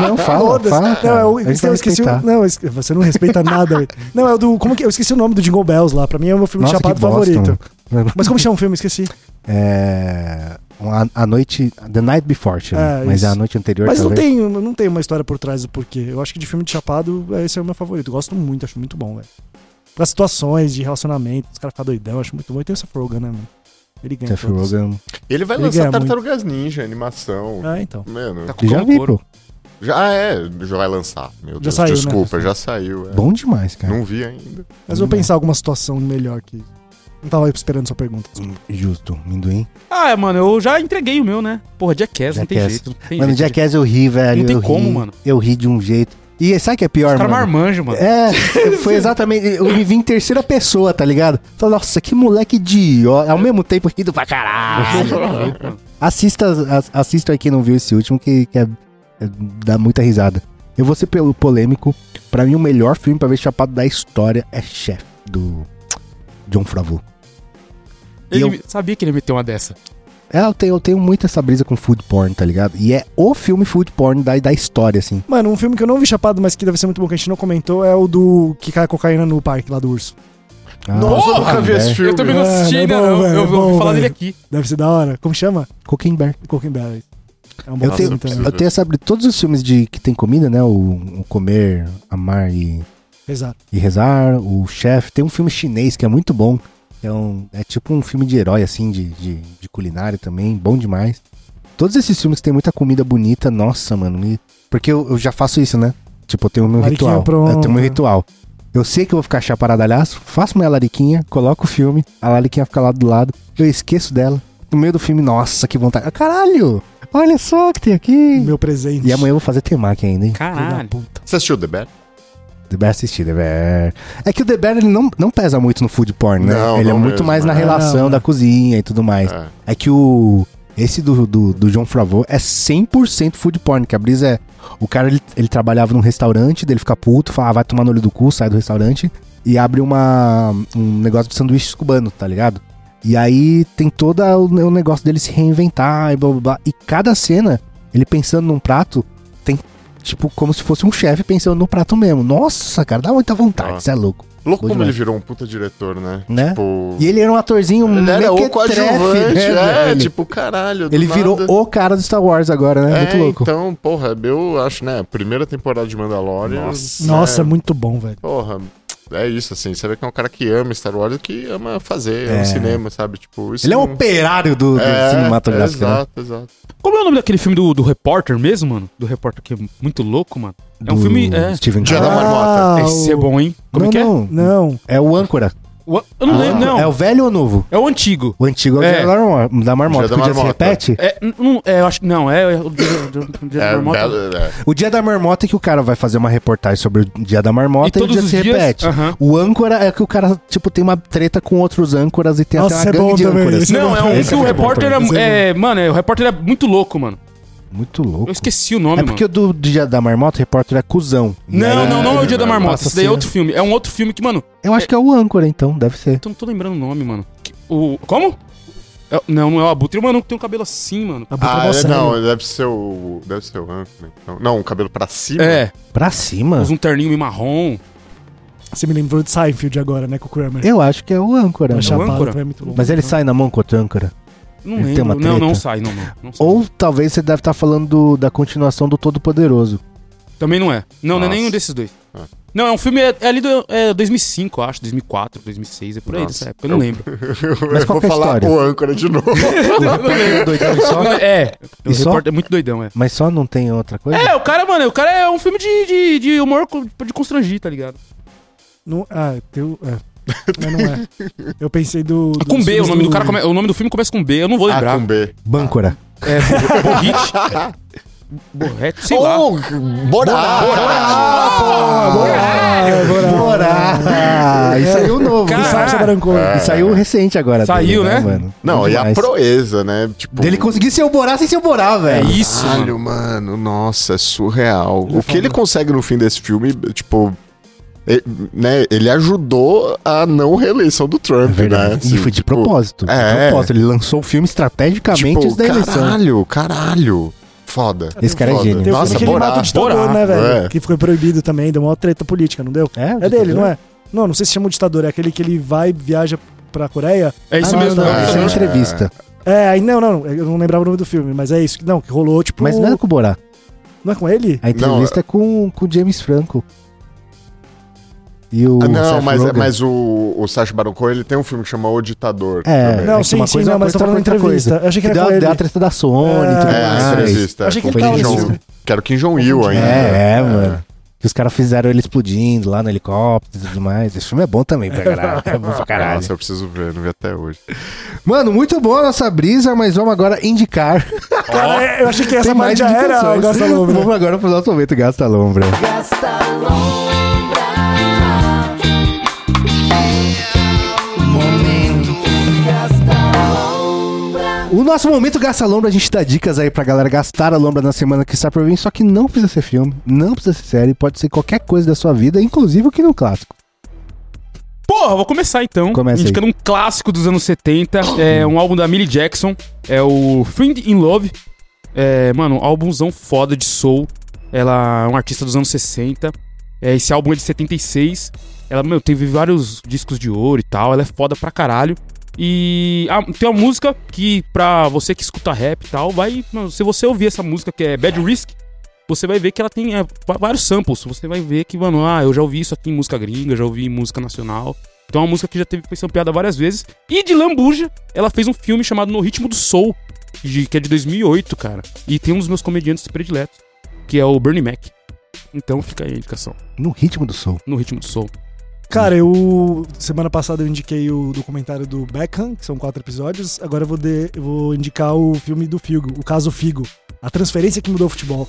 A: Não, fala,
C: Foda-se.
A: fala. cara.
C: Não, eu,
A: A gente vai
C: eu esqueci o,
A: respeitar.
C: Não, eu esque- você não respeita nada, *laughs* velho. Não, é o do. Como que. Eu esqueci o nome do Jingle Bells lá. Pra mim é o meu filme de
A: Nossa, que
C: chapado
A: bosta,
C: favorito.
A: mano.
C: Mas como chama o filme? Esqueci.
A: É... A, a noite... The Night Before, chama.
C: É,
A: mas é a
C: isso.
A: noite anterior,
C: Mas não
A: talvez.
C: tem, não tem uma história por trás do porquê. Eu acho que de filme de chapado, é, esse é o meu favorito. Gosto muito, acho muito bom, velho. As situações de relacionamento, os caras ficam doidão, acho muito bom. E tem o Seth Rogen, né, mano? Ele ganha.
A: Seth
C: todos.
A: Rogen.
D: Ele vai
C: Ele
D: lançar
C: ganha muito.
D: Tartarugas Ninja, animação.
C: Ah, então.
A: É.
D: Mano,
B: Tá com
A: Já
B: cão
A: vi,
B: couro.
A: pô.
D: né? já é, já vai lançar. Meu Deus,
C: saiu, né?
D: desculpa, já saiu. é.
A: Bom né? demais, cara.
D: Não vi ainda.
C: Mas eu vou pensar alguma situação melhor que. Não tava esperando sua pergunta.
A: Justo, minduim.
B: Ah, mano, eu já entreguei o meu, né? Porra, Jackass, não tem
A: Jackass.
B: jeito. Não tem
A: Mano,
B: jeito.
A: Jackass é, eu ri, velho.
B: Não tem
A: eu ri.
B: como, mano.
A: Eu ri de um jeito. E sabe o que é pior,
B: Os caras
A: mano?
B: marmanjos, mano.
A: É, foi exatamente. Eu me vi em terceira pessoa, tá ligado? Falei, nossa, que moleque idiota. Ao mesmo tempo rindo pra
B: Ah, é
A: caralho. assista, as- assista aí quem não viu esse último, que, que é, é- dá muita risada. Eu vou ser pelo polêmico. Pra mim, o melhor filme pra ver chapado da história é Chef, do John Favreau.
B: Ele
A: E eu-
B: me- sabia que ele ia meter uma dessa.
A: É, eu tenho, eu tenho muito essa brisa com food porn, tá ligado? E é o filme food porn da, da história, assim.
C: Mano, um filme que eu não vi chapado, mas que deve ser muito bom, que a gente não comentou, é o do que cai cocaína no parque lá do urso.
A: Ah.
D: Nossa, eu nunca vi esse
A: velho.
D: filme.
B: Eu também não
C: Mano,
B: assisti
C: é
B: ainda,
C: bom,
B: não.
C: velho,
B: eu
C: é
B: vou
C: bom,
B: falar
C: velho.
B: dele aqui.
C: Deve ser da hora. Como chama?
A: Cocaine Bear.
C: Cocaine Berry. É um bom
A: Eu tenho,
D: Nossa,
C: filme também.
D: preciso
A: eu tenho essa todos os filmes de que tem comida, né? O, o comer, amar e,
C: Exato.
A: e rezar, o chefe. Tem um filme chinês que é muito bom. É, um, é tipo um filme de herói, assim, de, de, de culinária também, bom demais. Todos esses filmes que tem muita comida bonita, nossa, mano. me- porque eu, eu já faço isso, né? Tipo, eu tenho o meu
C: Lariquinha né?
A: ritual. Eu tenho o
C: pronta.
A: meu ritual. Eu sei que eu vou ficar chaparadalhaço, faço minha lariquinha, coloco o filme, a lariquinha fica lá do lado, eu esqueço dela. No meio do filme, nossa, que vontade. Caralho! Olha só o que tem aqui!
C: Meu presente.
A: E amanhã eu vou fazer temaki ainda, hein?
C: Filho da
B: Caralho.
C: puta.
D: Você assistiu The Bear?
A: The Bear assistir, The Bear. É que o The Bear ele não, não pesa muito no food porn, né?
D: Não,
A: ele é
D: não
A: muito
D: mesmo,
A: mais na
D: é.
A: relação
C: Não,
A: da cozinha e tudo mais.
D: É.
A: É que o Esse do, do, do John Favreau é 100% food porn, que a brisa é... O cara, ele, ele trabalhava num restaurante, dele fica puto, fala, ah, vai tomar no olho do cu, sai do restaurante e abre uma, um negócio de sanduíches cubano, tá ligado? E aí tem todo o, o negócio dele se reinventar e blá, blá, blá. E cada cena, ele pensando num prato, tem tipo como se fosse um chefe pensando no prato mesmo. Nossa, cara, dá muita vontade,
D: Ah.
A: você é louco.
D: Louco
A: Bom
D: como
A: demais.
D: ele virou um puta diretor, né?
A: Né?
D: Tipo.
A: E ele era um atorzinho
D: ele era o
A: mequetrefe, né,
D: coadjuvante, é,
A: velho?
D: tipo, caralho. do
A: Ele virou
D: nada.
A: o cara do Star Wars agora, né?
D: É,
A: Muito louco.
D: então, porra, eu acho, né? Primeira temporada de Mandalorian.
C: Nossa, Nossa,
D: né,
C: muito bom, velho.
D: Porra, é isso, assim. Você vê que é um cara que ama Star Wars e que ama fazer, ama
A: É.
D: cinema, sabe? Tipo, isso
A: Ele é um
D: não-
A: operário do, do
D: É,
A: cinematográfico, né?
D: Exato, exato.
B: Como é o nome daquele filme do, do repórter mesmo, mano? Do repórter que é muito louco, mano. É um
A: Do
B: filme. É,
A: Steven
D: Dia da
A: Carell.
D: Marmota.
C: Ah,
B: esse é
C: o-
B: bom, hein? Como
A: não,
B: é que
A: não, é?
C: Não,
A: É o âncora.
B: é? Eu não lembro, não.
A: É
B: É
A: o
B: o,
A: velho ou o novo?
B: antigo.
A: O antigo é o
B: É.
A: Dia da Marmota, da marmota
D: Dia da
A: que o dia se
D: Marmota.
A: repete.
B: É, n- não, é, eu acho que não. É, é o dia, o dia
D: É,
B: da marmota.
D: belo- é.
A: O dia da marmota é que o cara vai fazer uma reportagem sobre o dia da marmota e, o dia se repete.
B: Aham.
A: O âncora é que o cara, tipo, tem uma treta com outros âncoras e tem
C: Nossa,
A: até uma
C: é
A: gangue
C: bom
A: de
C: também,
A: âncoras.
C: esse
B: Não, é um
A: Esse
B: que o
A: muito bom
B: repórter
A: também.
B: é, é. Mano, é, o repórter é muito louco, mano.
A: Muito louco.
B: Eu esqueci o nome,
A: É porque
B: mano.
A: o do dia da marmota, o repórter é cuzão.
B: Não, não, não é o Dia da Marmota.
A: passa
B: Esse daí é
A: cena.
B: outro filme. É um outro filme que, mano,
A: Eu acho que é o âncora, então, deve ser.
B: eu não tô lembrando o nome, mano. Que- O. Como? É- não, não é o Abutre, mano, que tem um cabelo assim, mano.
C: a boca
D: Ah,
C: da
D: é,
C: série.
D: não, deve ser o. Deve ser o Hank, né? Então- Não, o cabelo pra cima.
B: É,
A: Pra cima?
B: usa um terninho meio marrom.
C: Você me lembrou de Seinfeld agora, né, com o Kramer.
A: Eu acho que é o âncora.
C: Mas
A: mano.
C: Chapado
B: âncora.
C: também é muito bom.
A: Mas ele
C: Não.
A: sai na mão com o âncora.
B: Não
A: Ele tem uma
B: lembro. Não, não
A: treta?
B: sai, não, mano. Não sai.
A: Ou talvez você deve estar falando do- da continuação do Todo-Poderoso.
B: Também não é. Não, não é
D: Nossa.
B: nenhum desses dois.
D: Ah.
B: Não, é um filme. É, é ali do. É 2005, eu acho. 2004, 2006. É por aí
D: Nossa.
B: dessa época. Eu não lembro.
D: *laughs*
A: *laughs*
D: Eu,
A: Mas
D: eu
A: qual
D: vou
A: que é a
D: falar
A: história?
D: o âncora de novo.
A: Doidão só?
B: é. O
A: E só?
B: repórter é muito doidão, é.
A: Mas só não tem outra coisa?
B: É, o cara, mano, o cara é um filme de, de, de humor co- de constrangir, tá ligado?
C: Não, ah, teu, é. Mas não é. Eu pensei do. do
B: Com B, o nome do cara come- o nome do filme começa com B, eu não vou
D: A
B: lembrar.
D: Ah, com B.
A: Bâncora.
B: É, Borrit. Borret, sei lá.
D: Ou Borá! Ah,
A: Ah,
C: Bora! Bora!
A: Bora! E saiu é novo.
B: Cara,
A: E
C: Do Sacha
B: Ah.
C: Baron
A: saiu-
C: É.
A: E saiu recente agora.
B: Saiu, né?
D: Não,
A: Bom
D: e a
A: demais.
D: proeza, né? Tipo,
A: Dele conseguir ser o Borá sem ser o Borá,
B: É
A: velho.
B: isso, mano.
D: Caralho, mano. Nossa, é surreal.
C: Ele
D: o que ele consegue no fim desse filme, tipo. e- né, ele ajudou a não reeleição do
A: É
D: Trump, né?
A: verdade.
D: Assim,
A: e foi de
D: tipo,
A: propósito. de
D: é.
A: propósito. Ele lançou o filme estrategicamente antes
D: Tipo,
A: da eleição.
D: caralho, caralho. Foda.
A: Esse cara né? é
D: Foda.
A: gênio.
C: Tem o
D: Nossa,
C: filme que ele
D: Borá.
C: mata o ditador,
B: Borá.
C: né, velho?
D: É.
C: Que foi proibido também, deu uma treta política, não deu?
A: É,
C: É dele, não é? Não, não sei se chama o ditador, é aquele que ele vai, viaja pra Coreia.
B: É isso
A: Isso ah,
B: mesmo.
A: não, não,
D: é.
A: isso é uma entrevista.
C: É, aí não, não, eu não lembrava o nome do filme, mas é isso. que Não, que rolou, tipo.
A: Mas não é- era com o Borá.
C: não é com ele?
A: A entrevista é com com o James Franco. E o.
D: Ah, não,
A: Seth
D: mas,
A: Rogen.
D: mas o, o Sacha Baron Cohen, ele tem um filme que chama O Ditador.
A: É,
D: também.
A: é
C: Não,
A: que
C: sim,
A: uma
C: sim,
A: coisa é
C: não,
A: uma
C: mas
A: coisa,
C: eu tô falando
A: outra
C: entrevista. Eu achei que
A: Que
C: era
A: deu,
C: com
A: a-
C: ele.
A: deu a treta da Sony e
C: É,
A: tudo
D: É, a
A: mais.
D: entrevista. né?
C: Achei que
D: com
C: ele tava
D: Kim
C: nesse
D: Jong-un.
C: filme.
D: Que era o Kim Jong-il ainda.
A: É, é, mano. Que os caras fizeram ele explodindo lá no helicóptero e tudo mais. Esse filme é bom também pra caralho. É
D: *laughs*
A: bom pra caralho.
D: Nossa, eu preciso ver, não vi até hoje.
A: Mano, muito boa a nossa brisa, mas vamos agora indicar.
C: Cara, eu achei que essa
A: Tem mais
C: parte já era assim, o
A: indicações. *laughs*
C: Gasta Lombra.
A: assim. Vamos agora pro nosso momento Gasta Lombra. O nosso momento Gasta Lombra, a gente dá dicas aí pra galera gastar a lombra na semana que está por vir, só que não precisa ser filme, não precisa ser série, pode ser qualquer coisa da sua vida, inclusive o que não clássico.
B: Porra, vou começar então.
A: Começa aí. Hum.
B: indicando um clássico dos anos 70. É um álbum da Millie Jackson. É o Friend in Love. É, mano, um álbumzão foda de soul. Ela é uma artista dos anos 60. É, esse álbum é de 76. Ela, meu, teve vários discos de ouro e tal. Ela é foda pra caralho. E ah, tem uma música que, pra você que escuta rap e tal, vai. mano, se você ouvir essa música que é Bad Risk, você vai ver que ela tem é, va- vários samples. Você vai ver que, mano, ah, eu já ouvi isso aqui em música gringa, já ouvi em música nacional. Então é uma música que já teve foi sampleada várias vezes. E de Lambuja, ela fez um filme chamado No Ritmo do Soul, de- que é de 2008, cara. E tem um dos meus comediantes prediletos, que é o Bernie Mac. Então fica aí a indicação.
A: No ritmo do som.
B: No Ritmo do Soul.
C: Cara, eu. Semana passada eu indiquei o documentário do Beckham, que são quatro episódios. Agora eu vou, de- eu vou indicar o filme do Figo, o caso Figo. A transferência que mudou o futebol.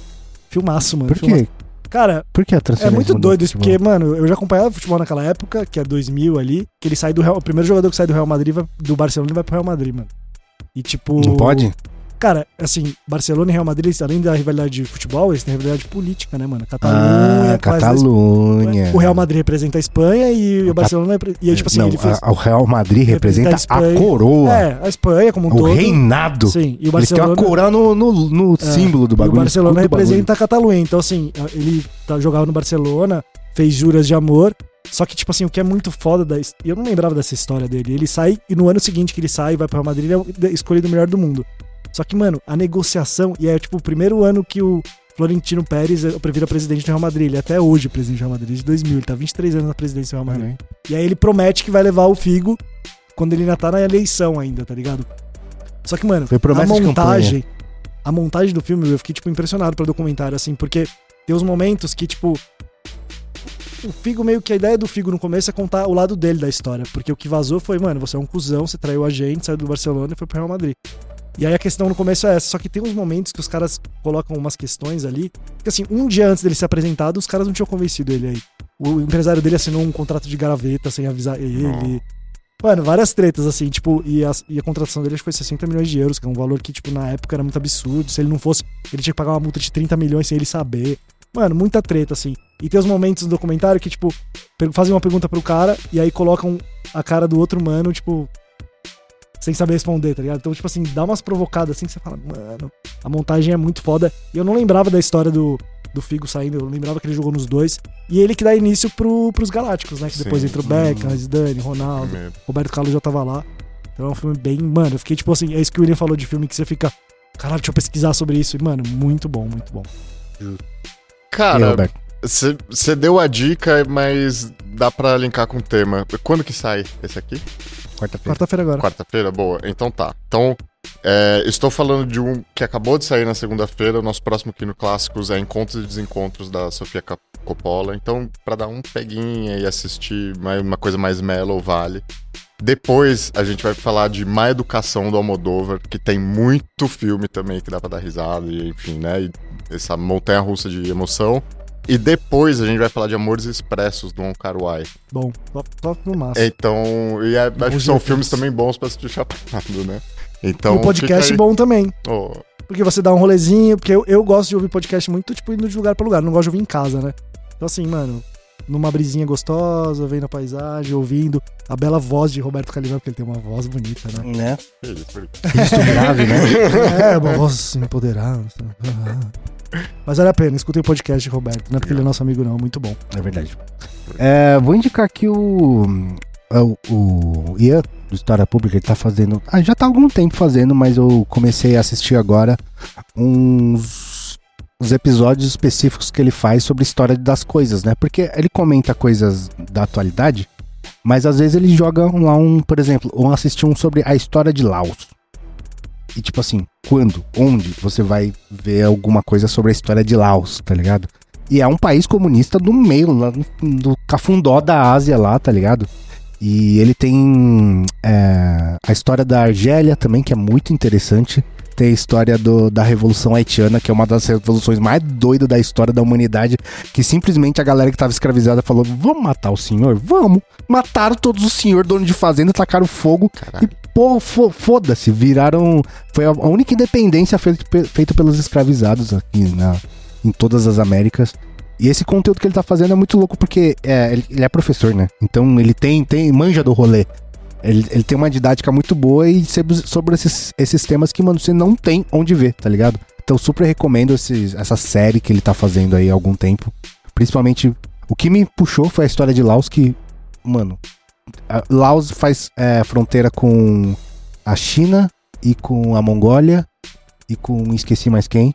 C: Filmaço, mano.
A: Por quê?
C: filmaço. Cara,
A: Por que a
C: é
A: transferência?
C: muito
A: mudou
C: doido
A: o
C: isso,
A: futebol?
C: porque, mano, eu já acompanhava futebol naquela época, que é 2000 ali, que ele sai do Real. O primeiro jogador que sai do Real Madrid, vai- do Barcelona, ele vai pro Real Madrid, mano. E tipo.
A: Não pode?
C: Cara, assim, Barcelona e Real Madrid, além da rivalidade de futebol, eles têm rivalidade política, né, mano? Catalunha,
A: Ah,
C: quase da
A: Catalunha.
C: O Real Madrid representa a Espanha e o
A: Cat-
C: Barcelona. repre- E aí, tipo assim,
A: Não,
C: ele fez.
A: a- o Real Madrid
C: representa
A: representa
C: a
A: a
C: Espanha.
A: coroa.
C: É, a Espanha como um
A: o
C: todo.
A: reinado.
C: Sim, e o
A: Eles têm
C: Barcelona.
A: uma coroa no, no, no
C: É.
A: símbolo do
C: e o
A: bagulho.
C: Barcelona
A: escudo do bagulho.
C: representa a Catalunha. Então, assim, ele tá- jogava no Barcelona, fez juras de amor. Só que, tipo assim, o que é muito foda da. his- Eu não lembrava dessa história dele. Ele sai, e no ano seguinte que ele sai, vai pro Real Madrid, ele é o de- escolhido o melhor do mundo. Só que, mano, a negociação. E é, tipo, o primeiro ano que o Florentino Pérez é- vira presidente do Real Madrid. Ele é até hoje presidente do Real Madrid, de 2000. Ele tá 23 anos na presidência do Real Madrid.
A: Uhum.
C: E aí ele promete que vai levar o Figo quando ele ainda tá na eleição ainda, tá ligado? Só que, mano,
A: Foi
C: a
A: promessa de
C: montagem. A montagem do filme, eu fiquei, tipo, impressionado pelo documentário, assim, porque tem uns momentos que, tipo. O Figo, meio que a ideia do Figo no começo é contar o lado dele da história. Porque o que vazou foi, mano, você é um cuzão, você traiu a gente, saiu do Barcelona e foi pro Real Madrid. E aí a questão no começo é essa. Só que tem uns momentos que os caras colocam umas questões ali. Porque assim, um dia antes dele ser apresentado, os caras não tinham convencido ele aí. O empresário dele assinou um contrato de graveta sem avisar ele. Mano, várias tretas, assim, tipo, e a, e a contratação dele acho que foi 60 milhões de euros, que é um valor que, tipo, na época era muito absurdo. Se ele não fosse, ele tinha que pagar uma multa de 30 milhões sem ele saber. Mano, muita treta, assim. E tem os momentos do documentário que, tipo, per- fazem uma pergunta pro cara e aí colocam a cara do outro mano, tipo, sem saber responder, tá ligado? Então, tipo assim, dá umas provocadas assim que você fala, mano, a montagem é muito foda. E eu não lembrava da história do, do Figo saindo, eu lembrava que ele jogou nos dois. E ele que dá início pro, pros Galácticos, né? Que depois
D: Sim.
C: entra o Beckham, Zidane, Ronaldo.
D: Medo.
C: Roberto Carlos já tava lá. Então é um filme bem. Mano, eu fiquei tipo assim. É isso que o William falou de filme que você fica. Caralho, deixa eu pesquisar sobre isso. E, mano, muito bom, muito bom.
A: E aí,
D: Cara,
A: Roberto?
D: você deu a dica, mas dá pra linkar com o tema. Quando que sai esse aqui?
A: Quarta-feira.
C: Quarta-feira agora.
D: Quarta-feira? Boa. Então tá. Então, é, estou falando de um que acabou de sair na segunda-feira. O nosso próximo Kino Clássicos é Encontros e Desencontros da Sofia Cap- Coppola. Então, pra dar um peguinha e assistir mais- uma coisa mais mellow, vale. Depois a gente vai falar de Má Educação do Almodóvar, que tem muito filme também que dá pra dar risada, e enfim, né? E essa montanha russa de emoção. E depois a gente vai falar de Amores Expressos do Wong Kar-wai.
C: Bom, só, só no máximo.
D: Então, e é- acho que
C: Bons
D: são
C: roteiros.
D: filmes também bons pra assistir chapado, né? Então,
C: e o podcast
D: fica aí. Oh,
C: bom também.
D: Ó,
C: Porque você dá um rolezinho. Porque eu, eu gosto de ouvir podcast muito, tipo, indo de lugar pra lugar. Não gosto de ouvir em casa, né? Então, assim, mano, numa brisinha gostosa, vendo a paisagem, ouvindo a bela voz de Roberto Calivão, porque ele tem uma voz bonita,
D: *laughs*
C: né?
A: Né?
D: que isso,
A: Registro grave, *laughs* né?
C: É, uma voz empoderada. sabe? Ah. Mas vale a pena, escutem o podcast de Roberto. Não é porque ele é nosso amigo, não, é muito bom.
A: É verdade. É, vou indicar aqui o, é, o, o Ian, do História Pública, ele tá fazendo. Ah, já tá há algum tempo fazendo, mas eu comecei a assistir agora uns, uns episódios específicos que ele faz sobre história das coisas, né? Porque ele comenta coisas da atualidade, mas às vezes ele joga um- lá um, por exemplo, ou assistir um sobre a história de Laos. E tipo assim, quando, onde você vai ver alguma coisa sobre a história de Laos, tá ligado? E é um país comunista do meio, lá no, do cafundó da Ásia lá, tá ligado? E ele tem é, a história da Argélia também, que é muito interessante. Tem a história do- da Revolução Haitiana, que é uma das revoluções mais doidas da história da humanidade, que simplesmente a galera que tava escravizada falou: vamos matar o senhor? Vamos! Mataram todos os senhor, dono de fazenda, tacaram fogo
D: Caralho.
A: e pô, fo- foda-se, viraram. Foi a a única independência feita pe- feita pelos escravizados aqui na, em todas as Américas. E esse conteúdo que ele tá fazendo é muito louco porque é, ele, ele é professor, né? Então ele tem, tem manja do rolê. Ele, ele tem uma didática muito boa e sobre, sobre esses, esses temas que, mano, você não tem onde ver, tá ligado? Então super recomendo esses- essa série que ele tá fazendo aí há algum tempo. Principalmente, o que me puxou foi a história de Laos que, mano, a- Laos faz é, fronteira com a China e com a Mongólia e com esqueci mais quem.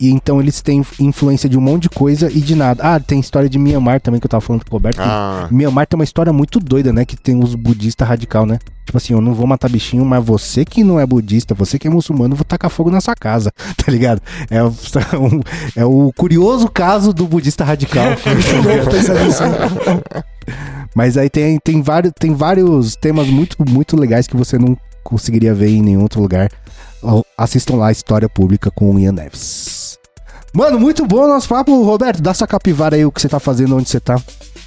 A: E então eles têm influência de um monte de coisa e de nada. Ah, tem história de Myanmar também que eu tava falando com o Roberto. que
D: Ah,
A: Myanmar tem uma história muito doida, né? Que tem os budistas radical, né? Tipo assim, eu não vou matar bichinho, mas você que não é budista, você que é muçulmano, eu vou tacar fogo na sua casa, *laughs* tá ligado? É, o- *laughs* é o curioso caso do budista radical.
C: Pensar nisso.
A: Mas aí tem, tem, vários, tem vários temas muito, muito legais que você não conseguiria ver em nenhum outro lugar. Ó, Assistam lá a História Pública com o Ian Neves. Mano, muito bom o nosso papo, Roberto. Dá sua capivara aí o que você tá fazendo, onde você tá.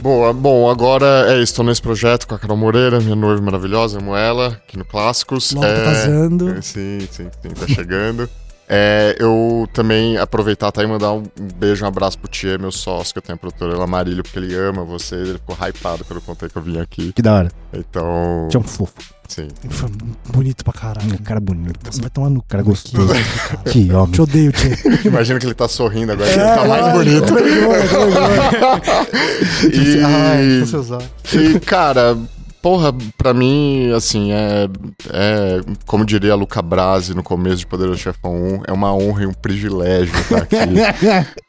D: Boa, bom, agora é isso. Tô nesse projeto com a Carol Moreira, minha noiva maravilhosa, amo ela, aqui no Clássicos.
C: Logo
D: é...
C: tá casando.
D: Sim, sim, sim, tá chegando. É, eu também aproveitar tá, e mandar um beijo, um abraço pro Thier, meu sócio, que eu tenho a produtora Ela Amarilho, porque ele ama você, ele ficou hypado quando eu contei que eu vim aqui.
A: Que da hora.
D: Então,
A: Tinha um fofo.
D: sim.
C: Foi bonito pra
A: Um
C: caralho.
A: cara bonito. um
C: Você vai tomar no
A: Cara
C: cu,
A: gostoso.
C: que ódio, cara.
A: Que homem.
C: Te odeio, Tchê.
D: Imagino que ele tá sorrindo agora,
C: É,
D: que ele tá mais
C: Que
D: bonito.
C: vergonha, que vergonha.
D: E-
C: Ai, são seus olhos.
D: *laughs* E, cara, porra, pra mim, assim, é, é. Como diria a Luca Brasi no começo de Poderoso Chefão 1, é uma honra e um privilégio estar
C: *laughs*
D: aqui.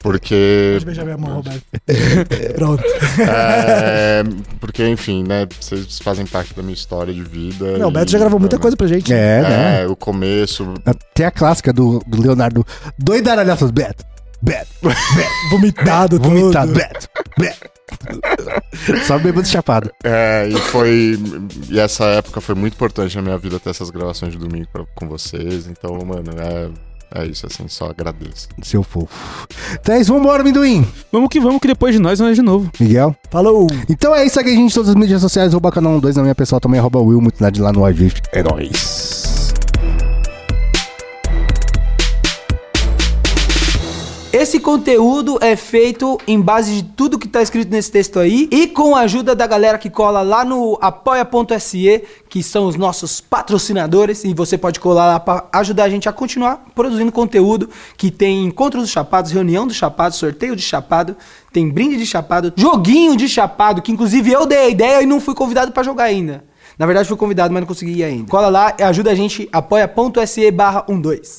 D: Porque.
C: Pode beijar minha mão,
A: *laughs*
C: Roberto. Pronto.
D: é, porque, enfim, né? Vocês fazem parte da minha história de vida.
C: Não, o Beto
D: e,
C: já gravou muita
D: né,
C: coisa pra gente.
A: É, né?
D: É, o começo.
A: Tem a clássica do, do Leonardo. Doidaralhaças, Beto. Beto. *laughs*
C: Vomitado, todo.
A: Vomitado, Beto. Beto. Só bebendo chapado.
D: É, e foi. E essa época foi muito importante na minha vida ter essas gravações de domingo pra- com vocês. Então, mano, é, é isso, assim, só agradeço.
A: Seu fofo. Então é isso, vambora, amendoim.
B: Vamos que vamos, que depois de nós nós de novo.
A: Miguel.
C: Falou.
A: Então é isso aqui, gente. Todas as mídias sociais, rouba canal 12 na minha pessoal também, rouba Will, muito nerd lá no Agift. É nóis.
E: Esse conteúdo é feito em base de tudo que tá escrito nesse texto aí e com a ajuda da galera que cola lá no apoia.se, que são os nossos patrocinadores, e você pode colar lá para ajudar a gente a continuar produzindo conteúdo que tem encontros dos chapados, reunião dos chapados, sorteio de chapado, tem brinde de chapado, joguinho de chapado, que inclusive eu dei a ideia e não fui convidado para jogar ainda. Na verdade fui convidado, mas não consegui ir ainda. Cola lá e um ajuda a gente apoia.se/12.